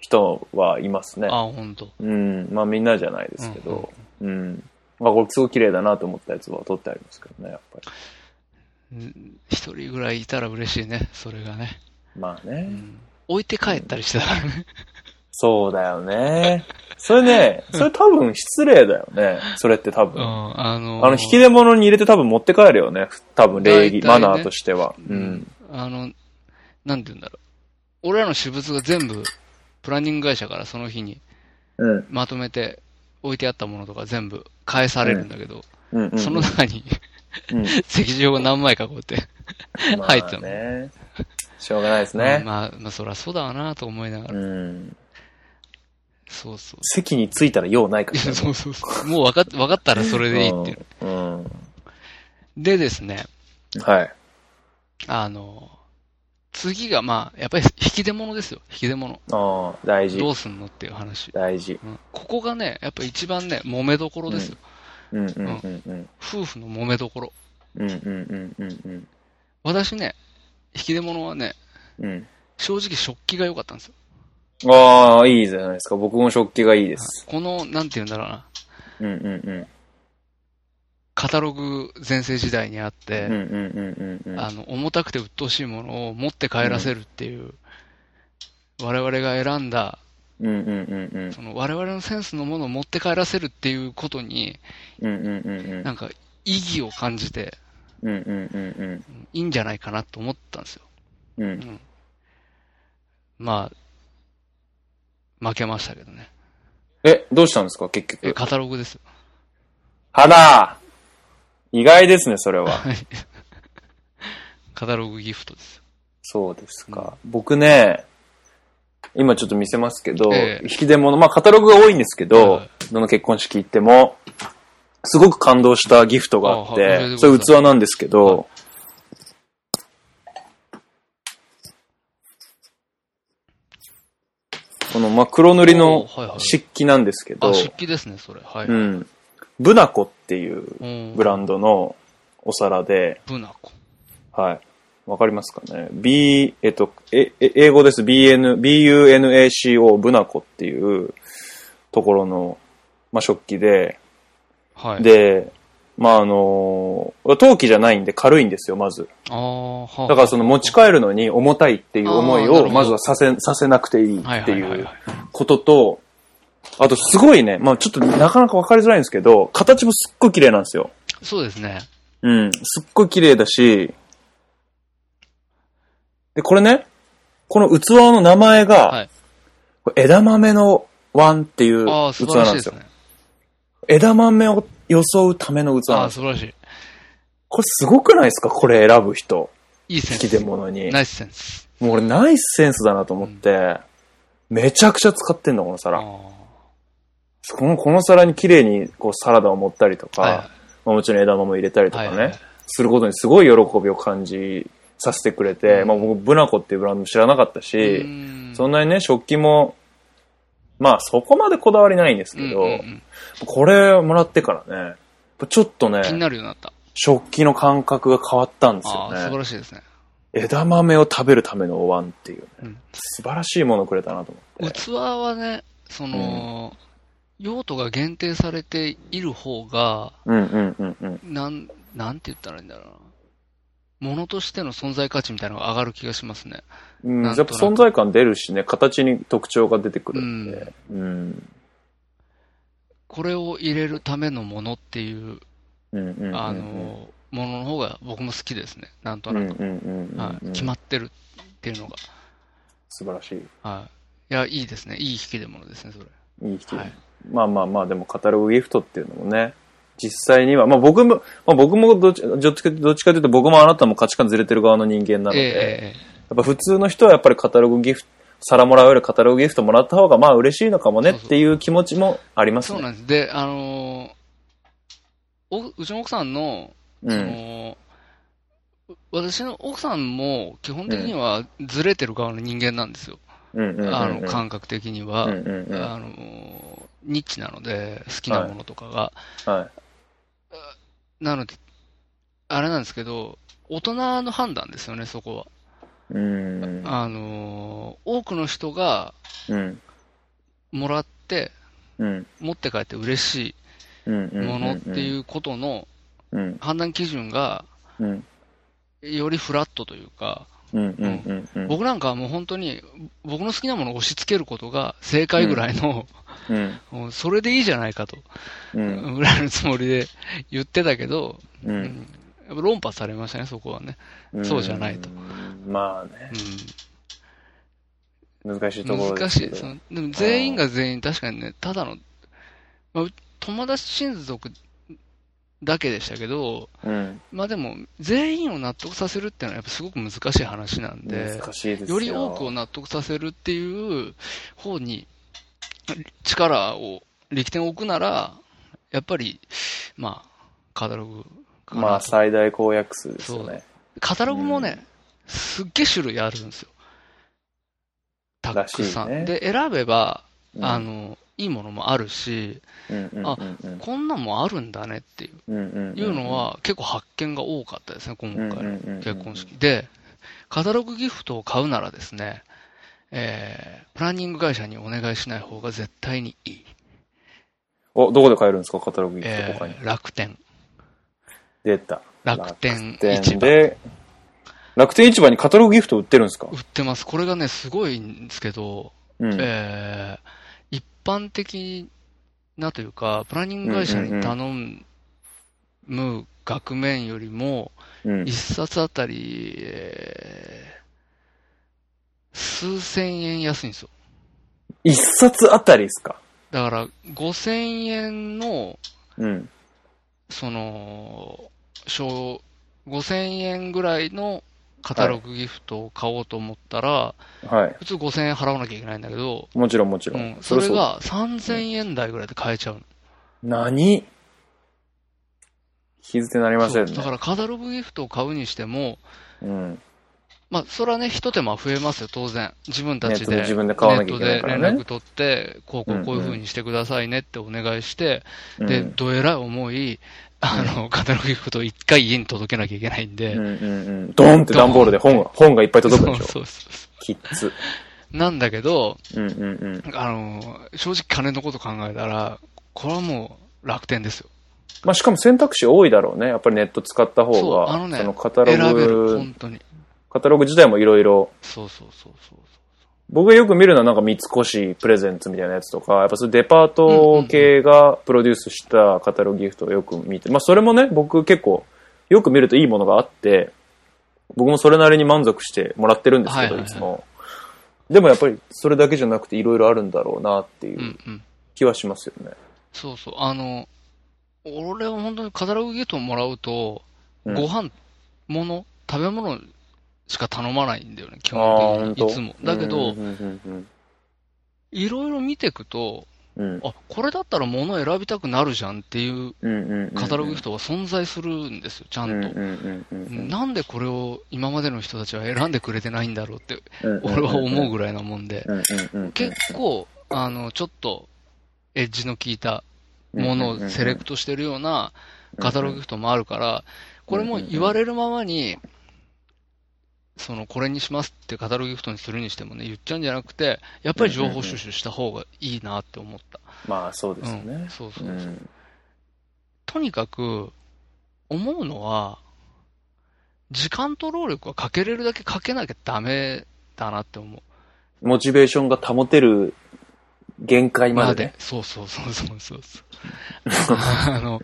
Speaker 2: 人はいますね
Speaker 3: あ、。本当
Speaker 2: うん。まあみんなじゃないですけど。うん。まあこれすごい綺麗だなと思ったやつは取ってありますけどね、やっぱ
Speaker 3: うん一人ぐらいいたら嬉しいね、それがね。
Speaker 2: り。まあ
Speaker 3: う
Speaker 2: ね。
Speaker 3: ん。置いて帰ったりしてたからね。
Speaker 2: そうだよね。それね、それ多分失礼だよね。それって多
Speaker 3: うん。
Speaker 2: 分。
Speaker 3: あのー
Speaker 2: あの、引き出物に入れて多分持って帰るよね。多分礼儀、
Speaker 3: 大体
Speaker 2: マ
Speaker 3: ね
Speaker 2: ナーとしては。うん。
Speaker 3: あの、なんて言うんだろう。俺らの私物が全部、プランニング会社からその日に
Speaker 2: うん。
Speaker 3: まとめて置いてあったものとか全部返されるんだけど、
Speaker 2: うんうんうん。
Speaker 3: その中に <laughs>
Speaker 2: うん
Speaker 3: 席上が何枚かこうやって、入ってたも
Speaker 2: ま
Speaker 3: ん
Speaker 2: あね。しょうがないですね。
Speaker 3: まあ、まあ、そりゃそうだわなと思いながら、
Speaker 2: うん。
Speaker 3: そうそう。
Speaker 2: 席に着いたら用ないか
Speaker 3: い
Speaker 2: ら
Speaker 3: や
Speaker 2: ね。
Speaker 3: <laughs> そうそうそう。もう分かっ分かったらそれでいいっていう。
Speaker 2: うん。うん
Speaker 3: でですね、
Speaker 2: はい。
Speaker 3: あの、次がまあ、やっぱり引き出物ですよ。引き出物。
Speaker 2: ああ、大事
Speaker 3: ど。うすんのっていう話。
Speaker 2: 大事。
Speaker 3: うんここがね、やっぱ一番ね、揉めどころですよ。
Speaker 2: うんうんうんうん。
Speaker 3: 夫婦の揉めどころ。
Speaker 2: うんうんうんうんうん。
Speaker 3: 私ね、引き出物はね、
Speaker 2: うん。
Speaker 3: 正直食器が良かったんですよ。
Speaker 2: ああ、いいじゃないですか。僕も食器がいいです。
Speaker 3: この、なんて言うんだろうな、
Speaker 2: うんうんうん。
Speaker 3: カタログ全盛時代にあっ
Speaker 2: うん
Speaker 3: て、
Speaker 2: うんうんうんうん。
Speaker 3: あの、重たくて鬱陶しいものを持って帰らせるっていう、我々が選んだ、
Speaker 2: うんうんうんうん。
Speaker 3: その我々のセンスのものを持って帰らせるっていうことに、
Speaker 2: うんうんうんうん。
Speaker 3: なんか意義を感じて、
Speaker 2: うんうんうん
Speaker 3: うんいいんじゃないかなと思ったんですよ。
Speaker 2: うん。うん。
Speaker 3: まあ、負けましたけどね。
Speaker 2: え、どうしたんですか結
Speaker 3: え、
Speaker 2: 局。
Speaker 3: カタログですよ。
Speaker 2: あら意外ですね、それは。
Speaker 3: <laughs> カタログギフトですよ。
Speaker 2: そうですか。僕ね、今ちょっと見せますけど、
Speaker 3: ええ
Speaker 2: 引き出物、まあカタログが多いんですけど、
Speaker 3: はい
Speaker 2: どの結婚式行っても、すごく感動したギフトがあっ
Speaker 3: あはい教えてく
Speaker 2: て、
Speaker 3: ださ
Speaker 2: そ
Speaker 3: い
Speaker 2: れ器なんですけど、この、まあ、黒塗りの
Speaker 3: おはいはい
Speaker 2: 漆器なんですけど、
Speaker 3: あ、漆器ですね、それ。はい。
Speaker 2: うん。ブナコっていう
Speaker 3: うん
Speaker 2: ブランドのお皿で、
Speaker 3: ブナコ。
Speaker 2: はい。わかりますかね ?B、えっと、え、え英語です。BN、BUNACO ブナコっていうところの、まあ、食器で、
Speaker 3: はい。
Speaker 2: で、まあ、あのー陶器じゃないんで軽いんですよ、まず。
Speaker 3: ああ、はあ
Speaker 2: だからその持ち帰るのに重たいっていう思い
Speaker 3: あーなるほ
Speaker 2: を、
Speaker 3: ど
Speaker 2: まずはさせ、させなくていい
Speaker 3: はい
Speaker 2: って
Speaker 3: はい
Speaker 2: い
Speaker 3: はいうはい。
Speaker 2: ことと、あとすごいね、まあ、ちょっとなかなかわかりづらいんですけど、形もすっごい綺麗なんですよ。
Speaker 3: そうですね。
Speaker 2: うん、すっごい綺麗だし、で、これね、この器の名前が、
Speaker 3: はい
Speaker 2: これ枝豆の碗っていう
Speaker 3: ああ、
Speaker 2: 器
Speaker 3: 素晴ら
Speaker 2: な
Speaker 3: し
Speaker 2: ん
Speaker 3: い
Speaker 2: で
Speaker 3: ですす
Speaker 2: よ。
Speaker 3: ね。
Speaker 2: 枝豆を装うための器
Speaker 3: あ
Speaker 2: なん
Speaker 3: あ、
Speaker 2: ですよ。
Speaker 3: 素晴らしい。
Speaker 2: これすごくないですかこれ選ぶ人。
Speaker 3: <laughs> いいセン
Speaker 2: 引き
Speaker 3: ス。
Speaker 2: 出物に。
Speaker 3: ナイスセンス。
Speaker 2: もう俺ナイスセンスだなと思って、めちゃくちゃ使ってんだ、この
Speaker 3: あ
Speaker 2: 皿。
Speaker 3: あ
Speaker 2: この、この皿に綺麗にこうサラダを盛ったりとか、
Speaker 3: は
Speaker 2: まあもちろん枝豆入れたりとかね、
Speaker 3: はいはいはい
Speaker 2: することにすごい喜びを感じさせてくれて、
Speaker 3: うん
Speaker 2: まあ僕、ブナコっていうブランドも知らなかった
Speaker 3: い。
Speaker 2: し、
Speaker 3: うん
Speaker 2: そんなにね、食器も、まあそこまでこだわりないんですけど、
Speaker 3: うんうんうん
Speaker 2: これもらってからね、ちょっとね、
Speaker 3: 気になるようになった。
Speaker 2: 食器の感覚が変わったんです
Speaker 3: あ
Speaker 2: よ
Speaker 3: あ、素晴
Speaker 2: ね。
Speaker 3: らしいですね。
Speaker 2: 枝豆を食べるためのお椀っていうね、
Speaker 3: うん
Speaker 2: 素晴らしいものをくれたなと思って。
Speaker 3: 器はね、その、用途が限定されている方が、
Speaker 2: うんうんうんうん。
Speaker 3: なん、なんて言ったらいいんだろうな。ものとしての存在価値みたいなのが上がる気がしますね。
Speaker 2: うん、や
Speaker 3: なん
Speaker 2: っ
Speaker 3: と
Speaker 2: ぱ
Speaker 3: なく
Speaker 2: 存在感出るしね、形に特徴が出てくるんで。うん。
Speaker 3: これを入れるためのものっていう、
Speaker 2: うんうんうんうん。
Speaker 3: あの、ものの方が僕も好きですね。なんと
Speaker 2: うんう
Speaker 3: なんく。
Speaker 2: うんうん。
Speaker 3: はい決まってるっていうの
Speaker 2: 素晴らしい。
Speaker 3: が。はい。いや、いいですね。いい引き出物ですね、それ。
Speaker 2: いい人、
Speaker 3: はい
Speaker 2: まあまあまあ、でもカタログギフトっていうのもね、実際には、まあ僕も、まあ僕もどっちどっちかどっちかというと僕もあなたも価値観ずれてる側の人間なの
Speaker 3: ええ
Speaker 2: で、
Speaker 3: えええ
Speaker 2: やっぱ普通の人はやっぱりカタログギフト、皿もらうよりカタログギフトもらった方がまあ嬉しいのかもね
Speaker 3: そうそう
Speaker 2: っていう気持ちもあり
Speaker 3: え
Speaker 2: ます
Speaker 3: そう
Speaker 2: ね。
Speaker 3: なんです。で、あのーおうちの奥さんの、
Speaker 2: う
Speaker 3: そ
Speaker 2: ん。
Speaker 3: の私の奥さんも基本的にはずれてる側の人間なんですよ、
Speaker 2: うんうんうんうん。
Speaker 3: あの感覚的には、
Speaker 2: うんうんうん。は
Speaker 3: あの、ニッチなので、好きなものとかが、
Speaker 2: い。
Speaker 3: なので、あれなんですけど、大人の判断ですよね、そこは。
Speaker 2: うん。
Speaker 3: あの多くの人が
Speaker 2: うん。
Speaker 3: もらって、
Speaker 2: うん。
Speaker 3: 持って帰って嬉し
Speaker 2: うん
Speaker 3: いものって
Speaker 2: う
Speaker 3: い
Speaker 2: ん。
Speaker 3: うことの
Speaker 2: うん。
Speaker 3: 判断基準が、
Speaker 2: うん。
Speaker 3: よりフラットというか、
Speaker 2: うん。うん。うん。
Speaker 3: 僕なんかはもう本当に、僕の好きなものを押し付けることが正解ぐらいの、
Speaker 2: うん。
Speaker 3: もうそれでいいじゃないかと、
Speaker 2: うん。
Speaker 3: ぐらいのつもりで言ってたけど、
Speaker 2: う。
Speaker 3: うんんやっぱ論破されましたね、そこはね。そうじゃないと。
Speaker 2: まあね、難しい
Speaker 3: うん
Speaker 2: ところ
Speaker 3: 難
Speaker 2: です
Speaker 3: し
Speaker 2: け
Speaker 3: い。
Speaker 2: ど
Speaker 3: そのでも全員が全員、確かにね、ただの、まあう友達親族だけでしたけど、
Speaker 2: うん。
Speaker 3: まあでも、全員を納得させるっていうのはやっぱすごく難しい話なんで、
Speaker 2: 難しいですよ。
Speaker 3: より多くを納得させるっていう方に力を、力点を置くなら、やっぱり、まあ、カタログかなと
Speaker 2: まあ、最大公約数ですよね。
Speaker 3: カタログもね、すっげえ種類あるんですよ。たくさん。
Speaker 2: らしいね
Speaker 3: で、選べば、
Speaker 2: うん
Speaker 3: あ、の、いいものもあるし、
Speaker 2: うんうん
Speaker 3: あ
Speaker 2: うん
Speaker 3: こんなんもあるんだねっていう,、
Speaker 2: うんうんうんうん
Speaker 3: いうの、は結構発見が多かったですね、今
Speaker 2: うんうん
Speaker 3: 回
Speaker 2: うん
Speaker 3: の
Speaker 2: うんうん
Speaker 3: 結婚式。。で、カタログギフトを買うならですね、えー、プランニング会社にお願いしない方が絶対にいい。
Speaker 2: お、どこで買えるんですか、カタログギフト
Speaker 3: え
Speaker 2: 他に。
Speaker 3: ー、楽天。
Speaker 2: 出た。
Speaker 3: 楽天
Speaker 2: 楽
Speaker 3: 市
Speaker 2: 天
Speaker 3: 場。
Speaker 2: で、楽天市場にカタログギフト売ってるんですか
Speaker 3: 売ってます。これがね、すごいんですけど、
Speaker 2: うん。
Speaker 3: えー一般的なというか、プランニング会社に頼む額面よりも、
Speaker 2: うん
Speaker 3: 一冊あたり、えー数千円安いんですよ。
Speaker 2: 一冊あたりですか
Speaker 3: だから、5000円の、
Speaker 2: うん。
Speaker 3: その、小、5000円ぐらいのカタログギフトを買おうと思ったら、
Speaker 2: はい。
Speaker 3: 普通5000円払わなきゃいけないんだけど、
Speaker 2: もちろんもち
Speaker 3: う
Speaker 2: ろん
Speaker 3: ん。それ
Speaker 2: りゃうだ。
Speaker 3: が3000円台ぐらいで買えちゃうの
Speaker 2: 何気づてなりませんね
Speaker 3: そうだ。からカタログギフトを買うにしても、
Speaker 2: うん。
Speaker 3: まあ、それはね、一手間増えますよ、当然。自分たち
Speaker 2: ネット
Speaker 3: で。
Speaker 2: で自分で買わなきゃいけないからね
Speaker 3: ネットで連絡取って、こうこ
Speaker 2: うんう
Speaker 3: うんこういう風にしてくださいねってお願いして、
Speaker 2: うん
Speaker 3: で、どえらい思い、あの、カタログギフトを一回家に届けなきゃいけないんで。
Speaker 2: うんうんうん。ドーンって段ボールで本が、本がいっぱい届くんでしょ
Speaker 3: そうそうそ
Speaker 2: キッズ。
Speaker 3: う。なんだけど、
Speaker 2: うんうんうん。
Speaker 3: あの、正直金のこと考えたら、これはもう楽天ですよ。
Speaker 2: まあ、しかも選択肢多いだろうね。やっぱりネット使った方が、
Speaker 3: そうあのね
Speaker 2: そのカタ
Speaker 3: 選
Speaker 2: ロ
Speaker 3: べる、
Speaker 2: グ
Speaker 3: 本、当に。
Speaker 2: カタログ自体もいろいろ、
Speaker 3: そうそうそうそう。
Speaker 2: 僕がよく見るのはなんか三越プレゼンツみたいなやつとか、やっぱそういうデパート系がプロデュースしたカタログギフトをよく見て、まあそれもね、僕結構よく見るといいものがあって、僕もそれなりに満足してもらってるんですけど、
Speaker 3: はい
Speaker 2: い
Speaker 3: はいはい
Speaker 2: つも。でもやっぱりそれだけじゃなくていろいろあるんだろうなっていううん
Speaker 3: うん。
Speaker 2: 気はしますよね。
Speaker 3: そうそう、あの、俺は本当にカタログギフトもらうと、
Speaker 2: うん
Speaker 3: ご飯、もの、食べ物しか頼まないんだよね、基
Speaker 2: ああ
Speaker 3: 本
Speaker 2: 本
Speaker 3: 的に。
Speaker 2: 当
Speaker 3: いつも。だけど
Speaker 2: うん、うんうん
Speaker 3: いろいろ見ていくと、
Speaker 2: うんうん
Speaker 3: あ、これだったら物選びたくなるじゃんっていう
Speaker 2: うんうんうんうん
Speaker 3: カタログギフトが存在するんですよ、ちゃ
Speaker 2: うんんう
Speaker 3: と。
Speaker 2: んうんうん
Speaker 3: なんでこれを今までの人たちは選んでくれてないんだろうって、
Speaker 2: うん
Speaker 3: 俺は思うぐらいなもんで、
Speaker 2: うんうんうん
Speaker 3: 結構、あの、ちょっと、エッジの効いたものをセレクトしてるようなカタログギフトもあるから、これも言われるままに、その、これにしますってカタログギフトにするにしてもね、言っちゃうんじゃなくて、やっぱり情報収集した方がいいなって思った。
Speaker 2: まあそうですよ
Speaker 3: う
Speaker 2: ね
Speaker 3: ん、。そうそううそう。
Speaker 2: ん
Speaker 3: とにかく、思うのは、時間と労力はかけれるだけかけなきゃダメだなって思
Speaker 2: モチベーションが保てる限界
Speaker 3: う。
Speaker 2: までね。
Speaker 3: そうそうそうそうそうそう。あ
Speaker 2: <laughs>
Speaker 3: の、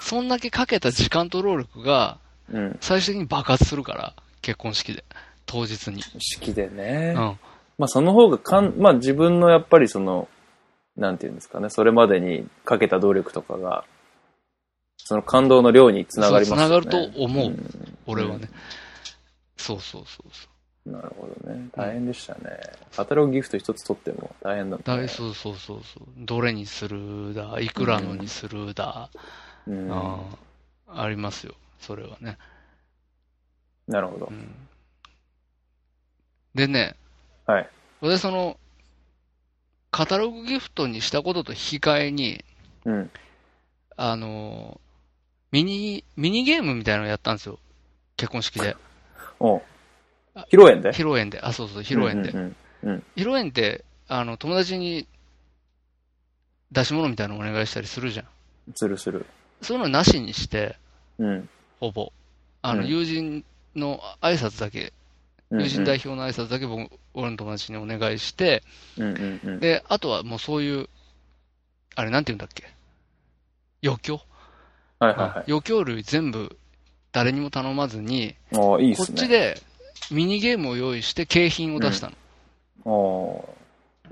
Speaker 3: そんだけかけた時間と労力が、
Speaker 2: うん。
Speaker 3: 最終的に爆発するから、結婚式で。当日に。
Speaker 2: 式で
Speaker 3: う
Speaker 2: ね。
Speaker 3: ん。
Speaker 2: まあその方がかん、まあ自分のやっぱりその、なんていうんですかね、それまでにかけた努力とかが、その感動の量につながりますよね。
Speaker 3: そう繋がると思うん俺はね。そうそうそうそう。
Speaker 2: なるほどね。大変でしたね。カタログギフト一つ取っても大変だった、
Speaker 3: だそうそうそうそう。どれにするだ、いくらのにするだ、
Speaker 2: うん。
Speaker 3: あーありますよ。それはね。
Speaker 2: なるほど
Speaker 3: う。んでね、
Speaker 2: はい。
Speaker 3: 俺その、カタログギフトにしたことと引き換えに、
Speaker 2: うん。
Speaker 3: あの、ミニ、ミニゲームみたいなのやったんですよ。結婚式で。
Speaker 2: おう披露宴で
Speaker 3: 披露宴で。あ、そうそう、披露宴で。
Speaker 2: うんうん
Speaker 3: 披露宴って、あの、友達に出し物みたいなのお願いしたりするじゃん。
Speaker 2: うん。するする。
Speaker 3: そういうのなしにして、
Speaker 2: うん。
Speaker 3: ほぼ。あの、
Speaker 2: うん
Speaker 3: 友人の挨拶だけ、
Speaker 2: うん
Speaker 3: 友人代表の挨拶だけ僕、俺の友達にお願いして、
Speaker 2: うんうんうん。
Speaker 3: で、あとはもうそういう、あれなんて言うんだっけ余興、
Speaker 2: はいはいはい。
Speaker 3: 余興類全部誰にも頼まずに、
Speaker 2: おーいいっ
Speaker 3: こっ
Speaker 2: すね。
Speaker 3: ちでミニゲームを用意して景品を出したの。
Speaker 2: お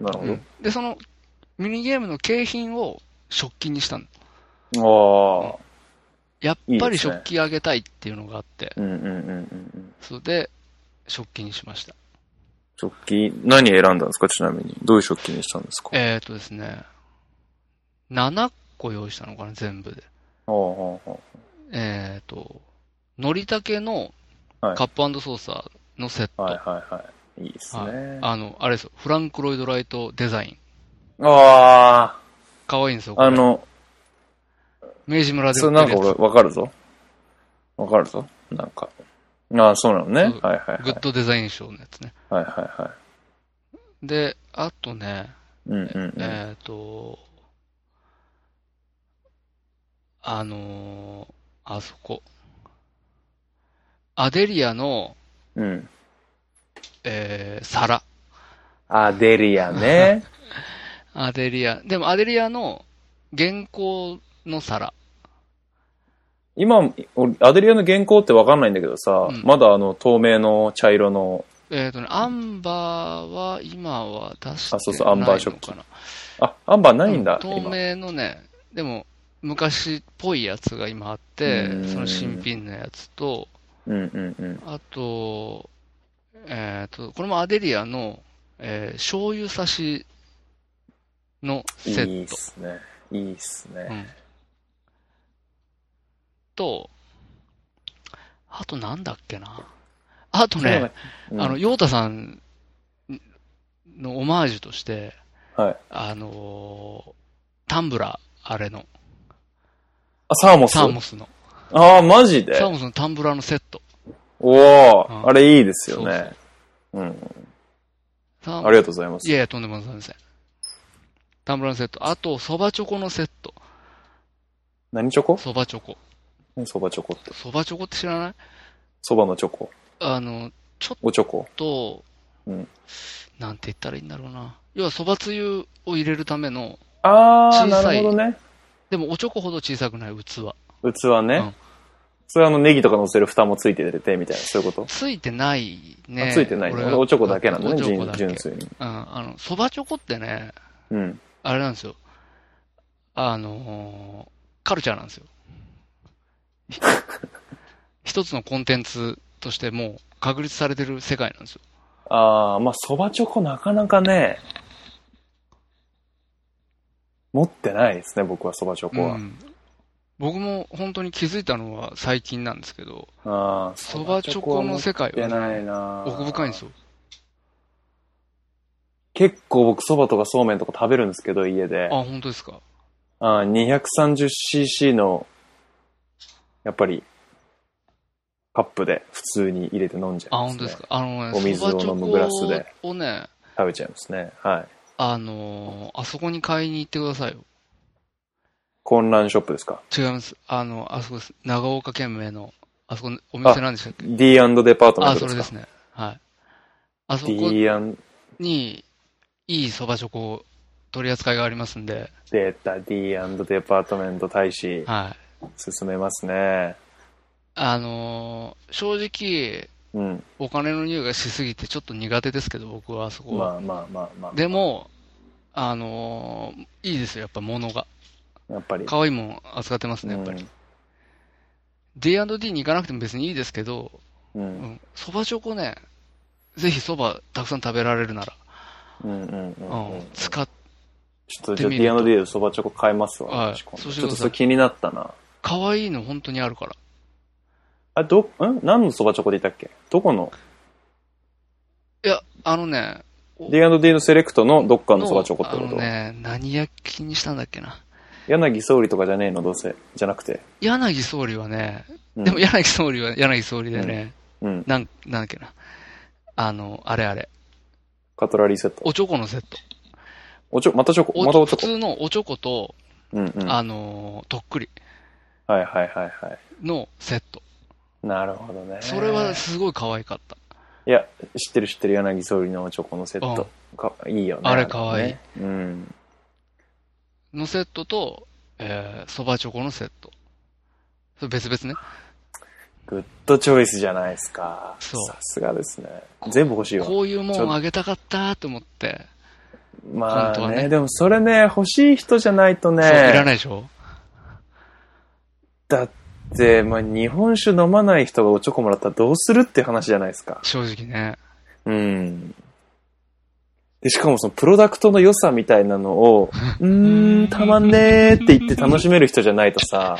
Speaker 2: ーなるほど。
Speaker 3: うんで、そのミニゲームの景品を食器にしたの。
Speaker 2: ああ、
Speaker 3: やっ
Speaker 2: いい
Speaker 3: ぱ
Speaker 2: で
Speaker 3: り
Speaker 2: すね
Speaker 3: 食器あげたいっていうのがあって、
Speaker 2: うんうんうんうんうん。
Speaker 3: それで食器にしました。
Speaker 2: 食器、何選んだんですかちなみに。どういう食器にしたんですかあ
Speaker 3: えっ、ー、とですね、7個用意したのかな、全部で。
Speaker 2: あ、ああああ
Speaker 3: えっ、ー、と、のりたけのカ
Speaker 2: はい
Speaker 3: ップソーサーのセット。
Speaker 2: はいはいはい。いいですね。あ
Speaker 3: あの、あれですよ、フランク・ロイド・ライトデザイン。
Speaker 2: あ
Speaker 3: かわいいんですよ、
Speaker 2: ー、あ
Speaker 3: これ。
Speaker 2: の、
Speaker 3: 明治村で
Speaker 2: それな
Speaker 3: 売っ
Speaker 2: ん
Speaker 3: てる
Speaker 2: か
Speaker 3: やつ
Speaker 2: 俺わかるぞ。わかるぞ。なんか。ああ、そうなのね。
Speaker 3: そう
Speaker 2: はいはいは
Speaker 3: グ
Speaker 2: い
Speaker 3: ッ。ドデザイン賞のやつね。
Speaker 2: はいはいは
Speaker 3: で、あとね、
Speaker 2: い。うんうんうん。
Speaker 3: えっ、と、あのーあそこ。アデリアの、
Speaker 2: うん。
Speaker 3: えー皿。
Speaker 2: アデリアね。
Speaker 3: アデリア。でもアデリアの原稿の皿。
Speaker 2: 今、俺アデリアの原稿ってわかんないんだけどさ、
Speaker 3: うん
Speaker 2: まだあの透明の茶色の、
Speaker 3: えっ、とね、アンバーは今は出してないのかな。
Speaker 2: あそうそうアンバー食器あ、アンバーないんだ、
Speaker 3: うん透
Speaker 2: 今。
Speaker 3: 明のね、でも昔っぽいやつが今あって
Speaker 2: う、ん
Speaker 3: その新品のやつと、
Speaker 2: うんうんうん。
Speaker 3: あと、えっ、と、これもアデリアの、えー醤油差しのセ
Speaker 2: いい
Speaker 3: ッ
Speaker 2: っ
Speaker 3: ト
Speaker 2: すね。いいっす
Speaker 3: う
Speaker 2: ね。
Speaker 3: んと、あとなんだっけな。あとね、
Speaker 2: うん
Speaker 3: あの、、ヨータさんのオマージュとして、
Speaker 2: はい。
Speaker 3: あのータンブラー、あれの、
Speaker 2: あ、サーモス。
Speaker 3: サーモスの、
Speaker 2: ああ、マジで
Speaker 3: サーモスのタンブラーのセット。
Speaker 2: おお、
Speaker 3: うん
Speaker 2: あれいいですよ
Speaker 3: そう
Speaker 2: ね。うん。
Speaker 3: サー
Speaker 2: ありがとうございま
Speaker 3: い
Speaker 2: す。
Speaker 3: やいや、とんでもございません。タンブラーのセット。あと、そばチョコのセット。
Speaker 2: 何チョコ
Speaker 3: そばチョコ。
Speaker 2: そばチョコって。
Speaker 3: そばチョコって知らない
Speaker 2: そばのチョコ。
Speaker 3: あの、ちょっ
Speaker 2: おチョコ。
Speaker 3: と、
Speaker 2: うん
Speaker 3: なんて言ったらいいんだろうな。要は、そばつゆを入れるための、
Speaker 2: ああ、
Speaker 3: 小
Speaker 2: な
Speaker 3: さい
Speaker 2: るほどね。
Speaker 3: でも、おチョコほど小さくない器。
Speaker 2: 器
Speaker 3: う
Speaker 2: ね
Speaker 3: ん。
Speaker 2: それあの、ネギとか乗せる蓋もついてて、みたいな、そういうこと
Speaker 3: ついてないね。
Speaker 2: あついてない
Speaker 3: 俺
Speaker 2: の
Speaker 3: が
Speaker 2: おチョコだけなんだ
Speaker 3: お
Speaker 2: ね、
Speaker 3: チョコ
Speaker 2: 純
Speaker 3: だけ
Speaker 2: 純粋に。
Speaker 3: うん、あの、そばチョコってね、
Speaker 2: うん。
Speaker 3: あれなんですよ。あのーカルチャーなんですよ。ひ一つのコンテンツとしてもう確立されてる世界なんですよ。
Speaker 2: ああ、まあ、そばチョコなかなかね、持ってないですね、僕はそばチョコは。
Speaker 3: うん僕も本当に気づいたのは最近なんですけど、
Speaker 2: ああ、
Speaker 3: そばチョコの世界
Speaker 2: 持って
Speaker 3: はね、
Speaker 2: ないな
Speaker 3: 奥深いんです
Speaker 2: よ。
Speaker 3: よ。
Speaker 2: 結構僕、そばとかそうめんとか食べるんですけど、家で。
Speaker 3: あ、本当ですか。
Speaker 2: ああ 230cc の、やっぱり、カップで普通に入れて飲んじゃ
Speaker 3: あ、
Speaker 2: います、ね。
Speaker 3: 本当ですか。あのね、
Speaker 2: お水を
Speaker 3: そばチョ
Speaker 2: 飲
Speaker 3: コ
Speaker 2: むグラスで
Speaker 3: をね、
Speaker 2: 食べちゃいますね。はい。
Speaker 3: あのー、あそこに買いに行ってくださいよ。
Speaker 2: 混乱ショップですか。
Speaker 3: 違います。あの、あそこです。長岡県名の、あそこのお店なんでしたっけ
Speaker 2: D& デパートメン
Speaker 3: あ、
Speaker 2: ト
Speaker 3: そ
Speaker 2: で
Speaker 3: れ
Speaker 2: す
Speaker 3: で
Speaker 2: か。
Speaker 3: すね。はい。あそ
Speaker 2: D&
Speaker 3: こに、いいそばチョコ取り扱いがありますんで、
Speaker 2: データ D& デパートメント大使、
Speaker 3: はい。
Speaker 2: 進めますね。
Speaker 3: あのー正直、
Speaker 2: うん。
Speaker 3: お金の匂いがしすぎてちょっと苦手ですけど、僕はあそこ
Speaker 2: まあ
Speaker 3: は。
Speaker 2: まあまあま
Speaker 3: でも、あのーいいですよ、やっぱ物が。
Speaker 2: あ。やっぱり。
Speaker 3: 可愛いもん扱ってますね、やっぱり。D&D に行かなくても別にいいですけど、
Speaker 2: うん。う
Speaker 3: うんん、そばチョコね、ぜひそばたくさん食べられるなら、
Speaker 2: うんうんう
Speaker 3: うんん
Speaker 2: うん。ちょ
Speaker 3: 使っ、
Speaker 2: っとじゃあ D&D でそばチョコ買いますわ。
Speaker 3: はい
Speaker 2: 私今度
Speaker 3: そうして
Speaker 2: ちょっ
Speaker 3: く
Speaker 2: と
Speaker 3: ださい
Speaker 2: それ気になったな。
Speaker 3: 可愛いの本当にあるから。
Speaker 2: あ、ど、ん何のそばチョコでいたっけどこの
Speaker 3: いや、あのね、
Speaker 2: ?D&D のセレクトのどっかのそばチョコって
Speaker 3: あ
Speaker 2: こ
Speaker 3: の
Speaker 2: と、
Speaker 3: ね、何焼きにしたんだっけな。
Speaker 2: 柳総理とかじゃねえのどうせ。じゃなくて。
Speaker 3: 柳総理はね、
Speaker 2: うん
Speaker 3: でも柳総理は柳総理でね、
Speaker 2: うん。
Speaker 3: なん、なんだっけな。あの、あれあれ、
Speaker 2: カトラリーセット。
Speaker 3: おチョコのセット。
Speaker 2: おちょ、またチョコ。
Speaker 3: お
Speaker 2: またおち
Speaker 3: 普
Speaker 2: ょこ。
Speaker 3: 通のおチョコと、
Speaker 2: うんうん。はい
Speaker 3: あのー、とっくり
Speaker 2: はいはいは
Speaker 3: のセット。
Speaker 2: い。なるほどね。
Speaker 3: それはすごい可愛かった。
Speaker 2: いや、知ってる知ってる柳総理のチョコのセット。かいいよね。
Speaker 3: あれかわいい
Speaker 2: ねうん。
Speaker 3: のセットと、えー、そばチョコのセット。それ別々ね。
Speaker 2: グッドチョイスじゃないですか。
Speaker 3: そう
Speaker 2: さすがですね。全部欲しいわ。
Speaker 3: こういうも
Speaker 2: ちょっ
Speaker 3: んあげたかったと思って。
Speaker 2: ま
Speaker 3: 本当
Speaker 2: あ
Speaker 3: は
Speaker 2: ね
Speaker 3: ね
Speaker 2: でもそれね、欲しい人じゃないとね。
Speaker 3: そう、いらないでしょ
Speaker 2: だって、まあ日本酒飲まない人がおチョコもらったらどうするっていう話じゃないですか。
Speaker 3: 正直ね。
Speaker 2: うん。で、しかもそのプロダクトの良さみたいなの
Speaker 3: <laughs>
Speaker 2: を、うーん、たまんねーって言って楽しめる人じゃないと
Speaker 3: <laughs>
Speaker 2: さ、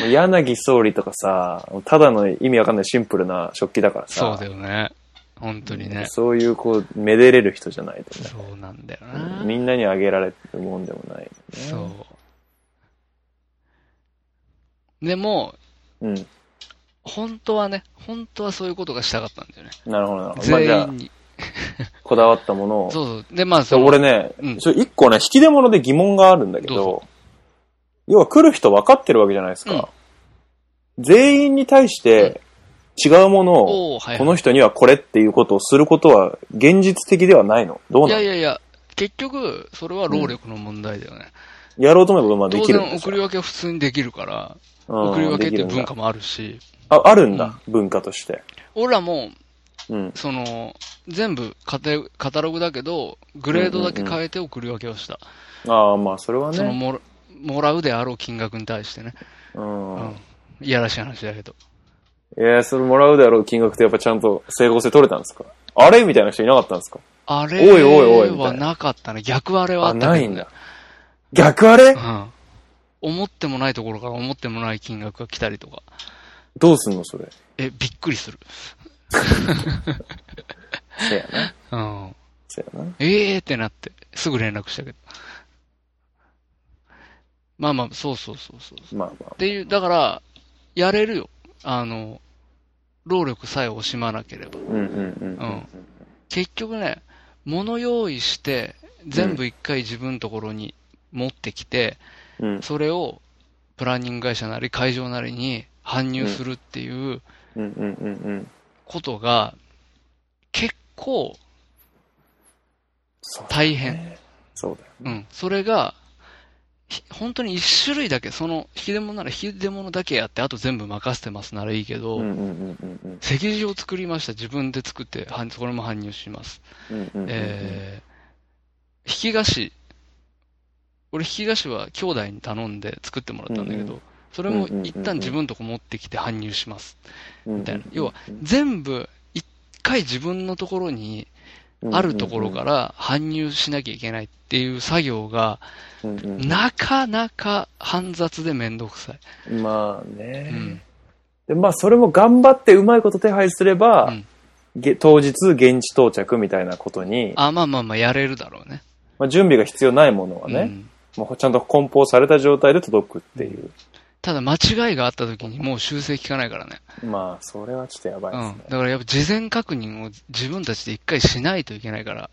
Speaker 2: もう柳総理とかさ、ただの意味わかんないシンプルな食器だからさ、
Speaker 3: そうだよね。本当にね。
Speaker 2: そういうこう、めでれる人じゃないとね、
Speaker 3: そうなんだよ
Speaker 2: う
Speaker 3: な。
Speaker 2: んみんなにあげられるもんでもない、ね。
Speaker 3: そう。でも、
Speaker 2: うん。
Speaker 3: 本当はね、本当はそういうことがしたかったんだよね。
Speaker 2: なるほど、なるほど。まあじゃ
Speaker 3: 全
Speaker 2: あ
Speaker 3: 員、に。
Speaker 2: こだわったものを。
Speaker 3: そうそう。で、まあ、
Speaker 2: で
Speaker 3: その
Speaker 2: 俺ね
Speaker 3: うん、
Speaker 2: ちょ一個ね、引き出物で疑問があるんだけ
Speaker 3: どう
Speaker 2: ど、要は来る人分かってるわけじゃないですか。全員に対して違うものを、
Speaker 3: おーはい
Speaker 2: こ
Speaker 3: は
Speaker 2: の人にはこれっていうことをすることは現実的ではないのどう
Speaker 3: い。い
Speaker 2: な
Speaker 3: や
Speaker 2: の
Speaker 3: いやいや、結局、それは労力の問題だよね。
Speaker 2: やろうと思えばまあで
Speaker 3: 当
Speaker 2: きるん
Speaker 3: 然、
Speaker 2: です
Speaker 3: 送
Speaker 2: よ
Speaker 3: り分けは普通にできるから、
Speaker 2: うん
Speaker 3: 送り分けって
Speaker 2: でき
Speaker 3: いう
Speaker 2: るん
Speaker 3: 文
Speaker 2: だ
Speaker 3: 化もあるし、
Speaker 2: あ、あるんだ。文化として。
Speaker 3: 俺らも、
Speaker 2: うん。
Speaker 3: その、全部カテカタログだけど、グレードだけ変えて送り分けをした。
Speaker 2: ああ、まあ、それは
Speaker 3: その
Speaker 2: ね。
Speaker 3: もら、もらうであろう金額に対してね。
Speaker 2: うん。
Speaker 3: うん。いやらしい話だけど。
Speaker 2: えーそれもらうであろう金額ってやっぱちゃんと整合性取れたんですかあれみたいな人いなかったんですか
Speaker 3: あれ
Speaker 2: おいおいおいみた
Speaker 3: はい
Speaker 2: な
Speaker 3: なかったね。逆あれはあ
Speaker 2: あ、
Speaker 3: ったけど、ね。
Speaker 2: ないんだ。。逆あれ
Speaker 3: うん。思ってもないところから思ってもない金額が来たりとか。
Speaker 2: どうすんのそれ。
Speaker 3: え、びっくりする。
Speaker 2: せやな。
Speaker 3: うん。
Speaker 2: せやな。
Speaker 3: ええーってなって、すぐ連絡したけど。まあまあ、そうそうそうそう。っ
Speaker 2: まあまあ。
Speaker 3: ていう、だから、やれるよ。あの、労力さえ惜しまなければ。
Speaker 2: うんうんうん。
Speaker 3: ん結局ね、物用意して、全部一回自分のところに持ってきて、
Speaker 2: うん
Speaker 3: それをプランニング会社なり会場なりに搬入するっていう
Speaker 2: うんうんうんうん。
Speaker 3: ことが、結構
Speaker 2: そう
Speaker 3: 大変。
Speaker 2: そうだよ。
Speaker 3: うん。それが、ひ本当に一種類だけ、その、引き出物なら引き出物だけやって、あと全部任せてますならいいけど、
Speaker 2: うんうんうんうんうん
Speaker 3: 席次を作りました。自分で作って、はんそれも搬入します。
Speaker 2: うんうんうん。
Speaker 3: えー、引き菓子。俺、引き菓子は兄弟に頼んで作ってもらったんだけど、それ
Speaker 2: うんう
Speaker 3: も
Speaker 2: んうんうん
Speaker 3: 一旦自分のとこ持ってきて搬入します。
Speaker 2: み
Speaker 3: みたいな。要は、全部、一回自分のところに、あるところから搬入しなきゃいけないっていう作業が、
Speaker 2: ら、うんうん
Speaker 3: なかなか煩雑でめんどくさい。
Speaker 2: まあ
Speaker 3: う
Speaker 2: ね、
Speaker 3: ん。
Speaker 2: でまあそれも頑張ってうまいこと手配すれば、
Speaker 3: うん
Speaker 2: げ当日現地到着みたいなことに、
Speaker 3: あ、まあまあまあ、やれるだろうね。
Speaker 2: まあ、準備が必要ないものは
Speaker 3: う
Speaker 2: ね、
Speaker 3: ん
Speaker 2: もうちゃんと梱包された状態で届くっていう、
Speaker 3: ただ、間違いがあった時にもう修正効かないからね。
Speaker 2: まあそれはちょっとやばいうです
Speaker 3: ん
Speaker 2: ね。。
Speaker 3: だから、やっぱ事前確認を自分たちで一回しないといけないから。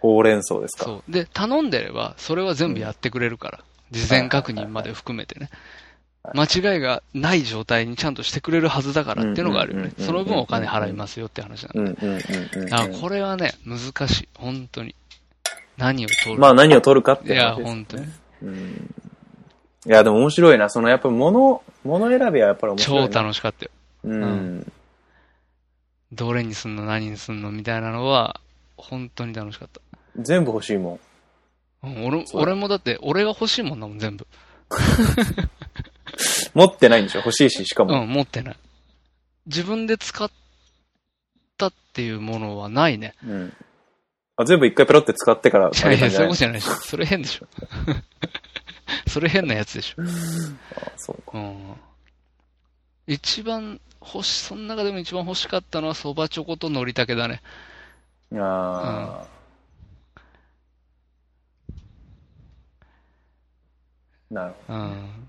Speaker 2: ほうれん草ですか。
Speaker 3: そう。で、頼んでれば、それは全部やってくれるから。事前確認まで含めてね。間違いがない状態にちゃんとしてくれるはずだからっていうのがあるよ
Speaker 2: うん
Speaker 3: ね。
Speaker 2: うん
Speaker 3: そ
Speaker 2: うんうんうん
Speaker 3: の分お金払いますよって話なん
Speaker 2: うんうんうんうん、
Speaker 3: だ。あ、これはね、難しい。本当に。何を取る
Speaker 2: まあ何を取るかって
Speaker 3: いや、
Speaker 2: 話です、ね。
Speaker 3: 本当に。
Speaker 2: うんいや、でも面白いな。その、やっぱ物、物選びはやっぱり面白い、
Speaker 3: 超
Speaker 2: ね。
Speaker 3: 楽しかったよ。
Speaker 2: うん。
Speaker 3: う
Speaker 2: うん。
Speaker 3: どれにすんの、何にすんの、みたいなのは、本当に楽しかった。
Speaker 2: 全部欲しいも
Speaker 3: うん俺
Speaker 2: そうだ
Speaker 3: 俺もだって、俺が欲しいもんだもん、全部。
Speaker 2: ん。持ってないんでしょ欲しいし、しか
Speaker 3: う
Speaker 2: も。
Speaker 3: ん、持ってない。自分で使ったっていうものはないね。
Speaker 2: うん。あ、全部一回ペロって使ってからあ
Speaker 3: いや
Speaker 2: げ
Speaker 3: い
Speaker 2: たん
Speaker 3: や、
Speaker 2: じ
Speaker 3: そう
Speaker 2: ゃ
Speaker 3: い
Speaker 2: ない
Speaker 3: うことじゃないでしょ。それ変でしょ。 <laughs> それ変なやつでしょ。
Speaker 2: あそうか。
Speaker 3: うん。一番欲し、その中でも一番欲しかったのはそばチョコと海苔たけだね。
Speaker 2: あーなる
Speaker 3: うん。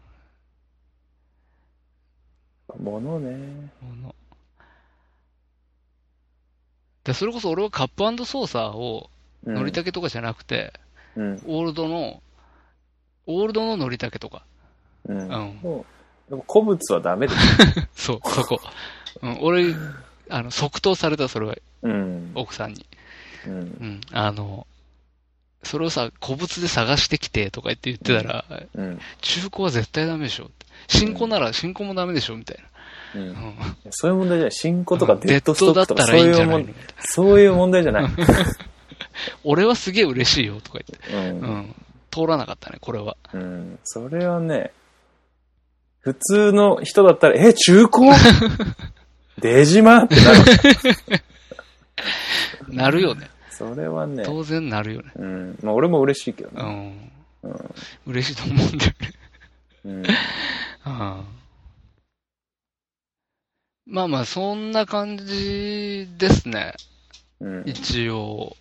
Speaker 2: ほど。物ね。
Speaker 3: もので、それこそ俺はカップソーサーを
Speaker 2: うん
Speaker 3: 海苔たけとかじゃなくて、
Speaker 2: うん。
Speaker 3: オールドの、オールドの海苔たけとか。
Speaker 2: うん。
Speaker 3: ん
Speaker 2: もうでも古物はダメです。
Speaker 3: そう、そこ。うん、俺、あの、即答された、それは、
Speaker 2: うん。
Speaker 3: 奥さんに。
Speaker 2: うん。
Speaker 3: うん、あの、それをさ、古物で探してきてとか言って言ってたら、
Speaker 2: うん。
Speaker 3: 中古は絶対ダメでしょって。新古なら新古もダメでしょみたい
Speaker 2: うん
Speaker 3: な。。うん
Speaker 2: そういう問題じゃない。新古とかデッドストックとか、
Speaker 3: デッ
Speaker 2: そう
Speaker 3: ドだったらいい
Speaker 2: い
Speaker 3: んじ
Speaker 2: う
Speaker 3: ゃない
Speaker 2: 問
Speaker 3: の
Speaker 2: 題、そういう問題じゃない。
Speaker 3: 俺はすげえ嬉しいよとか言って。
Speaker 2: う。
Speaker 3: うんん。通らなかったね、これは。
Speaker 2: うん。それはね、普通の人だったら、え、中古出島ってなる。
Speaker 3: なるよね。
Speaker 2: それはね、
Speaker 3: 当然なるよね。
Speaker 2: うん。まあ俺も嬉しいけど
Speaker 3: う
Speaker 2: ね。
Speaker 3: ん。嬉しいと思うんだよね。
Speaker 2: うん。
Speaker 3: うんまあまあ、そんな感じですね。
Speaker 2: うん。
Speaker 3: 一応、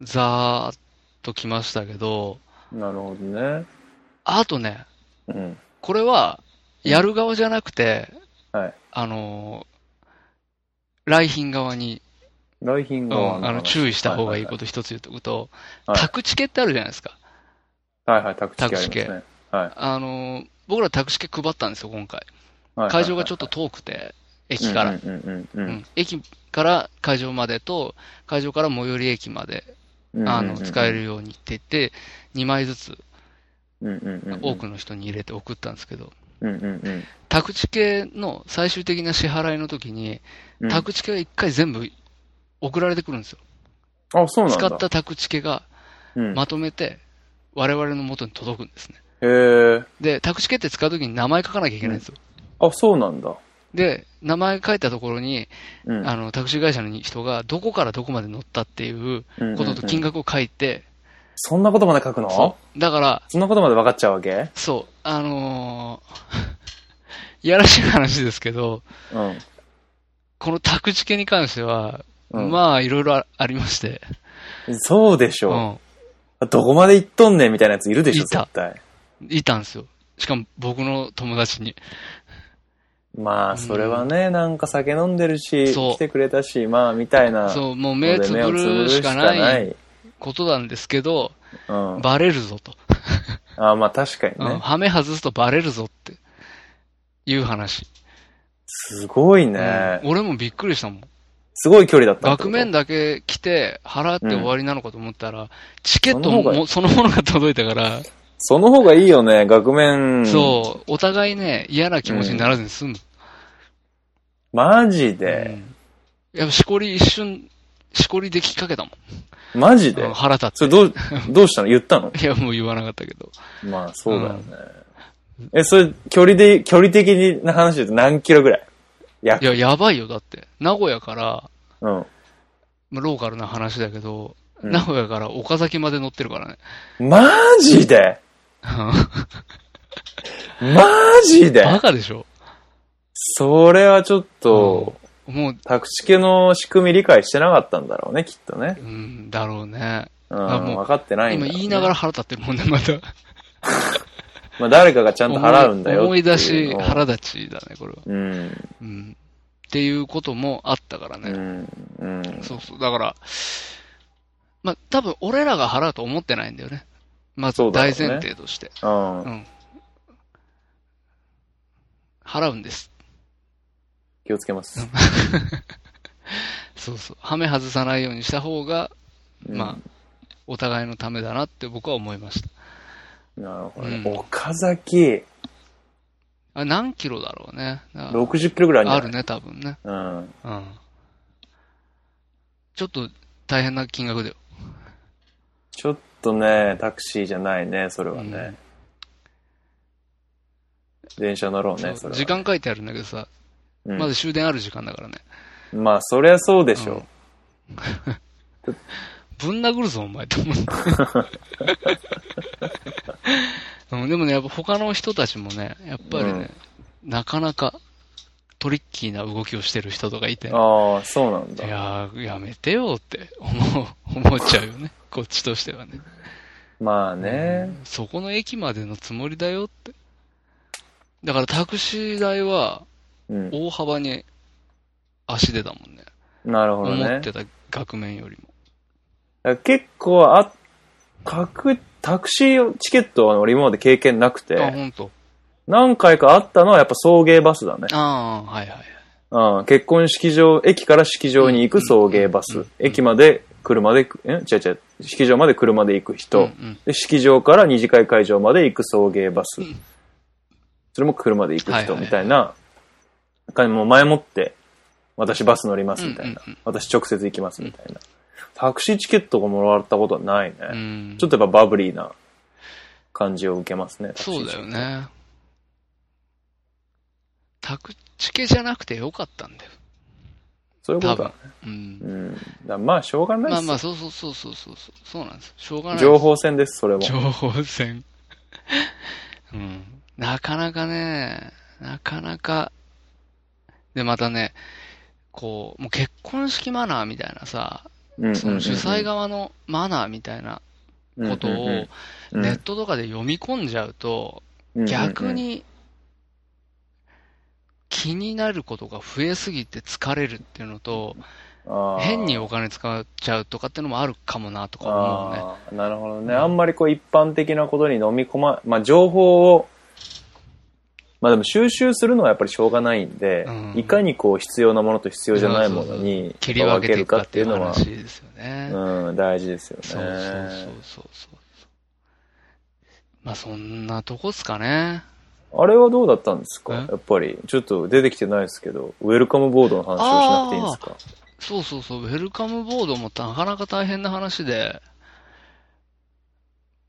Speaker 3: ざーっと来ましたけど、
Speaker 2: なるほどね。
Speaker 3: あとね、
Speaker 2: うん。
Speaker 3: これは、やる側じゃなくて、
Speaker 2: はい
Speaker 3: あのー、来賓側に、
Speaker 2: 来賓
Speaker 3: うん
Speaker 2: が、。
Speaker 3: あの、注意した方がいいことと一つ言っとくと、
Speaker 2: はい
Speaker 3: 宅チケってあるじゃないですか。
Speaker 2: はいはい、宅地系ありますね。
Speaker 3: 宅
Speaker 2: はい
Speaker 3: あのー、僕ら宅チケ配ったんですよ、今回。
Speaker 2: はい。
Speaker 3: 会場がちょっ
Speaker 2: と
Speaker 3: と遠くて、駅から。
Speaker 2: うんうんうん
Speaker 3: うん駅から会場までと、会場から最寄り駅まで、
Speaker 2: うん。
Speaker 3: あの、使えるようにって言って、2枚ずつ
Speaker 2: うんうんうん。
Speaker 3: 多くの人に入れて送ったんですけど、
Speaker 2: うんうんうん。
Speaker 3: 宅地系の最終的な支払いの時に、
Speaker 2: うん。
Speaker 3: 宅地系が1回全部送られてくるんですよ。
Speaker 2: あ、そうなん
Speaker 3: 使
Speaker 2: だ。
Speaker 3: った宅地系が
Speaker 2: うん。
Speaker 3: まとめて、我々の元に届くんですね。
Speaker 2: へえ。
Speaker 3: で、宅地系って使う時に名前書かなきゃいけないんですよ。
Speaker 2: あ、そうなんだ。
Speaker 3: で、名前書いたところに、
Speaker 2: うん
Speaker 3: あの、タクシー会社の人がどこからどこまで乗ったっていうことと金
Speaker 2: 額。
Speaker 3: 額を書いて、
Speaker 2: そんなことまで書くのそ
Speaker 3: そう。だから、
Speaker 2: んなことまで分かっちゃうわけ
Speaker 3: そう、あのー <laughs> いやらしい話ですけど、
Speaker 2: うん。
Speaker 3: この宅地系に関しては、
Speaker 2: うん
Speaker 3: まあ、いろいろあありまして、
Speaker 2: そうでし
Speaker 3: う
Speaker 2: ょ。
Speaker 3: ん、
Speaker 2: どこまで行っとんねんみたいなやついるでしょ、
Speaker 3: いた
Speaker 2: 絶対。
Speaker 3: いたんですよ。しかも僕の友達に。
Speaker 2: まあ、それはね、なんか酒飲んでるし、
Speaker 3: そう
Speaker 2: 来てくれたし、まあ、みたいな。
Speaker 3: そう、もう
Speaker 2: ので
Speaker 3: 目つぶるしかない。ことなんですけど、
Speaker 2: うん。
Speaker 3: バレるぞと。
Speaker 2: あまあ、確かに
Speaker 3: うん、
Speaker 2: ね。
Speaker 3: ハメ外すとバレるぞっていう話。
Speaker 2: すごい
Speaker 3: うん
Speaker 2: ね。
Speaker 3: 俺もびっくりしたもん。
Speaker 2: すごい距離だったってこと。
Speaker 3: 額面だけ来て、払って終わりなのかと思ったら、チケット
Speaker 2: その方が
Speaker 3: もそのものが届いたから、
Speaker 2: その方がいいよね、額面。
Speaker 3: そう、お互いね、嫌な気持ちにならずに済む。
Speaker 2: う。マジ
Speaker 3: う
Speaker 2: で。
Speaker 3: んやっぱしこり一瞬、しこりできかけたも
Speaker 2: マジ
Speaker 3: ん。う
Speaker 2: で
Speaker 3: ん。腹立
Speaker 2: それ <laughs>
Speaker 3: って。
Speaker 2: どう、どうしたの言ったの
Speaker 3: いや、もう言わなかったけど。
Speaker 2: まあ、そうだよね。え、それ、距離で、距離的な話で言うと何キロぐらい
Speaker 3: い
Speaker 2: 約。
Speaker 3: や、やばいよ、だって。名古屋から、
Speaker 2: うん。
Speaker 3: まあローカルな話だけど、
Speaker 2: うん
Speaker 3: 名古屋から岡崎まで乗ってるからね。
Speaker 2: マジでマジで
Speaker 3: バカでしょ
Speaker 2: それはちょっと、
Speaker 3: もう、
Speaker 2: 宅地系の仕組み理解してなかったんだろうね、きっとね
Speaker 3: う。ん、だろうね。
Speaker 2: うん、
Speaker 3: あもう
Speaker 2: 分かってないんだ
Speaker 3: 今
Speaker 2: ろうね、
Speaker 3: 言いながら腹立ってるもんね、また。
Speaker 2: まあ誰かがちゃんと払うんだよ
Speaker 3: 思い
Speaker 2: って
Speaker 3: 出
Speaker 2: いう
Speaker 3: し、
Speaker 2: のを
Speaker 3: 腹立ちだね、これは。
Speaker 2: うん。
Speaker 3: うん。っていうこともあったから
Speaker 2: う
Speaker 3: ね。
Speaker 2: ん。うん。
Speaker 3: そうそう。だから、まあ、多分俺らが払うと思ってないんだよね。まず
Speaker 2: そうだろう
Speaker 3: 大
Speaker 2: ね
Speaker 3: 前提として。
Speaker 2: うん
Speaker 3: うん。払うんです。
Speaker 2: 気をつけます。
Speaker 3: そうそう。はめ外さないようにした方が、
Speaker 2: うん
Speaker 3: まあ、お互いのためだなって僕は思いました。
Speaker 2: なるほどね。
Speaker 3: うん
Speaker 2: 岡崎、
Speaker 3: あ何キロだろうね。だから
Speaker 2: 60キロぐらいあ
Speaker 3: あ
Speaker 2: る
Speaker 3: る
Speaker 2: んじ
Speaker 3: ね、多分ね。
Speaker 2: ゃないうん。
Speaker 3: うん。ちょっと大変な金額だよ。
Speaker 2: ちょっとね、タクシーじゃないね、それはね。電車乗ろうね、そ
Speaker 3: そ
Speaker 2: れ
Speaker 3: う
Speaker 2: は。
Speaker 3: 時間書いてあるんだけどさ、
Speaker 2: うん
Speaker 3: まだ終電ある時間だからね。
Speaker 2: まあ、そりゃそうでしょ
Speaker 3: <laughs> ぶん殴るぞ、お前と
Speaker 2: <laughs>
Speaker 3: 思う。うんでもね、やっぱ他の人たちもね、やっぱりね、なかなかトリッキーな動きをしてる人とかいて、
Speaker 2: う。
Speaker 3: いや
Speaker 2: ああ、そうなんだ。
Speaker 3: ー、やめてよって思う、思っちゃうよね。 <laughs> こっちとしてはね。
Speaker 2: まあね。
Speaker 3: そこの駅までのつもりだよって。だからタクシー代は
Speaker 2: うん。
Speaker 3: 大幅に足でだもんね。
Speaker 2: なるほどね。
Speaker 3: 思って
Speaker 2: だか
Speaker 3: た額面よりも。
Speaker 2: ら結構、あ、各、タクシーチケットは俺今まで経験なく
Speaker 3: あ、
Speaker 2: て、
Speaker 3: ほんと。
Speaker 2: 何回かあったのはやっぱ送迎バスだね。
Speaker 3: ああ、はいはい。
Speaker 2: うん、結婚式場、駅から式場に行く送迎バ
Speaker 3: うんう
Speaker 2: ス
Speaker 3: ん、
Speaker 2: 駅まで車で行く、え違う違う、式場まで車で行く
Speaker 3: うんう
Speaker 2: 人、
Speaker 3: ん。
Speaker 2: で、式場から二次会会場まで行く送迎バス
Speaker 3: うん、
Speaker 2: それも車で行く
Speaker 3: はいはい
Speaker 2: 人
Speaker 3: はい
Speaker 2: みたいな、なんかもう前もって、私バス乗りますみたいな
Speaker 3: うんうんうん、
Speaker 2: 私直接行きますみたいな。タクシーチケットがもらったことはない
Speaker 3: うん
Speaker 2: ね。ちょっとやっぱバブリーな感じを受けますね。タクシー
Speaker 3: そう
Speaker 2: チケ
Speaker 3: だ
Speaker 2: ット
Speaker 3: よ。ね。宅地系じゃなくてよかったんだよ。
Speaker 2: そういうこ
Speaker 3: 多
Speaker 2: と
Speaker 3: 分
Speaker 2: だ。。
Speaker 3: うん
Speaker 2: う。ん。だからまあ、しょうがない
Speaker 3: ま
Speaker 2: で
Speaker 3: あ
Speaker 2: す
Speaker 3: ま
Speaker 2: よ
Speaker 3: あ、そうそうそうそうそう。そうなんです。しょうがないです。
Speaker 2: 情報戦です、それも。
Speaker 3: 情報戦。 <laughs> うん。なかなかね、なかなか。で、またね、こう、もう結婚式マナーみたいなさ、その主催側のマナーみたいなことをネットとかで読み込んじゃうと、逆に気になることが増えすぎて疲れるっていうのと、変にお金使っちゃうとかってのもあるかもなとか思うね。
Speaker 2: あーなるほどね。あんまりこう一般的なことに飲み込ま、まあ情報を、まあでも収集するのはやっぱりしょうがないんで、
Speaker 3: うん
Speaker 2: いかにこう必要なものと必要じゃないものに
Speaker 3: 切り分けていくかっていう
Speaker 2: は、
Speaker 3: 話ですよね。
Speaker 2: うん、大事ですよね。
Speaker 3: そうそうそうそう。まあそんなとこっすかね。
Speaker 2: あれはどうだったんですか
Speaker 3: え
Speaker 2: やっぱり、ちょっと出てきてないですけど、ウェルカムボードの話をしなくていいんですか
Speaker 3: そうそうそう、ウェルカムボードもなかなか大変な話で、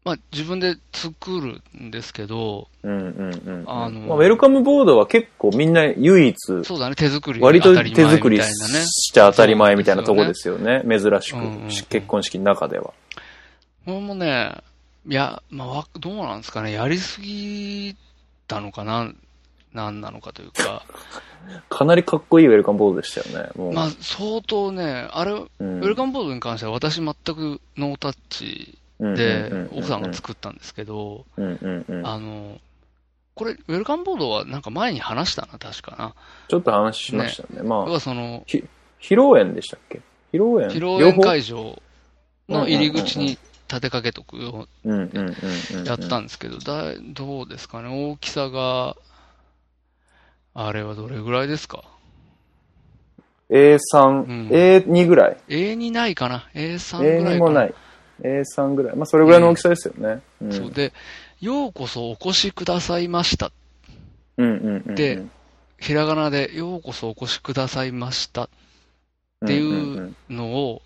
Speaker 3: まあ自分で作るんですけど、
Speaker 2: うんうんうん。
Speaker 3: あの
Speaker 2: まあ、ウェルカムボードは結構みんな唯一、
Speaker 3: そうだね、手作り
Speaker 2: 割と
Speaker 3: 当たり
Speaker 2: 手
Speaker 3: 前
Speaker 2: 作
Speaker 3: み
Speaker 2: り
Speaker 3: たいなね。
Speaker 2: しちゃ当たり前みたいなとこですよね。珍しく、
Speaker 3: うんうんうん
Speaker 2: 結婚式の中では。
Speaker 3: これもね、いや、まあわ、どうなんですかね、やりすぎたのかな、なんなのかというか、
Speaker 2: かなりかっこいいウェルカムボードでしたよね。もう。
Speaker 3: まあ、相当ね、あれ、ウ
Speaker 2: うん
Speaker 3: ェルカムボードに関しては私全くノータッチで、奥さんが作ったんですけど、
Speaker 2: うんうんうん
Speaker 3: あの、これ、ウェルカムボードはなんか前に話したな、確か
Speaker 2: ちょっと話しましたね。
Speaker 3: な。要
Speaker 2: まあ、
Speaker 3: はその、
Speaker 2: 披露宴でしたっけ披露宴
Speaker 3: 披露宴会場の入り口
Speaker 2: うんうんうんうん
Speaker 3: に立てかけとくよ
Speaker 2: うんうんうんうん。
Speaker 3: やったんですけど、だいどうですかね、大きさが、あれはどれぐらいですか
Speaker 2: A3、
Speaker 3: うん
Speaker 2: A2 ぐらい。
Speaker 3: ?A2 ないかな ?A3 ぐらいかな
Speaker 2: A2 もない。A3 ぐらい。まあ、それぐらいの大きさですよね。うん、
Speaker 3: そうで、ようこそお越しくださいました。
Speaker 2: うんうんうん。
Speaker 3: でひらがなで、ようこそお越しくださいましたってい
Speaker 2: んんん
Speaker 3: うのを、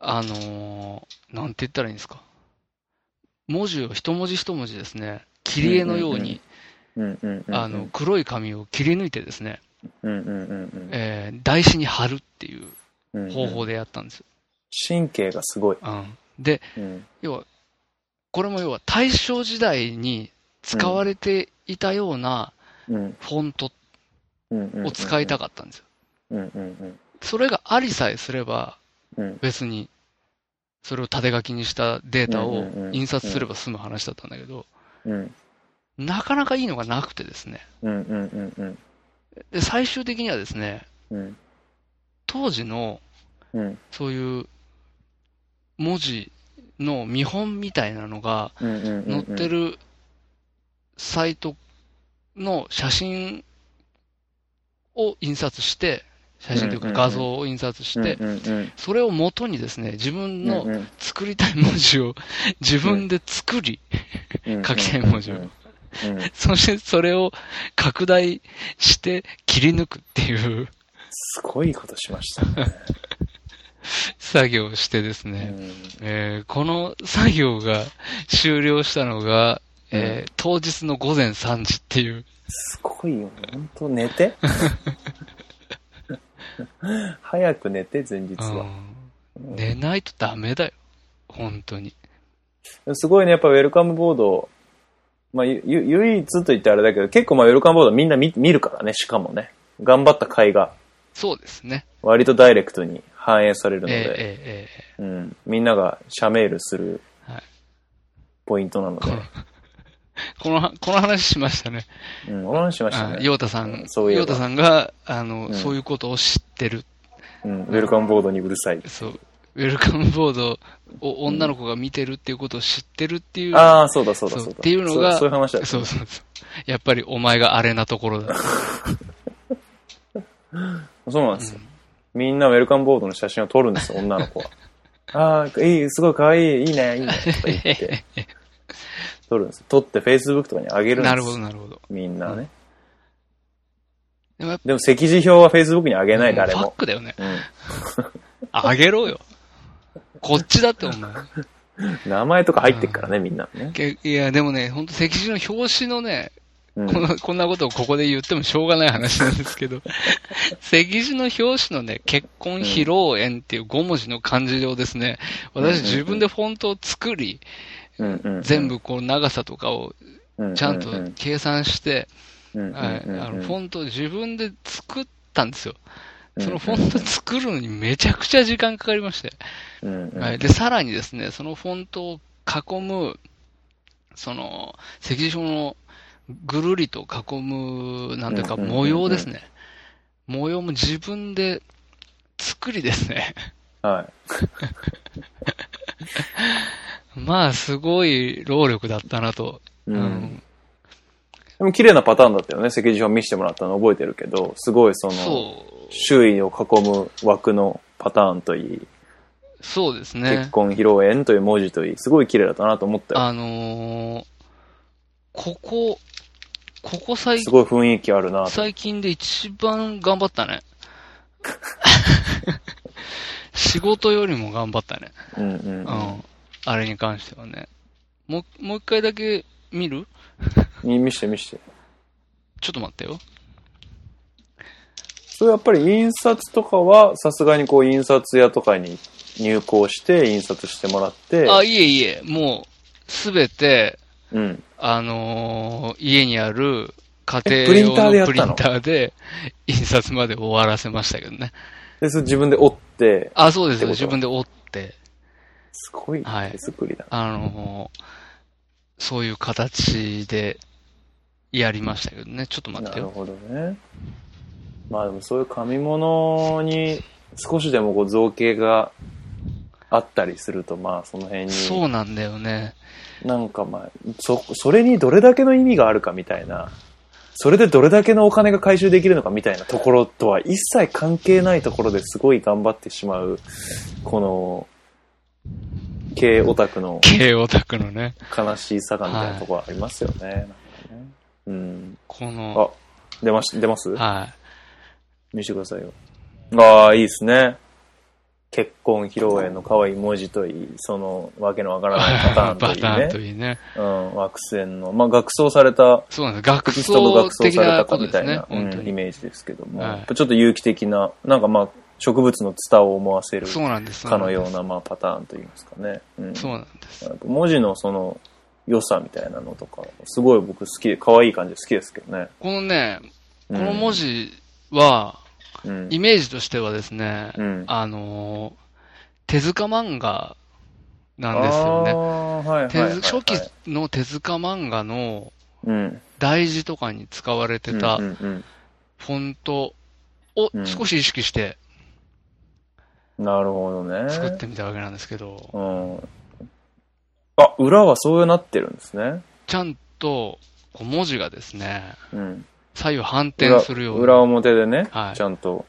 Speaker 3: あのーなんて言ったらいいんですか。文字を一文字一文字ですね、切り絵のように、
Speaker 2: うんうんうんうん。
Speaker 3: あの、黒い紙を切り抜いてですね、
Speaker 2: うんうんうん
Speaker 3: えー台紙に貼るっていう
Speaker 2: うんうん。
Speaker 3: 方法でやったんですよ。
Speaker 2: 神経がすごい。
Speaker 3: うん、で、
Speaker 2: うん。
Speaker 3: 要は、これも要は大正時代に使われていたような
Speaker 2: うん
Speaker 3: フォント
Speaker 2: うんうん。
Speaker 3: を使いた
Speaker 2: か
Speaker 3: かったんですよ。
Speaker 2: うんうんうん。
Speaker 3: それがありさえすれば、
Speaker 2: うん
Speaker 3: 別に、それを縦書きにしたデータ
Speaker 2: う
Speaker 3: を
Speaker 2: んうんうん
Speaker 3: 印刷すれば済む話だったんだけど、
Speaker 2: うん
Speaker 3: なかなかいいのがなくてですね。
Speaker 2: うんうんうんうん。
Speaker 3: で、最終的にはですね、
Speaker 2: うん
Speaker 3: 当時の、
Speaker 2: うん
Speaker 3: そういう、文字の見本みたいなのが
Speaker 2: うんうんうん。
Speaker 3: 載ってるサイトの写真を印刷して、写真とい
Speaker 2: う
Speaker 3: う
Speaker 2: んうんう
Speaker 3: か
Speaker 2: ん
Speaker 3: 画像を印刷して
Speaker 2: う、んうん
Speaker 3: それを元にですね、自分
Speaker 2: うん。
Speaker 3: の
Speaker 2: うんうん
Speaker 3: 作りたい文字を自分で作り、
Speaker 2: うん、
Speaker 3: 書きたい文字を
Speaker 2: うんうん
Speaker 3: そしてそれを拡大して切り抜くっていう
Speaker 2: すごいことしましたね。
Speaker 3: 作業をしてです
Speaker 2: う
Speaker 3: ね、
Speaker 2: ん
Speaker 3: えーこの作業が終了したのが、えー当日の午前3時っていう、
Speaker 2: すごいよ。本当寝て。早く寝て、前日は。
Speaker 3: うん寝ないとダメだよ。本当に。
Speaker 2: すごいね、やっぱウェルカムボード、まあ、ゆゆ唯一と言ってあれだけど、結構まあウェルカムボードみんな見見るからね、しかもね。頑張った回が
Speaker 3: そうですね。
Speaker 2: 割とダイレクトに反映されるの
Speaker 3: えーえー
Speaker 2: で、
Speaker 3: えー
Speaker 2: うん、みんながシャメールする
Speaker 3: はい
Speaker 2: ポイントなので
Speaker 3: <laughs> こ、の、このは、この話しましたね。
Speaker 2: うん、お話ししました
Speaker 3: あ
Speaker 2: ね。
Speaker 3: ヨータさん、
Speaker 2: そういえば
Speaker 3: ヨータさんが、あの、
Speaker 2: うん
Speaker 3: そういうことを知ってる。
Speaker 2: うん、ウェルカムボードにうるさい。
Speaker 3: そう。ウェルカムボードを女の子が見てるっていうことを知ってるっていう。
Speaker 2: ああ、そうだそうだ
Speaker 3: そう
Speaker 2: そうだ。
Speaker 3: っていうのが、
Speaker 2: そそういう話だった
Speaker 3: そうそうそうやっぱりお前があれなところだ。
Speaker 2: そうなんですよ。みんなウェルカムボードの写真を撮るんですよ、女の
Speaker 3: <laughs>
Speaker 2: 子は。ああ、いい、すごい可愛い、いいね、いいね、とか言って。
Speaker 3: <laughs>
Speaker 2: 撮るんですよ。撮って Facebook とかに上げるんですよ。
Speaker 3: なるほど、なるほど。
Speaker 2: みんなね。
Speaker 3: でもやっ
Speaker 2: でも、席次表は Facebook に上げ
Speaker 3: ぱ、
Speaker 2: ない、誰
Speaker 3: ファッ
Speaker 2: も。
Speaker 3: クだよね。
Speaker 2: うん。
Speaker 3: あげろよ。こっちだって、
Speaker 2: <laughs>
Speaker 3: お前。
Speaker 2: 名前とか入ってっからね、みんなね。
Speaker 3: けいや、でもね、ほんと、石字の表紙のね、
Speaker 2: うん
Speaker 3: この、こんなことをここで言ってもしょうがない話なんで
Speaker 2: <laughs>
Speaker 3: すけど、石字の表紙のね、結婚披露宴っていう5文字の漢字上ですね、私自分でフォントを作り、
Speaker 2: うんうんうん
Speaker 3: 全部こう長さとかをちゃんと計算して、
Speaker 2: うんうんうん
Speaker 3: はいあのフォントを自分で作ったんですよ。
Speaker 2: うん
Speaker 3: そのフォント作るのにめちゃくちゃ時間かかりまして。
Speaker 2: うんうん
Speaker 3: はい、で、さらにですね、そのフォントを囲む、その、赤字表のぐるりと囲む、なんていうか、
Speaker 2: うんうんうんうん
Speaker 3: 模様ですね。模様も自分で作りですね。 <laughs>
Speaker 2: はい。
Speaker 3: まあ、すごい労力だったなと。
Speaker 2: う
Speaker 3: うんん
Speaker 2: でも、綺麗なパターンだったよね。席次表見せてもらったの覚えてるけど、すごいその、
Speaker 3: そう、
Speaker 2: 周囲を囲む枠のパターンといい、
Speaker 3: そうですね
Speaker 2: 結。婚披露宴という文字といい、すごい綺麗だったなと思ったよ。
Speaker 3: あのーここ、ここ最
Speaker 2: すごい雰囲気あるなと。
Speaker 3: 最近で一番頑
Speaker 2: <laughs>
Speaker 3: 張ったね。仕事よりも頑張ったね。
Speaker 2: うんうん
Speaker 3: う
Speaker 2: うん
Speaker 3: ん。あれに関してはね。もう、もう一回だけ見る
Speaker 2: に。見して見して。
Speaker 3: ちょっと待ってよ。
Speaker 2: それやっぱり印刷とかは、さすがにこう印刷屋とかに入稿して印刷してもらって、
Speaker 3: あ、いえいえ、もう、すべて、
Speaker 2: うん。
Speaker 3: あのー家にある家庭
Speaker 2: えプリンターでやった
Speaker 3: 用の
Speaker 2: の
Speaker 3: プリンターで、印刷まで終わらせましたけどね。
Speaker 2: で、それ自分で折って、
Speaker 3: あ、そうですよ。
Speaker 2: ってこと
Speaker 3: 自分で折って、
Speaker 2: すごい
Speaker 3: はい
Speaker 2: 手作りだ。
Speaker 3: あのーそういう形で、やりましたけどね。ちょっと待っ
Speaker 2: な
Speaker 3: て
Speaker 2: る
Speaker 3: よ。
Speaker 2: ほどね。まあでもそういう紙物に少しでもこう造形があったりすると、まあその辺に、
Speaker 3: そうなんだよね。
Speaker 2: なんかまあ、そ、それにどれだけの意味があるかみたいな、それでどれだけのお金が回収できるのかみたいなところとは一切関係ないところですごい頑張ってしまう、この、経営オタクの
Speaker 3: 軽オタクのね。
Speaker 2: 悲しいさがみたいなところありますよね。なんかねうん。
Speaker 3: この、
Speaker 2: あ、出まし、出ます
Speaker 3: はい。
Speaker 2: 見せてくださいよ。ああ、いいですね。結婚披露宴の可愛い文字といい、そのわけのわからない
Speaker 3: <laughs>
Speaker 2: パタ
Speaker 3: バタ
Speaker 2: ー
Speaker 3: ー
Speaker 2: ン
Speaker 3: ン
Speaker 2: と
Speaker 3: と
Speaker 2: いいね。
Speaker 3: いいね。
Speaker 2: うん、惑星の、まあ、学装された、
Speaker 3: そうなんです。学
Speaker 2: テキストの
Speaker 3: 装
Speaker 2: 学装
Speaker 3: 的
Speaker 2: され
Speaker 3: な
Speaker 2: た
Speaker 3: こ
Speaker 2: か
Speaker 3: とで
Speaker 2: み
Speaker 3: す
Speaker 2: たい
Speaker 3: ね
Speaker 2: な。、
Speaker 3: 本当
Speaker 2: うんイ
Speaker 3: に。
Speaker 2: メージですけども、
Speaker 3: はい
Speaker 2: ちょっと有機的な、なんかまあ、植物のツタを思わせる
Speaker 3: そうなんです。
Speaker 2: かのような、まあ、パターンといいますかね。うん、
Speaker 3: そうなんです。
Speaker 2: なんか文字のその良さみたいなのとか、すごい僕好きで、可愛い感じ好きですけどね。
Speaker 3: このね、こ
Speaker 2: うん
Speaker 3: の文、字は、
Speaker 2: うん
Speaker 3: イメージとしてはですね、
Speaker 2: うん
Speaker 3: あのー、手塚漫画なんですよ
Speaker 2: あ
Speaker 3: ね。
Speaker 2: ーはいはい
Speaker 3: 手
Speaker 2: はいはい
Speaker 3: 塚初期の手塚漫画の
Speaker 2: うん
Speaker 3: 題字とかに使われてた
Speaker 2: うんうん
Speaker 3: フォントを
Speaker 2: うん
Speaker 3: 少し意識して
Speaker 2: うんなるほどね。
Speaker 3: 作ってみたわけなんですけど、
Speaker 2: うん。あ、裏はそうなってるんですね。
Speaker 3: ちゃんとこう文字がですね、
Speaker 2: うん。
Speaker 3: 左右反転
Speaker 2: 裏
Speaker 3: するよう
Speaker 2: 裏
Speaker 3: に
Speaker 2: 表でね、
Speaker 3: はい
Speaker 2: ちゃんと。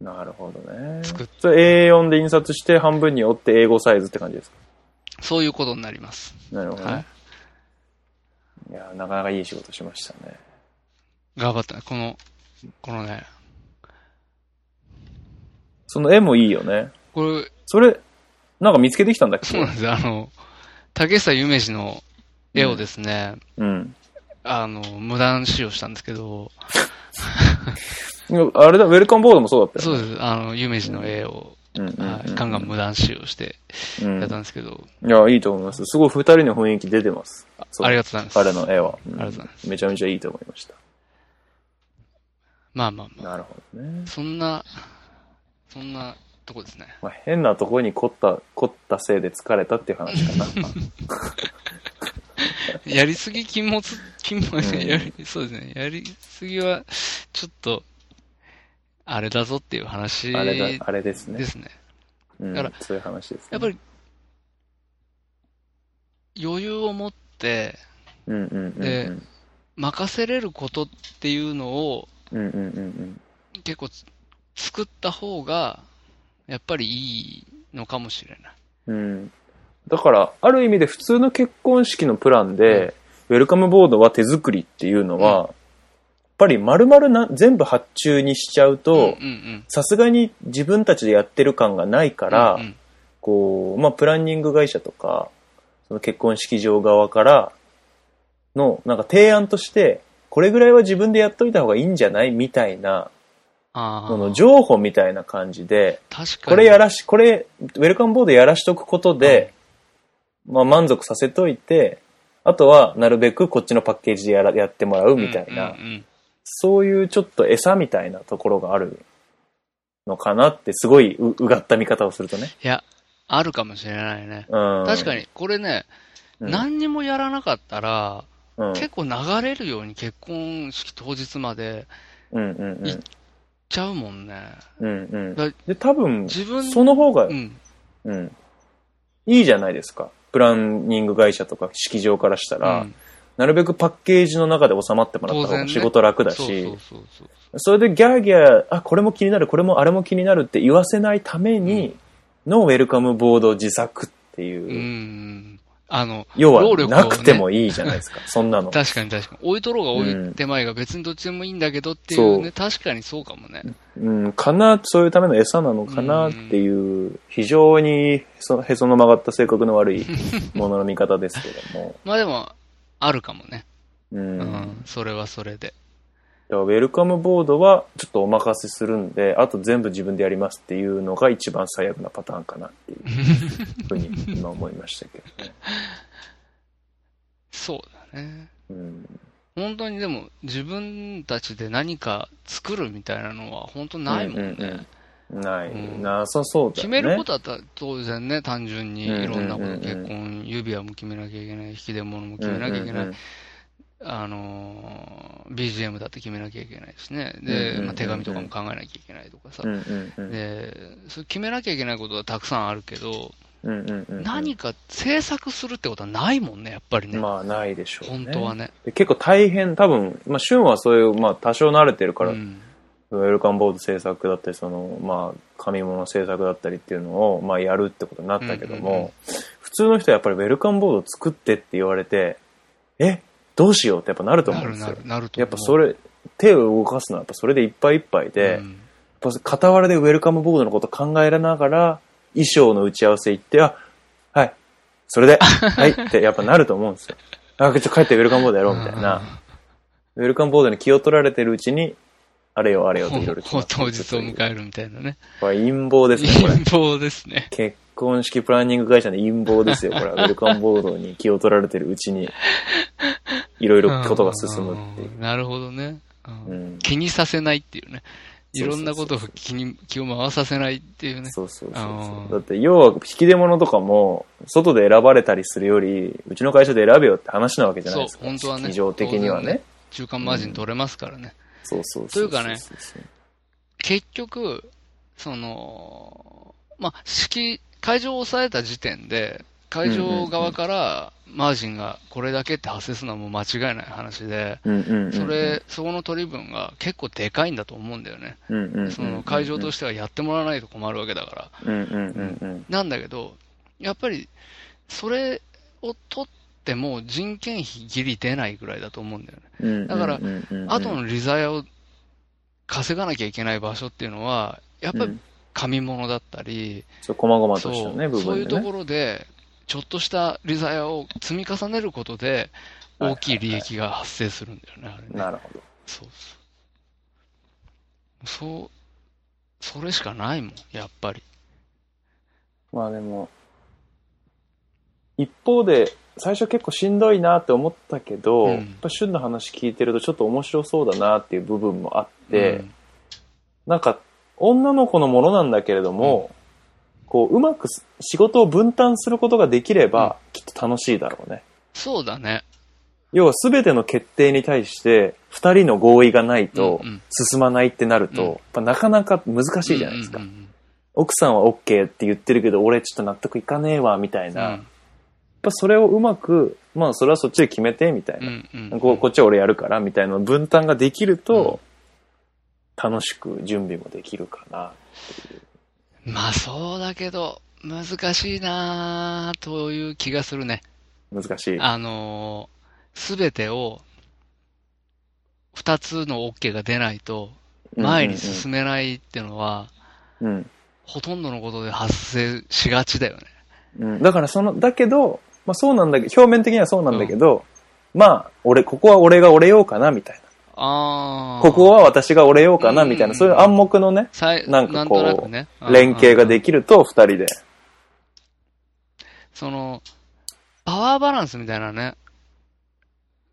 Speaker 2: なるほどね。
Speaker 3: 作っ
Speaker 2: それ A4 で印刷して半分に折って英語サイズって感じですか
Speaker 3: そういうことになります。
Speaker 2: なるほど、ね
Speaker 3: はい。
Speaker 2: い。や、なかなかいい仕事しましたね。
Speaker 3: 頑張った。この、このね、
Speaker 2: その絵もいいよね。
Speaker 3: これ、
Speaker 2: それ、なんか見つけてきたんだっけ
Speaker 3: そうなんです。あの、竹下夢二の絵をですね、
Speaker 2: うん。
Speaker 3: あの、無断使用したんですけど、
Speaker 2: いやあれだ、ウェルカムボードもそうだった
Speaker 3: そう
Speaker 2: よ、
Speaker 3: です。あの、夢二の絵を、
Speaker 2: そうです。
Speaker 3: はいガンガン無断使用して
Speaker 2: うん
Speaker 3: やったんですけど、
Speaker 2: いや、いいと思います。すごい二人の雰囲気出てます。そう
Speaker 3: ありがとうございます。
Speaker 2: 彼の絵は、うん
Speaker 3: ありがとうございま
Speaker 2: めちゃめちゃいいと思いました。
Speaker 3: まあまあま
Speaker 2: なるほどね
Speaker 3: あ、。そんな、そんなとこですね。
Speaker 2: まあ、変なところに凝った、凝ったせいで疲れたっていう話
Speaker 3: <laughs>
Speaker 2: かな。
Speaker 3: やりすぎ禁物、禁物、
Speaker 2: うん
Speaker 3: やり、そうですね。やりすぎは、ちょっと、あれだぞっていう話
Speaker 2: あれだ、あれです
Speaker 3: で
Speaker 2: ね。
Speaker 3: すね。
Speaker 2: うん
Speaker 3: だから、
Speaker 2: そういう話です、ね。
Speaker 3: やっぱり、余裕を持って
Speaker 2: うんうんうんうん。
Speaker 3: で任せれることっていうのを
Speaker 2: うんうんうん
Speaker 3: 結構つ作った方が、やっぱりいいのかもしれない。
Speaker 2: うん。うん。だから、ある意味で普通の結婚式のプランで、ウェルカムボードは手作りっていうのは、やっぱり丸々な全部発注にしちゃうと、
Speaker 3: うんうん。
Speaker 2: さすがに自分たちでやってる感がないから、
Speaker 3: うんうん
Speaker 2: こう、まあ、プランニング会社とか、その結婚式場側からの、なんか提案として、これぐらいは自分でやっといた方がいいんじゃないみたいな、
Speaker 3: あ
Speaker 2: その
Speaker 3: あ、
Speaker 2: 情報みたいな感じで、
Speaker 3: 確かに。
Speaker 2: これやらし、これ、ウェルカムボードやらしとくことで、まあ、満足させといて、あとは、なるべくこっちのパッケージでやらやってもらうみたいな、
Speaker 3: うんうんうん
Speaker 2: そういうちょっと餌みたいなところがあるのかなって、すごいう、うがった見方をするとね。
Speaker 3: いや、あるかもしれないね。
Speaker 2: うん。
Speaker 3: 確かに、これね、
Speaker 2: うん
Speaker 3: 何にもやらなかったら、
Speaker 2: うん、
Speaker 3: 結構流れるように結婚式当日まで
Speaker 2: うんうんうん
Speaker 3: いちゃうもんね。
Speaker 2: うんう
Speaker 3: だ
Speaker 2: ん。で、多分、
Speaker 3: 自分
Speaker 2: その方が
Speaker 3: う、ん。
Speaker 2: うん、いいじゃないですか。プランニング会社とか式場からした
Speaker 3: う
Speaker 2: ら、
Speaker 3: ん
Speaker 2: なるべくパッケージの中で収まってもらった
Speaker 3: 当
Speaker 2: 方
Speaker 3: 然
Speaker 2: が
Speaker 3: ね
Speaker 2: 仕事楽だし、
Speaker 3: そうそうそうそう。
Speaker 2: それでギャーギャー、あ、これも気になる、これもあれも気になるって言わせないためにのウェルカムボード自作っていう、
Speaker 3: うん。あの、
Speaker 2: 要
Speaker 3: 労
Speaker 2: は
Speaker 3: 力をね
Speaker 2: なくてもいいじゃない
Speaker 3: <laughs>
Speaker 2: ですか、そんなの。
Speaker 3: 確かに確かに。置いとろうが置いてまいが別にどっちでもいいんだけどっていう
Speaker 2: そ
Speaker 3: ね、確かにそうかもね。
Speaker 2: うん、かな、そういうための餌なのかなっていう、非常にそへその曲がった性格の悪いものの見方ですけども。
Speaker 3: まあでも、あるかもね。
Speaker 2: うん
Speaker 3: うん。それはそれで。
Speaker 2: だからウェルカムボードはちょっとお任せするんで、あと全部自分でやりますっていうのが一番最悪なパターンかなっていうふうに
Speaker 3: <laughs>
Speaker 2: 今思いましたけどね。
Speaker 3: そうだね。
Speaker 2: うん、
Speaker 3: 本当にでも自分たちで何か作るみたいなのは本当ないもんね。
Speaker 2: うんうんない、
Speaker 3: うん
Speaker 2: なさそうだ
Speaker 3: 決
Speaker 2: よね。
Speaker 3: めることだったら当然ね、単純にいろんなこと、
Speaker 2: うんうんうん
Speaker 3: 結婚、指輪も決めなきゃいけない、引き出物も決めなきゃいけない、
Speaker 2: うん
Speaker 3: あのー、BGM だって決めなきゃいけないしね、で、
Speaker 2: うんうんうん
Speaker 3: まあ、手紙とかも考えなきゃいけないとかさ、
Speaker 2: うんうんうん
Speaker 3: でそれ決めなきゃいけないことはたくさんあるけど、
Speaker 2: うんうんうんうん
Speaker 3: 何か制作するってことはないもんね、やっぱりね、
Speaker 2: まあないでしょう
Speaker 3: 本
Speaker 2: ね。
Speaker 3: 当はね。
Speaker 2: で結構大変、多分、まあ、シュンはそういう、まあ、多少慣れてるから、
Speaker 3: うん
Speaker 2: ウェルカムボード制作だったり、その、まあ、紙物制作だったりっていうのを、まあ、やるってことになったけども、
Speaker 3: うんうんうん
Speaker 2: 普通の人はやっぱりウェルカムボードを作ってって言われて、え、どうしようってやっぱなると思
Speaker 3: な
Speaker 2: うんで
Speaker 3: る
Speaker 2: すよ。
Speaker 3: なるなると
Speaker 2: やっぱそ
Speaker 3: れ
Speaker 2: れ、手を動かすのはやっぱそれでいっぱいいっぱいで、ぱ傍らでウェルカムボードのこと考えながら、衣装の打ち合わせ行って、あ、はい、そ
Speaker 3: <laughs>
Speaker 2: れで、はいってやっぱなると思うんですよ。あ、ちょっと帰ってウェルカムボードやろうみたいな。ウェルカムボードに気を取られてるうちに、あれよあれよといろいろ決ま
Speaker 3: ほ
Speaker 2: っ
Speaker 3: ん
Speaker 2: て
Speaker 3: 当日を迎
Speaker 2: え
Speaker 3: えるみたいなね。
Speaker 2: 陰謀ですね、これ
Speaker 3: <laughs> 陰。謀ですね。
Speaker 2: 結婚式プランニング会社の陰謀ですよ、これは。ウェルカムボードに気を取られてるうちに、いろいろことが進むっていう
Speaker 3: うん。なるほどね、うん
Speaker 2: うん
Speaker 3: 気にさせないっていうね。いろんなこと
Speaker 2: そ
Speaker 3: を
Speaker 2: うそうそう
Speaker 3: 気に気を回させないっていうね。
Speaker 2: そうそうそう
Speaker 3: あ
Speaker 2: そ
Speaker 3: の
Speaker 2: う。
Speaker 3: ー
Speaker 2: だって、要は、引き出物とかも、外で選ばれたりするより、うちの会社で選べよって話なわけじゃない
Speaker 3: そう
Speaker 2: です、か。
Speaker 3: 本当はね。
Speaker 2: 市場的には
Speaker 3: 当然
Speaker 2: ね。。
Speaker 3: 中間マージン取れますからね。
Speaker 2: そうそう
Speaker 3: と
Speaker 2: そ。
Speaker 3: いううかね
Speaker 2: そうそうそう
Speaker 3: 結局、その、まあ、式、会場を抑えた時点で、会場側からマージンがこれだけって発生するのはもう間違いない話で、
Speaker 2: うんうんうん。
Speaker 3: それ、そこの取り分が結構でかいんだと思うんだよね。
Speaker 2: うんうんうんうん、
Speaker 3: その会場と
Speaker 2: し
Speaker 3: してはやってもらわないと困るわけだから。
Speaker 2: て。うんうんうんうん。
Speaker 3: なんだけど、やっぱり、それを取っても人件費ギリ出ないぐらいだと思うんだよね。
Speaker 2: うんうんうんうん
Speaker 3: だから、後
Speaker 2: うん
Speaker 3: の利ザヤを稼がなきゃいけない場所っていうのは、やっぱり紙物だったり、
Speaker 2: そう、細々
Speaker 3: そ
Speaker 2: とした
Speaker 3: う
Speaker 2: ね、部
Speaker 3: そう
Speaker 2: 分
Speaker 3: いう
Speaker 2: で
Speaker 3: と
Speaker 2: ね
Speaker 3: こ。ろで、ちょっとした利ザヤを積み重ねることで、大きい利益が発生するんだよね、あれね
Speaker 2: なるほど。
Speaker 3: そうそう。そう、それしかないもん、やっぱり。
Speaker 2: まあでも、一方で、最初結構しんどいなって思ったけど、
Speaker 3: うん
Speaker 2: やっぱ旬の話聞いてるとちょっと面白そうだなっていう部分もあって、
Speaker 3: うん
Speaker 2: なんか、女の子のものなんだけれども、こう、うまくす仕事を分担することができれば、きっと楽しいだろうね。
Speaker 3: そうだね。
Speaker 2: 要は全ての決定に対して、二人の合意がないと
Speaker 3: うんうん、
Speaker 2: 進まないってなると、
Speaker 3: うん
Speaker 2: やっぱなかなか難しいじゃないですか。
Speaker 3: うんうんうん
Speaker 2: 奥さんは OK って言ってるけど、俺ちょっと納得いかねえわ、みたいな。
Speaker 3: う
Speaker 2: やっ
Speaker 3: ん
Speaker 2: ぱそれをうまく、まあそれはそっちで決めて、みたいな。
Speaker 3: うんうん
Speaker 2: こうこっちは俺やるから、みたいな分担ができる
Speaker 3: うん
Speaker 2: と、楽しく準備もできるかな。
Speaker 3: まあそうだけど、難しいなあという気がするね。
Speaker 2: 難しい。
Speaker 3: あのすべてを、二つの OK が出ないと、前に進めないっていうのは、
Speaker 2: うんうんうん、
Speaker 3: ほとんどのことで発生しがちだよね。
Speaker 2: うんだからその、だけど、まあそうなんだけど、表面的にはそうなんだけど、まあ、俺、ここは俺が折れようかな、みたい
Speaker 3: あ
Speaker 2: な。
Speaker 3: あ。
Speaker 2: ここは私が折れようかな、
Speaker 3: うん
Speaker 2: みたいな、そういう暗黙のね、
Speaker 3: さい、
Speaker 2: なんかこう
Speaker 3: なんとなくね。
Speaker 2: 連携がで
Speaker 3: き
Speaker 2: きると、二人で。
Speaker 3: その、パワーバランスみたいなね。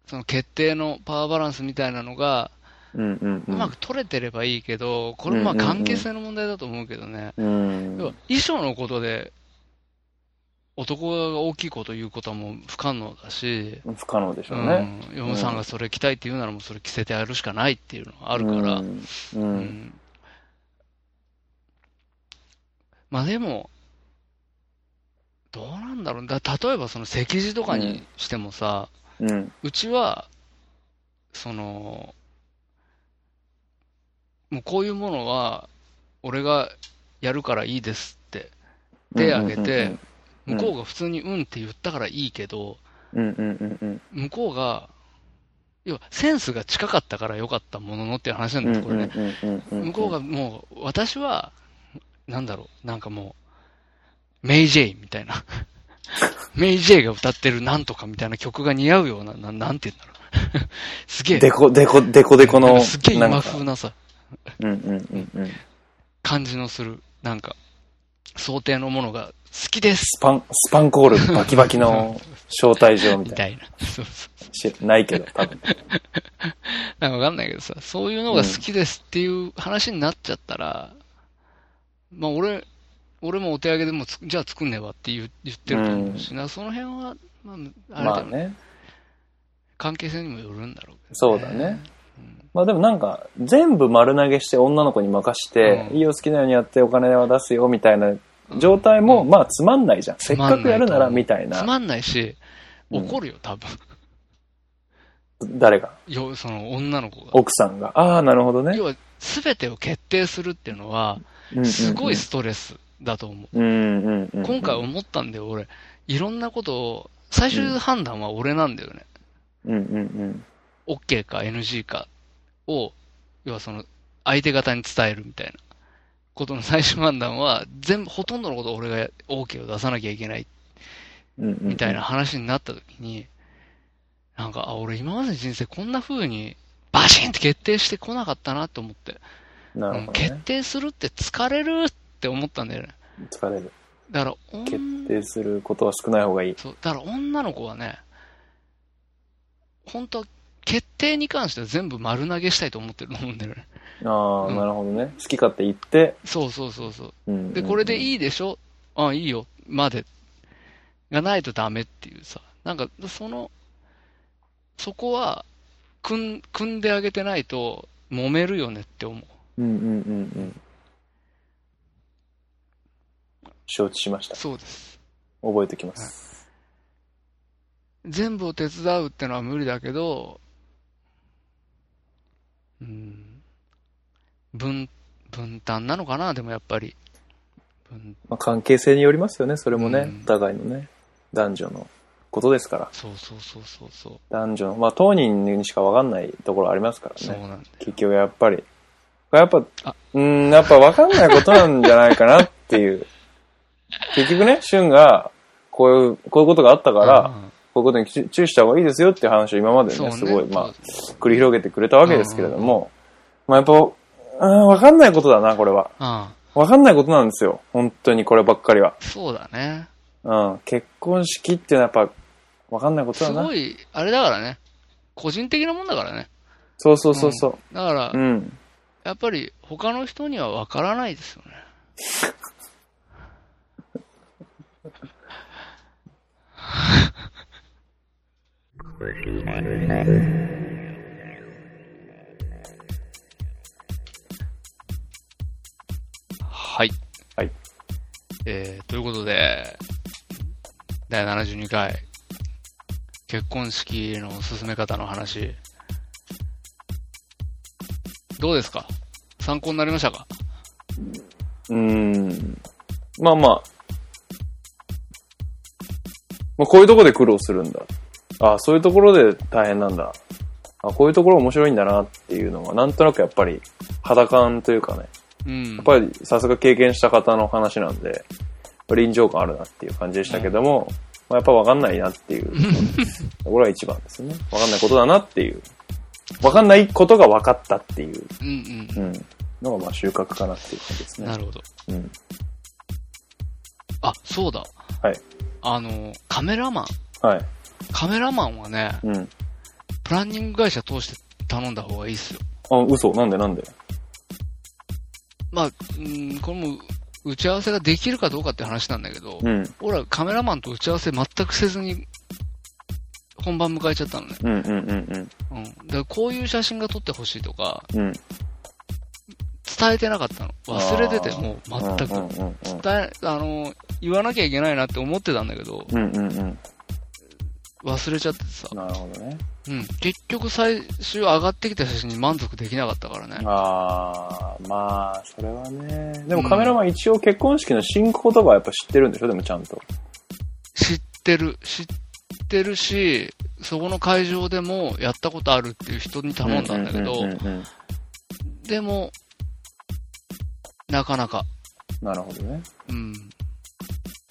Speaker 3: その決定のパワーバランスみたいなのが、
Speaker 2: うんうん
Speaker 3: う
Speaker 2: うん。
Speaker 3: まく取れてればいいけど、これまあ
Speaker 2: うんうんうん
Speaker 3: 関係性の問題だと思うけどね。
Speaker 2: うん
Speaker 3: 要は衣装のことで、男が大きいこと言うことはもう不可能だし、
Speaker 2: 不可能でし
Speaker 3: う
Speaker 2: ょうね。
Speaker 3: ん、嫁さんがそれ着たいって言うならもうそれ着せてやるしかないっていうのがあ
Speaker 2: あ
Speaker 3: るから、
Speaker 2: う
Speaker 3: うん
Speaker 2: ん。うん
Speaker 3: まあでも、どうなんだろうだ例えばその席次とかにしてもさ、
Speaker 2: うん。
Speaker 3: うちは、その、もうこういうものは、俺がやるからいいですって、手挙げ
Speaker 2: う
Speaker 3: て、
Speaker 2: んうんうん
Speaker 3: 向こうが普通にうんって言ったからいいけど、
Speaker 2: うんうんうんうん。
Speaker 3: 向こうが、要はセンスが近かったから良かったもののっていう話なん
Speaker 2: うん
Speaker 3: だ
Speaker 2: う
Speaker 3: よ、
Speaker 2: ん
Speaker 3: こ
Speaker 2: う
Speaker 3: れ
Speaker 2: ん
Speaker 3: ね。
Speaker 2: うんうん。
Speaker 3: 向こうがもう、私は、なんだろう、なんかもう、メイ・ジェイみたい
Speaker 2: <laughs>
Speaker 3: な。メイ・ジェイが歌ってるなんとかみたいな曲が似合うような、ななんて言うんだろう。 <laughs> すげえ。
Speaker 2: でこ、でこ、でこでこ
Speaker 3: なん
Speaker 2: の、
Speaker 3: かすっげえ
Speaker 2: な
Speaker 3: 今
Speaker 2: んか
Speaker 3: 風なさ、
Speaker 2: うんうんうんうん。
Speaker 3: 感じのする、なんか、想定のものが好きです
Speaker 2: スパン、スパンコールバキバキ
Speaker 3: <laughs>
Speaker 2: の招待状み
Speaker 3: み
Speaker 2: たい
Speaker 3: たいな。 <laughs> そうそう。
Speaker 2: な。知らない
Speaker 3: <laughs>
Speaker 2: けど、多分。
Speaker 3: なんかわかんないけどさ、そういうのが好きですっていう話になっちゃったら、まあ俺、俺もお手上げでもつじゃあ作んねえわって言う言ってると思うしな、その辺は、まあ、あれだ
Speaker 2: ま
Speaker 3: よ
Speaker 2: あ
Speaker 3: ね、
Speaker 2: ね。
Speaker 3: 関係性にもよるんだろうけど。
Speaker 2: そうだね。まあでもなんか、全部丸投げして女の子に任して、
Speaker 3: うん
Speaker 2: いいよ好きなようにやってお金は出すよみたいな状態も、まあつまんないじゃん。せっかくやるならみたい
Speaker 3: つ
Speaker 2: な。
Speaker 3: まんないし、
Speaker 2: うん
Speaker 3: 怒るよ、多分。
Speaker 2: 誰が
Speaker 3: よ、その女の子が。
Speaker 2: 奥さんが。ああ、なるほどね
Speaker 3: 要。は、すべてを決定するっていうのは、
Speaker 2: うんうんうん
Speaker 3: すごいストレスだと思う。
Speaker 2: うんうんうん。
Speaker 3: 今回思ったんだよ、俺。いろんなことを、最終判断は俺なんだよね。
Speaker 2: うんうん
Speaker 3: OK か NG かを、要はその、相手方に伝えるみたいな。ことの最終判断は、全部、ほとんどのことを俺が OK を出さなきゃいけない
Speaker 2: うんうん
Speaker 3: みたいな。話になった時に、なんか、あ、俺今までの人生こんな風にバシンって決定してこなかったなと思って、
Speaker 2: なる
Speaker 3: う
Speaker 2: ほ
Speaker 3: ん
Speaker 2: ど
Speaker 3: 決
Speaker 2: ね。
Speaker 3: 定するって疲れるって思ったんだよね。
Speaker 2: 疲れる。
Speaker 3: だから、おん
Speaker 2: 決定することは少ない方がいい。
Speaker 3: そう、だから女の子はね、本当は決定に関しては全部丸投げしたいと思ってると思うんだよ <laughs> ね。
Speaker 2: あ
Speaker 3: う
Speaker 2: あ、
Speaker 3: ん
Speaker 2: なるほどね。好き勝手言って、
Speaker 3: そうそうそうそ
Speaker 2: う
Speaker 3: う。
Speaker 2: ん
Speaker 3: で、これで
Speaker 2: い
Speaker 3: いいでしょあ、いいよ。まで。がないとダメっていうさ。なんか、その、そこは、組ん、組んであげてないと、揉めるよねって思う。
Speaker 2: うんうんうんうん。承知しました。
Speaker 3: そうです。
Speaker 2: 覚えておきます。
Speaker 3: 全部を手伝うってのは無理だけど、うん。分、分担なのかなでもやっぱり。分、
Speaker 2: まあ、関係性によりますよね、それもね。
Speaker 3: うん
Speaker 2: お互いのね、男女のことですから。
Speaker 3: そうそうそうそうそう。
Speaker 2: 男女の、まあ、当人にしかわかんないところありますから
Speaker 3: そう
Speaker 2: ね。
Speaker 3: なんだよ。
Speaker 2: 結局やっぱり。やっぱ、う
Speaker 3: あ
Speaker 2: ーん、やっぱわかんないことなんじゃないかなって
Speaker 3: <laughs>
Speaker 2: いう。結局ね、俊が、こういう、こういうことがあったから、
Speaker 3: うんうん
Speaker 2: こういうことに注注意した方がいいですよっていう話を今まで
Speaker 3: そう
Speaker 2: ね、
Speaker 3: ね
Speaker 2: すごい、まあ
Speaker 3: そう、
Speaker 2: 繰り広げてくれたわけですけれども、まあやっぱ、うん、わかんないことだな、これは。
Speaker 3: あ
Speaker 2: わかんないことなんですよ。本当にこればっかりは。
Speaker 3: あそうだね。
Speaker 2: うん。結婚式っていうのはやっぱ、わかんないことだ
Speaker 3: す
Speaker 2: な
Speaker 3: ご。い、あれだからね。個人的なもんだからね。
Speaker 2: そうそうそうそう。
Speaker 3: だから、
Speaker 2: うん。
Speaker 3: やっぱり他の人には分からないですよね。はい。
Speaker 2: はい。
Speaker 3: えー、ということで、第72回、結婚式の進め方の話、どうですか参考になりましたか
Speaker 2: うん。まあまあ。まあ、こういうところで苦労するんだ。あそういうところで大変なんだ。あこういうところ面白いんだなっていうのが、なんとなくやっぱり肌感というかね、
Speaker 3: うん。
Speaker 2: やっぱりさすが経験した方の話なんで、臨場感あるなっていう感じでしたけども、まあ、やっぱ分かんないなって
Speaker 3: <laughs>
Speaker 2: いう、これは一番ですね。分かんないことだなっていう。分かんないことが分かったっていう、
Speaker 3: うんうん。
Speaker 2: うん、のがまあ収穫かなっていう感じですね。
Speaker 3: なるほど。
Speaker 2: うん。
Speaker 3: あ、そうだ。
Speaker 2: はい。
Speaker 3: あの、カメラマン。
Speaker 2: はい。
Speaker 3: カメラマンはね、
Speaker 2: うん。
Speaker 3: プランニング会社通して頼んだ方がいいっすよ。
Speaker 2: あ、嘘なんでなんで
Speaker 3: まあ、うん、これも、打ち合わせができるかどうかって話なんだけど、
Speaker 2: うん。
Speaker 3: 俺はカメラマンと打ち合わせ全くせずに、本番迎えちゃったのね。
Speaker 2: うんうんうん
Speaker 3: うん。だからこういう写真が撮ってほしいとか、
Speaker 2: うん。うん。
Speaker 3: 伝えてなかったの。忘れてて、
Speaker 2: あー
Speaker 3: もう全く。
Speaker 2: うんうん
Speaker 3: 伝え、あの、言わなきゃいけないなって思ってたんだけど、
Speaker 2: うん。うんうんうん。
Speaker 3: 忘れちゃってさ。
Speaker 2: なるほどね。
Speaker 3: うん。結局最終上がってきた写真に満足できなかったからね。
Speaker 2: ああ、まあ、それはね。でもカメラマン一応結婚式の進行とかはやっぱ知ってるんでしょでもちゃんと。
Speaker 3: 知ってる。知ってるし、そこの会場でもやったことあるっていう人に頼んだんだけど
Speaker 2: う、んうんうんうん
Speaker 3: でも、なかなか、
Speaker 2: なるほどね。
Speaker 3: うん。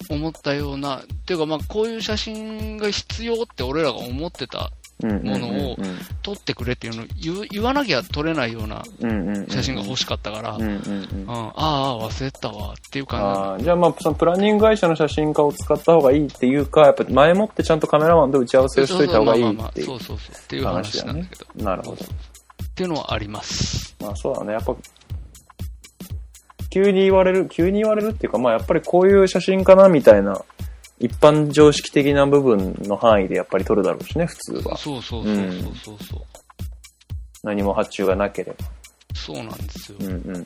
Speaker 3: 思ったような、っていうかまあこういう写真が必要って俺らが思ってた、
Speaker 2: うんうんうんうん
Speaker 3: ものを撮ってくれっていうのを言う言わなきゃ撮れないような
Speaker 2: うんうんうん
Speaker 3: 写真が欲しかったから、
Speaker 2: うんうんうん
Speaker 3: うん、ああ、忘れてたわっていう感
Speaker 2: あーじゃあまあ、そのプランニング会社の写真家を使った方がいいっていうか、やっぱ前もってちゃんとカメラマンと打ち合わ
Speaker 3: じ
Speaker 2: せをしといた方がいい
Speaker 3: そうそうまあまあま
Speaker 2: っ
Speaker 3: あ
Speaker 2: てい。
Speaker 3: そううそうそう。っていう話なんだけど。
Speaker 2: なるほど。
Speaker 3: っていうのはあります。
Speaker 2: まあそうだね。やっぱ、急に言われる、急に言われるっていうか、まあやっぱりこういう写真かなみたいな、一般常識的な部分の範囲でやっぱり撮るだろうしね、普通は。
Speaker 3: そうそうそうそうそうそう。
Speaker 2: 何も発注がなければ。
Speaker 3: そうなんですよ
Speaker 2: う。んうんうん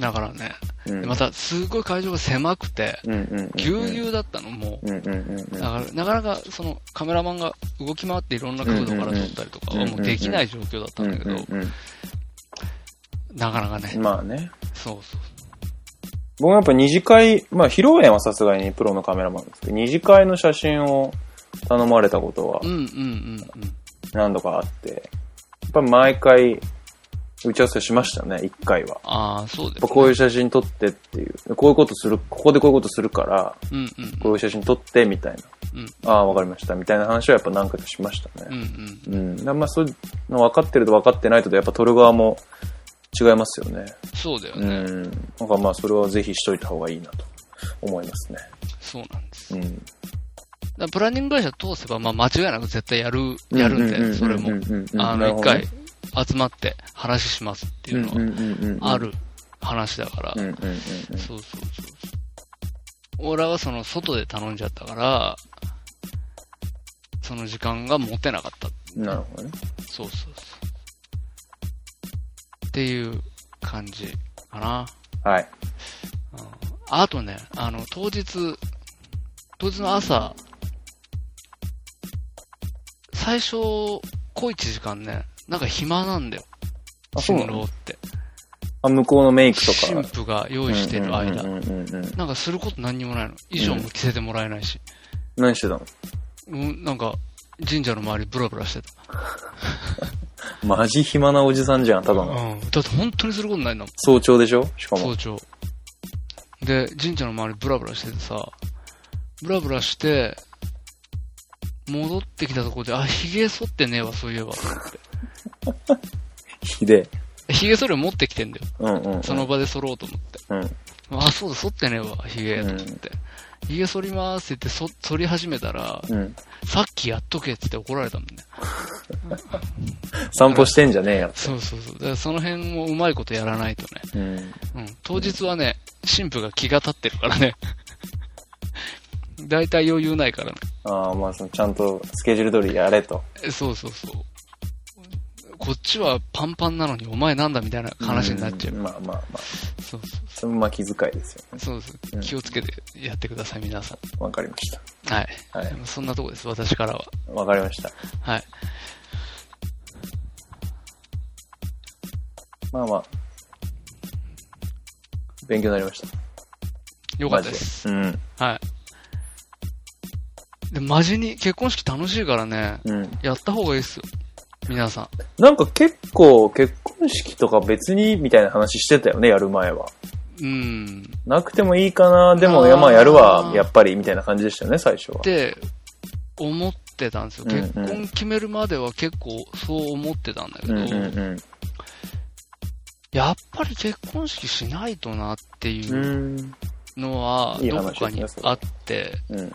Speaker 3: だからね、
Speaker 2: うん。うん
Speaker 3: またすごい会場が狭くて、
Speaker 2: うんうんうん。
Speaker 3: ぎゅうぎゅうだったのも
Speaker 2: うんうんうんうん
Speaker 3: う、だからなかなかそのカメラマンが動き回っていろんな角度から撮ったりとかはもうできない状況だったんだけど、
Speaker 2: うんうん
Speaker 3: なかなかね
Speaker 2: う、んまあね。
Speaker 3: そうそう。
Speaker 2: 僕もやっぱ二次会、まあ披露宴はさすがにプロのカメラマンですけど、二次会の写真を頼まれたことは
Speaker 3: うんうんうんうん。
Speaker 2: 何度かあって、やっぱ毎回打ち合わせしましたね、一回は。やっ
Speaker 3: ああ、そうです、
Speaker 2: ぱこういう写真撮ってっていう。こういうことする、ここでこういうことするから、
Speaker 3: うんうん
Speaker 2: こういう写真撮ってみたいな。
Speaker 3: うん
Speaker 2: ああ、わかりました。みたいな話はやっぱ何回かしました
Speaker 3: うんう
Speaker 2: ね。
Speaker 3: ん。
Speaker 2: うん。あんまそういうの分かってると分かってないとで、やっぱ撮る側も違いますよね。
Speaker 3: そうだよ
Speaker 2: う
Speaker 3: ね。
Speaker 2: ん。なんかまあ、それはぜひしといた方がいいなと思いますね。
Speaker 3: そうなんです。
Speaker 2: う
Speaker 3: だか
Speaker 2: ん。
Speaker 3: らプランニング会社通せば、まあ間違いなく絶対やる、やるん
Speaker 2: うううう
Speaker 3: で、それも
Speaker 2: うん。うんうん
Speaker 3: あ
Speaker 2: な
Speaker 3: の、
Speaker 2: るほ
Speaker 3: 一
Speaker 2: どね
Speaker 3: 回集まって話しますっていう
Speaker 2: うん
Speaker 3: の
Speaker 2: うんうんうんうん
Speaker 3: はあ。る話だから
Speaker 2: うん。うんうんうん。
Speaker 3: そうそうそうそう。俺はその外で頼んじゃったから、その時間が持てなかった。
Speaker 2: なるほどね。
Speaker 3: そうそうそう。っていう感じかな。
Speaker 2: はい。
Speaker 3: うんあとね、あの、当日、当日の朝、最初、小一時間ね、なんか暇なんだよ。
Speaker 2: あ、そうな
Speaker 3: 新
Speaker 2: の
Speaker 3: 郎って。
Speaker 2: あ、向こうのメイクとか。
Speaker 3: 新婦が用意してる間
Speaker 2: う。んうんうんうんうん
Speaker 3: なんかすること何にもないの。衣装も着せてもらえないし。
Speaker 2: 何してたの
Speaker 3: うん、なんか、神社の周りブラブラしてた。
Speaker 2: マジ暇なおじさんじゃん、ただ
Speaker 3: う
Speaker 2: の。
Speaker 3: ん。だって本当にすることないんだもん、
Speaker 2: 早朝でしょしかも
Speaker 3: 早。朝。で、神社の周りブラブラしててさ、ブラブラして、戻ってきたところで、あ、髭剃ってねえわ、そういえば。
Speaker 2: ひで
Speaker 3: 髭剃りを持ってきてんだよ。
Speaker 2: え。うんうんうん。
Speaker 3: その場で剃ろうと思って。
Speaker 2: うん。
Speaker 3: あ、そうだ、剃ってねえわ、髭、と思って。髭剃りまーすって言って、そ剃り始めたら、
Speaker 2: うん。
Speaker 3: さっきやっとけって言って怒られたもんね。
Speaker 2: 散歩してんじゃねえよ。
Speaker 3: そうそうそう。だからその辺もうまいことやらないとね。
Speaker 2: うん。
Speaker 3: うん、当日はね、神父が気が立ってるからね。 <laughs> 大体余裕ないからね。
Speaker 2: ああ、まあ、そのちゃんとスケジュール通りやれと。
Speaker 3: えそうそうそう。こっちはパンパンなのにお前なんだみたいな話になっちゃう。
Speaker 2: んまあまあまあ。
Speaker 3: そう
Speaker 2: それもまあ気遣いですよね。
Speaker 3: そう。そうそう。気をつけてやってください、皆さ
Speaker 2: わかりました。
Speaker 3: ん。はい。
Speaker 2: はい
Speaker 3: そんなとこです、私からは。
Speaker 2: わかりました。
Speaker 3: はい。
Speaker 2: まあまあ。勉強になりました。
Speaker 3: よかったです。
Speaker 2: マジで
Speaker 3: はい。で、マジに結婚式楽しいからね、
Speaker 2: うん。うん。
Speaker 3: やった方がいいっすよ。皆さん。
Speaker 2: なんか結構、結婚式とか別にみたいな話してたよね、やる前は。
Speaker 3: うん。
Speaker 2: なくてもいいかな、でも、
Speaker 3: あー
Speaker 2: いやまあやるわ、やっぱり、みたいな感じでしたよね、最初は
Speaker 3: っ。て思ってたんですよ。
Speaker 2: うんうん
Speaker 3: 結婚決めるまでは結構そう思ってたんだけ
Speaker 2: う
Speaker 3: ど、
Speaker 2: んうんうん。。
Speaker 3: やっぱり結婚式しないとなっていううんのは、
Speaker 2: いい
Speaker 3: どこ
Speaker 2: 話
Speaker 3: かに
Speaker 2: ですね
Speaker 3: あって、
Speaker 2: うん。
Speaker 3: うん。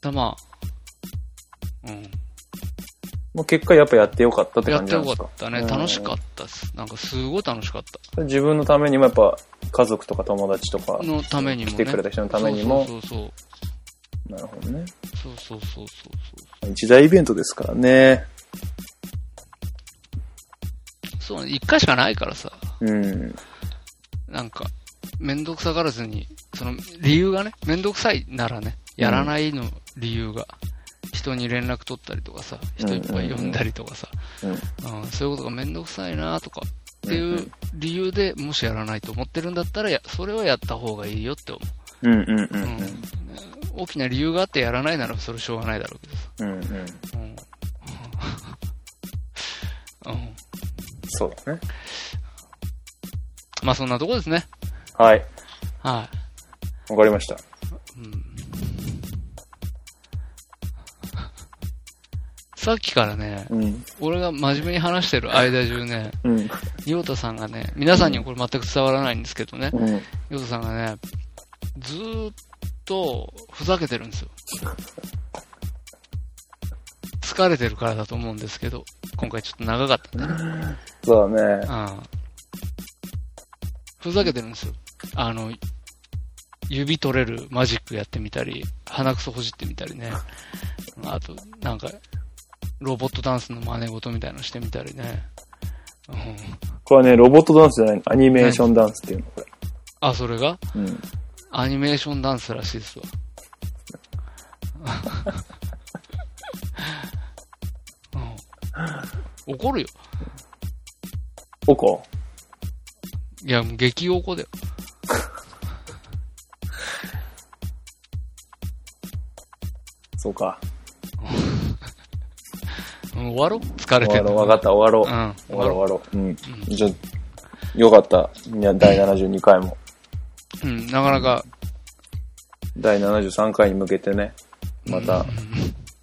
Speaker 3: だまあ、うん。
Speaker 2: もう結果やっぱやってよかったって
Speaker 3: やっ
Speaker 2: 感
Speaker 3: て
Speaker 2: じなん
Speaker 3: よ
Speaker 2: で
Speaker 3: か
Speaker 2: すか
Speaker 3: ったね。
Speaker 2: うん
Speaker 3: 楽しかったです。なんかすごい楽しかった。
Speaker 2: 自分のためにもやっぱ、家族とか友達とか、
Speaker 3: のためにもね。
Speaker 2: 来てくれた人のためにも、
Speaker 3: そうそう
Speaker 2: なるほどね。
Speaker 3: そう。そうそうそうそうそ
Speaker 2: 一大イベントですからね。
Speaker 3: う。そうね、一回しかないからさ。
Speaker 2: うん。
Speaker 3: なんか、めんどくさがらずに、その理由がね、めんどくさいならね、やらないの理由が、人に連絡取ったりとかさ、
Speaker 2: うん
Speaker 3: 人いっぱい呼んだりとかさ、
Speaker 2: うん。
Speaker 3: うんそういうことがめんどくさいなとかって
Speaker 2: うんう
Speaker 3: いうん理由でもしやらないと思ってるんだったら、やそれはやった方がいいよって思
Speaker 2: う
Speaker 3: う。
Speaker 2: んうんうん
Speaker 3: うん大きな理由があってやらないならそれしょうがないだろうけどさ。
Speaker 2: うん。うんうん。
Speaker 3: うん。うん、
Speaker 2: そうだね。
Speaker 3: まあそんなとこですね。
Speaker 2: はい。
Speaker 3: はい、
Speaker 2: わかりました。
Speaker 3: うんさっきからね、
Speaker 2: うん。
Speaker 3: 俺が真面目に話してる間中ね、
Speaker 2: うん。
Speaker 3: ヨウタさんがね、皆さんにはこれ全く伝わらないんですけどね、
Speaker 2: うん。
Speaker 3: ヨウタさんがね、ずーっとふざけてるんですよ。疲れてるからだと思うんですけど、今回ちょっと長かったんでね。
Speaker 2: そうだね。
Speaker 3: うんふざけてるんですよ。あの、指取れるマジックやってみたり、鼻くそほじってみたりね。あと、なんか、ロボットダンスの真似事みたいのしてみたりね。うん、
Speaker 2: これはね、ロボットダンスじゃないの。アニメーションダンスっていうの、これ。
Speaker 3: あ、それが
Speaker 2: うん。
Speaker 3: アニメーションダンスらしいですわ。 <laughs> うん怒るよ。
Speaker 2: おこ
Speaker 3: いや、もう激おこだよ。
Speaker 2: そうか。
Speaker 3: うん。うん終わろう疲れ
Speaker 2: 終わ
Speaker 3: てる。
Speaker 2: ろう、わかった、終わろう。
Speaker 3: うん
Speaker 2: 終わろう、終わろう。うん。じゃあよかった。いや、第72回も。
Speaker 3: うん、なかなか、
Speaker 2: 第73回に向けてね、また、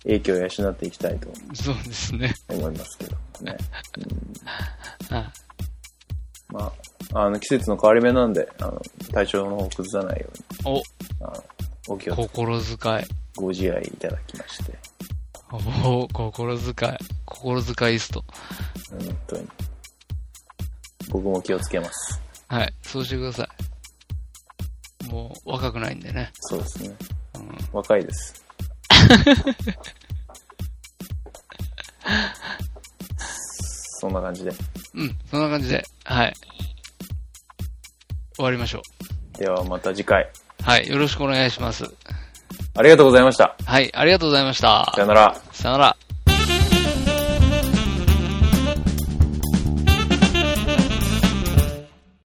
Speaker 2: 影響を養っていきたいと
Speaker 3: そうですね。
Speaker 2: 思いますけどね。
Speaker 3: は
Speaker 2: まあ、あの、季節の変わり目なんで、あの、体調の方を崩さないように、
Speaker 3: いお、
Speaker 2: お気をつけ
Speaker 3: 心遣い。
Speaker 2: ご自愛いただきまして、
Speaker 3: おお、心遣い。心遣いイスト。
Speaker 2: 本当に。僕も気をつけます。
Speaker 3: はい、そうしてください。もう、若くないんでね。
Speaker 2: そうですね。
Speaker 3: うん
Speaker 2: 若いです。そんな感じで。
Speaker 3: うん、そんな感じで、はい。終わりましょ
Speaker 2: ではまた次回。
Speaker 3: う。はい、よろしくお願いします。
Speaker 2: ありがとうございました。
Speaker 3: はい、ありがとうございました
Speaker 2: さ。よなら。
Speaker 3: さよなら。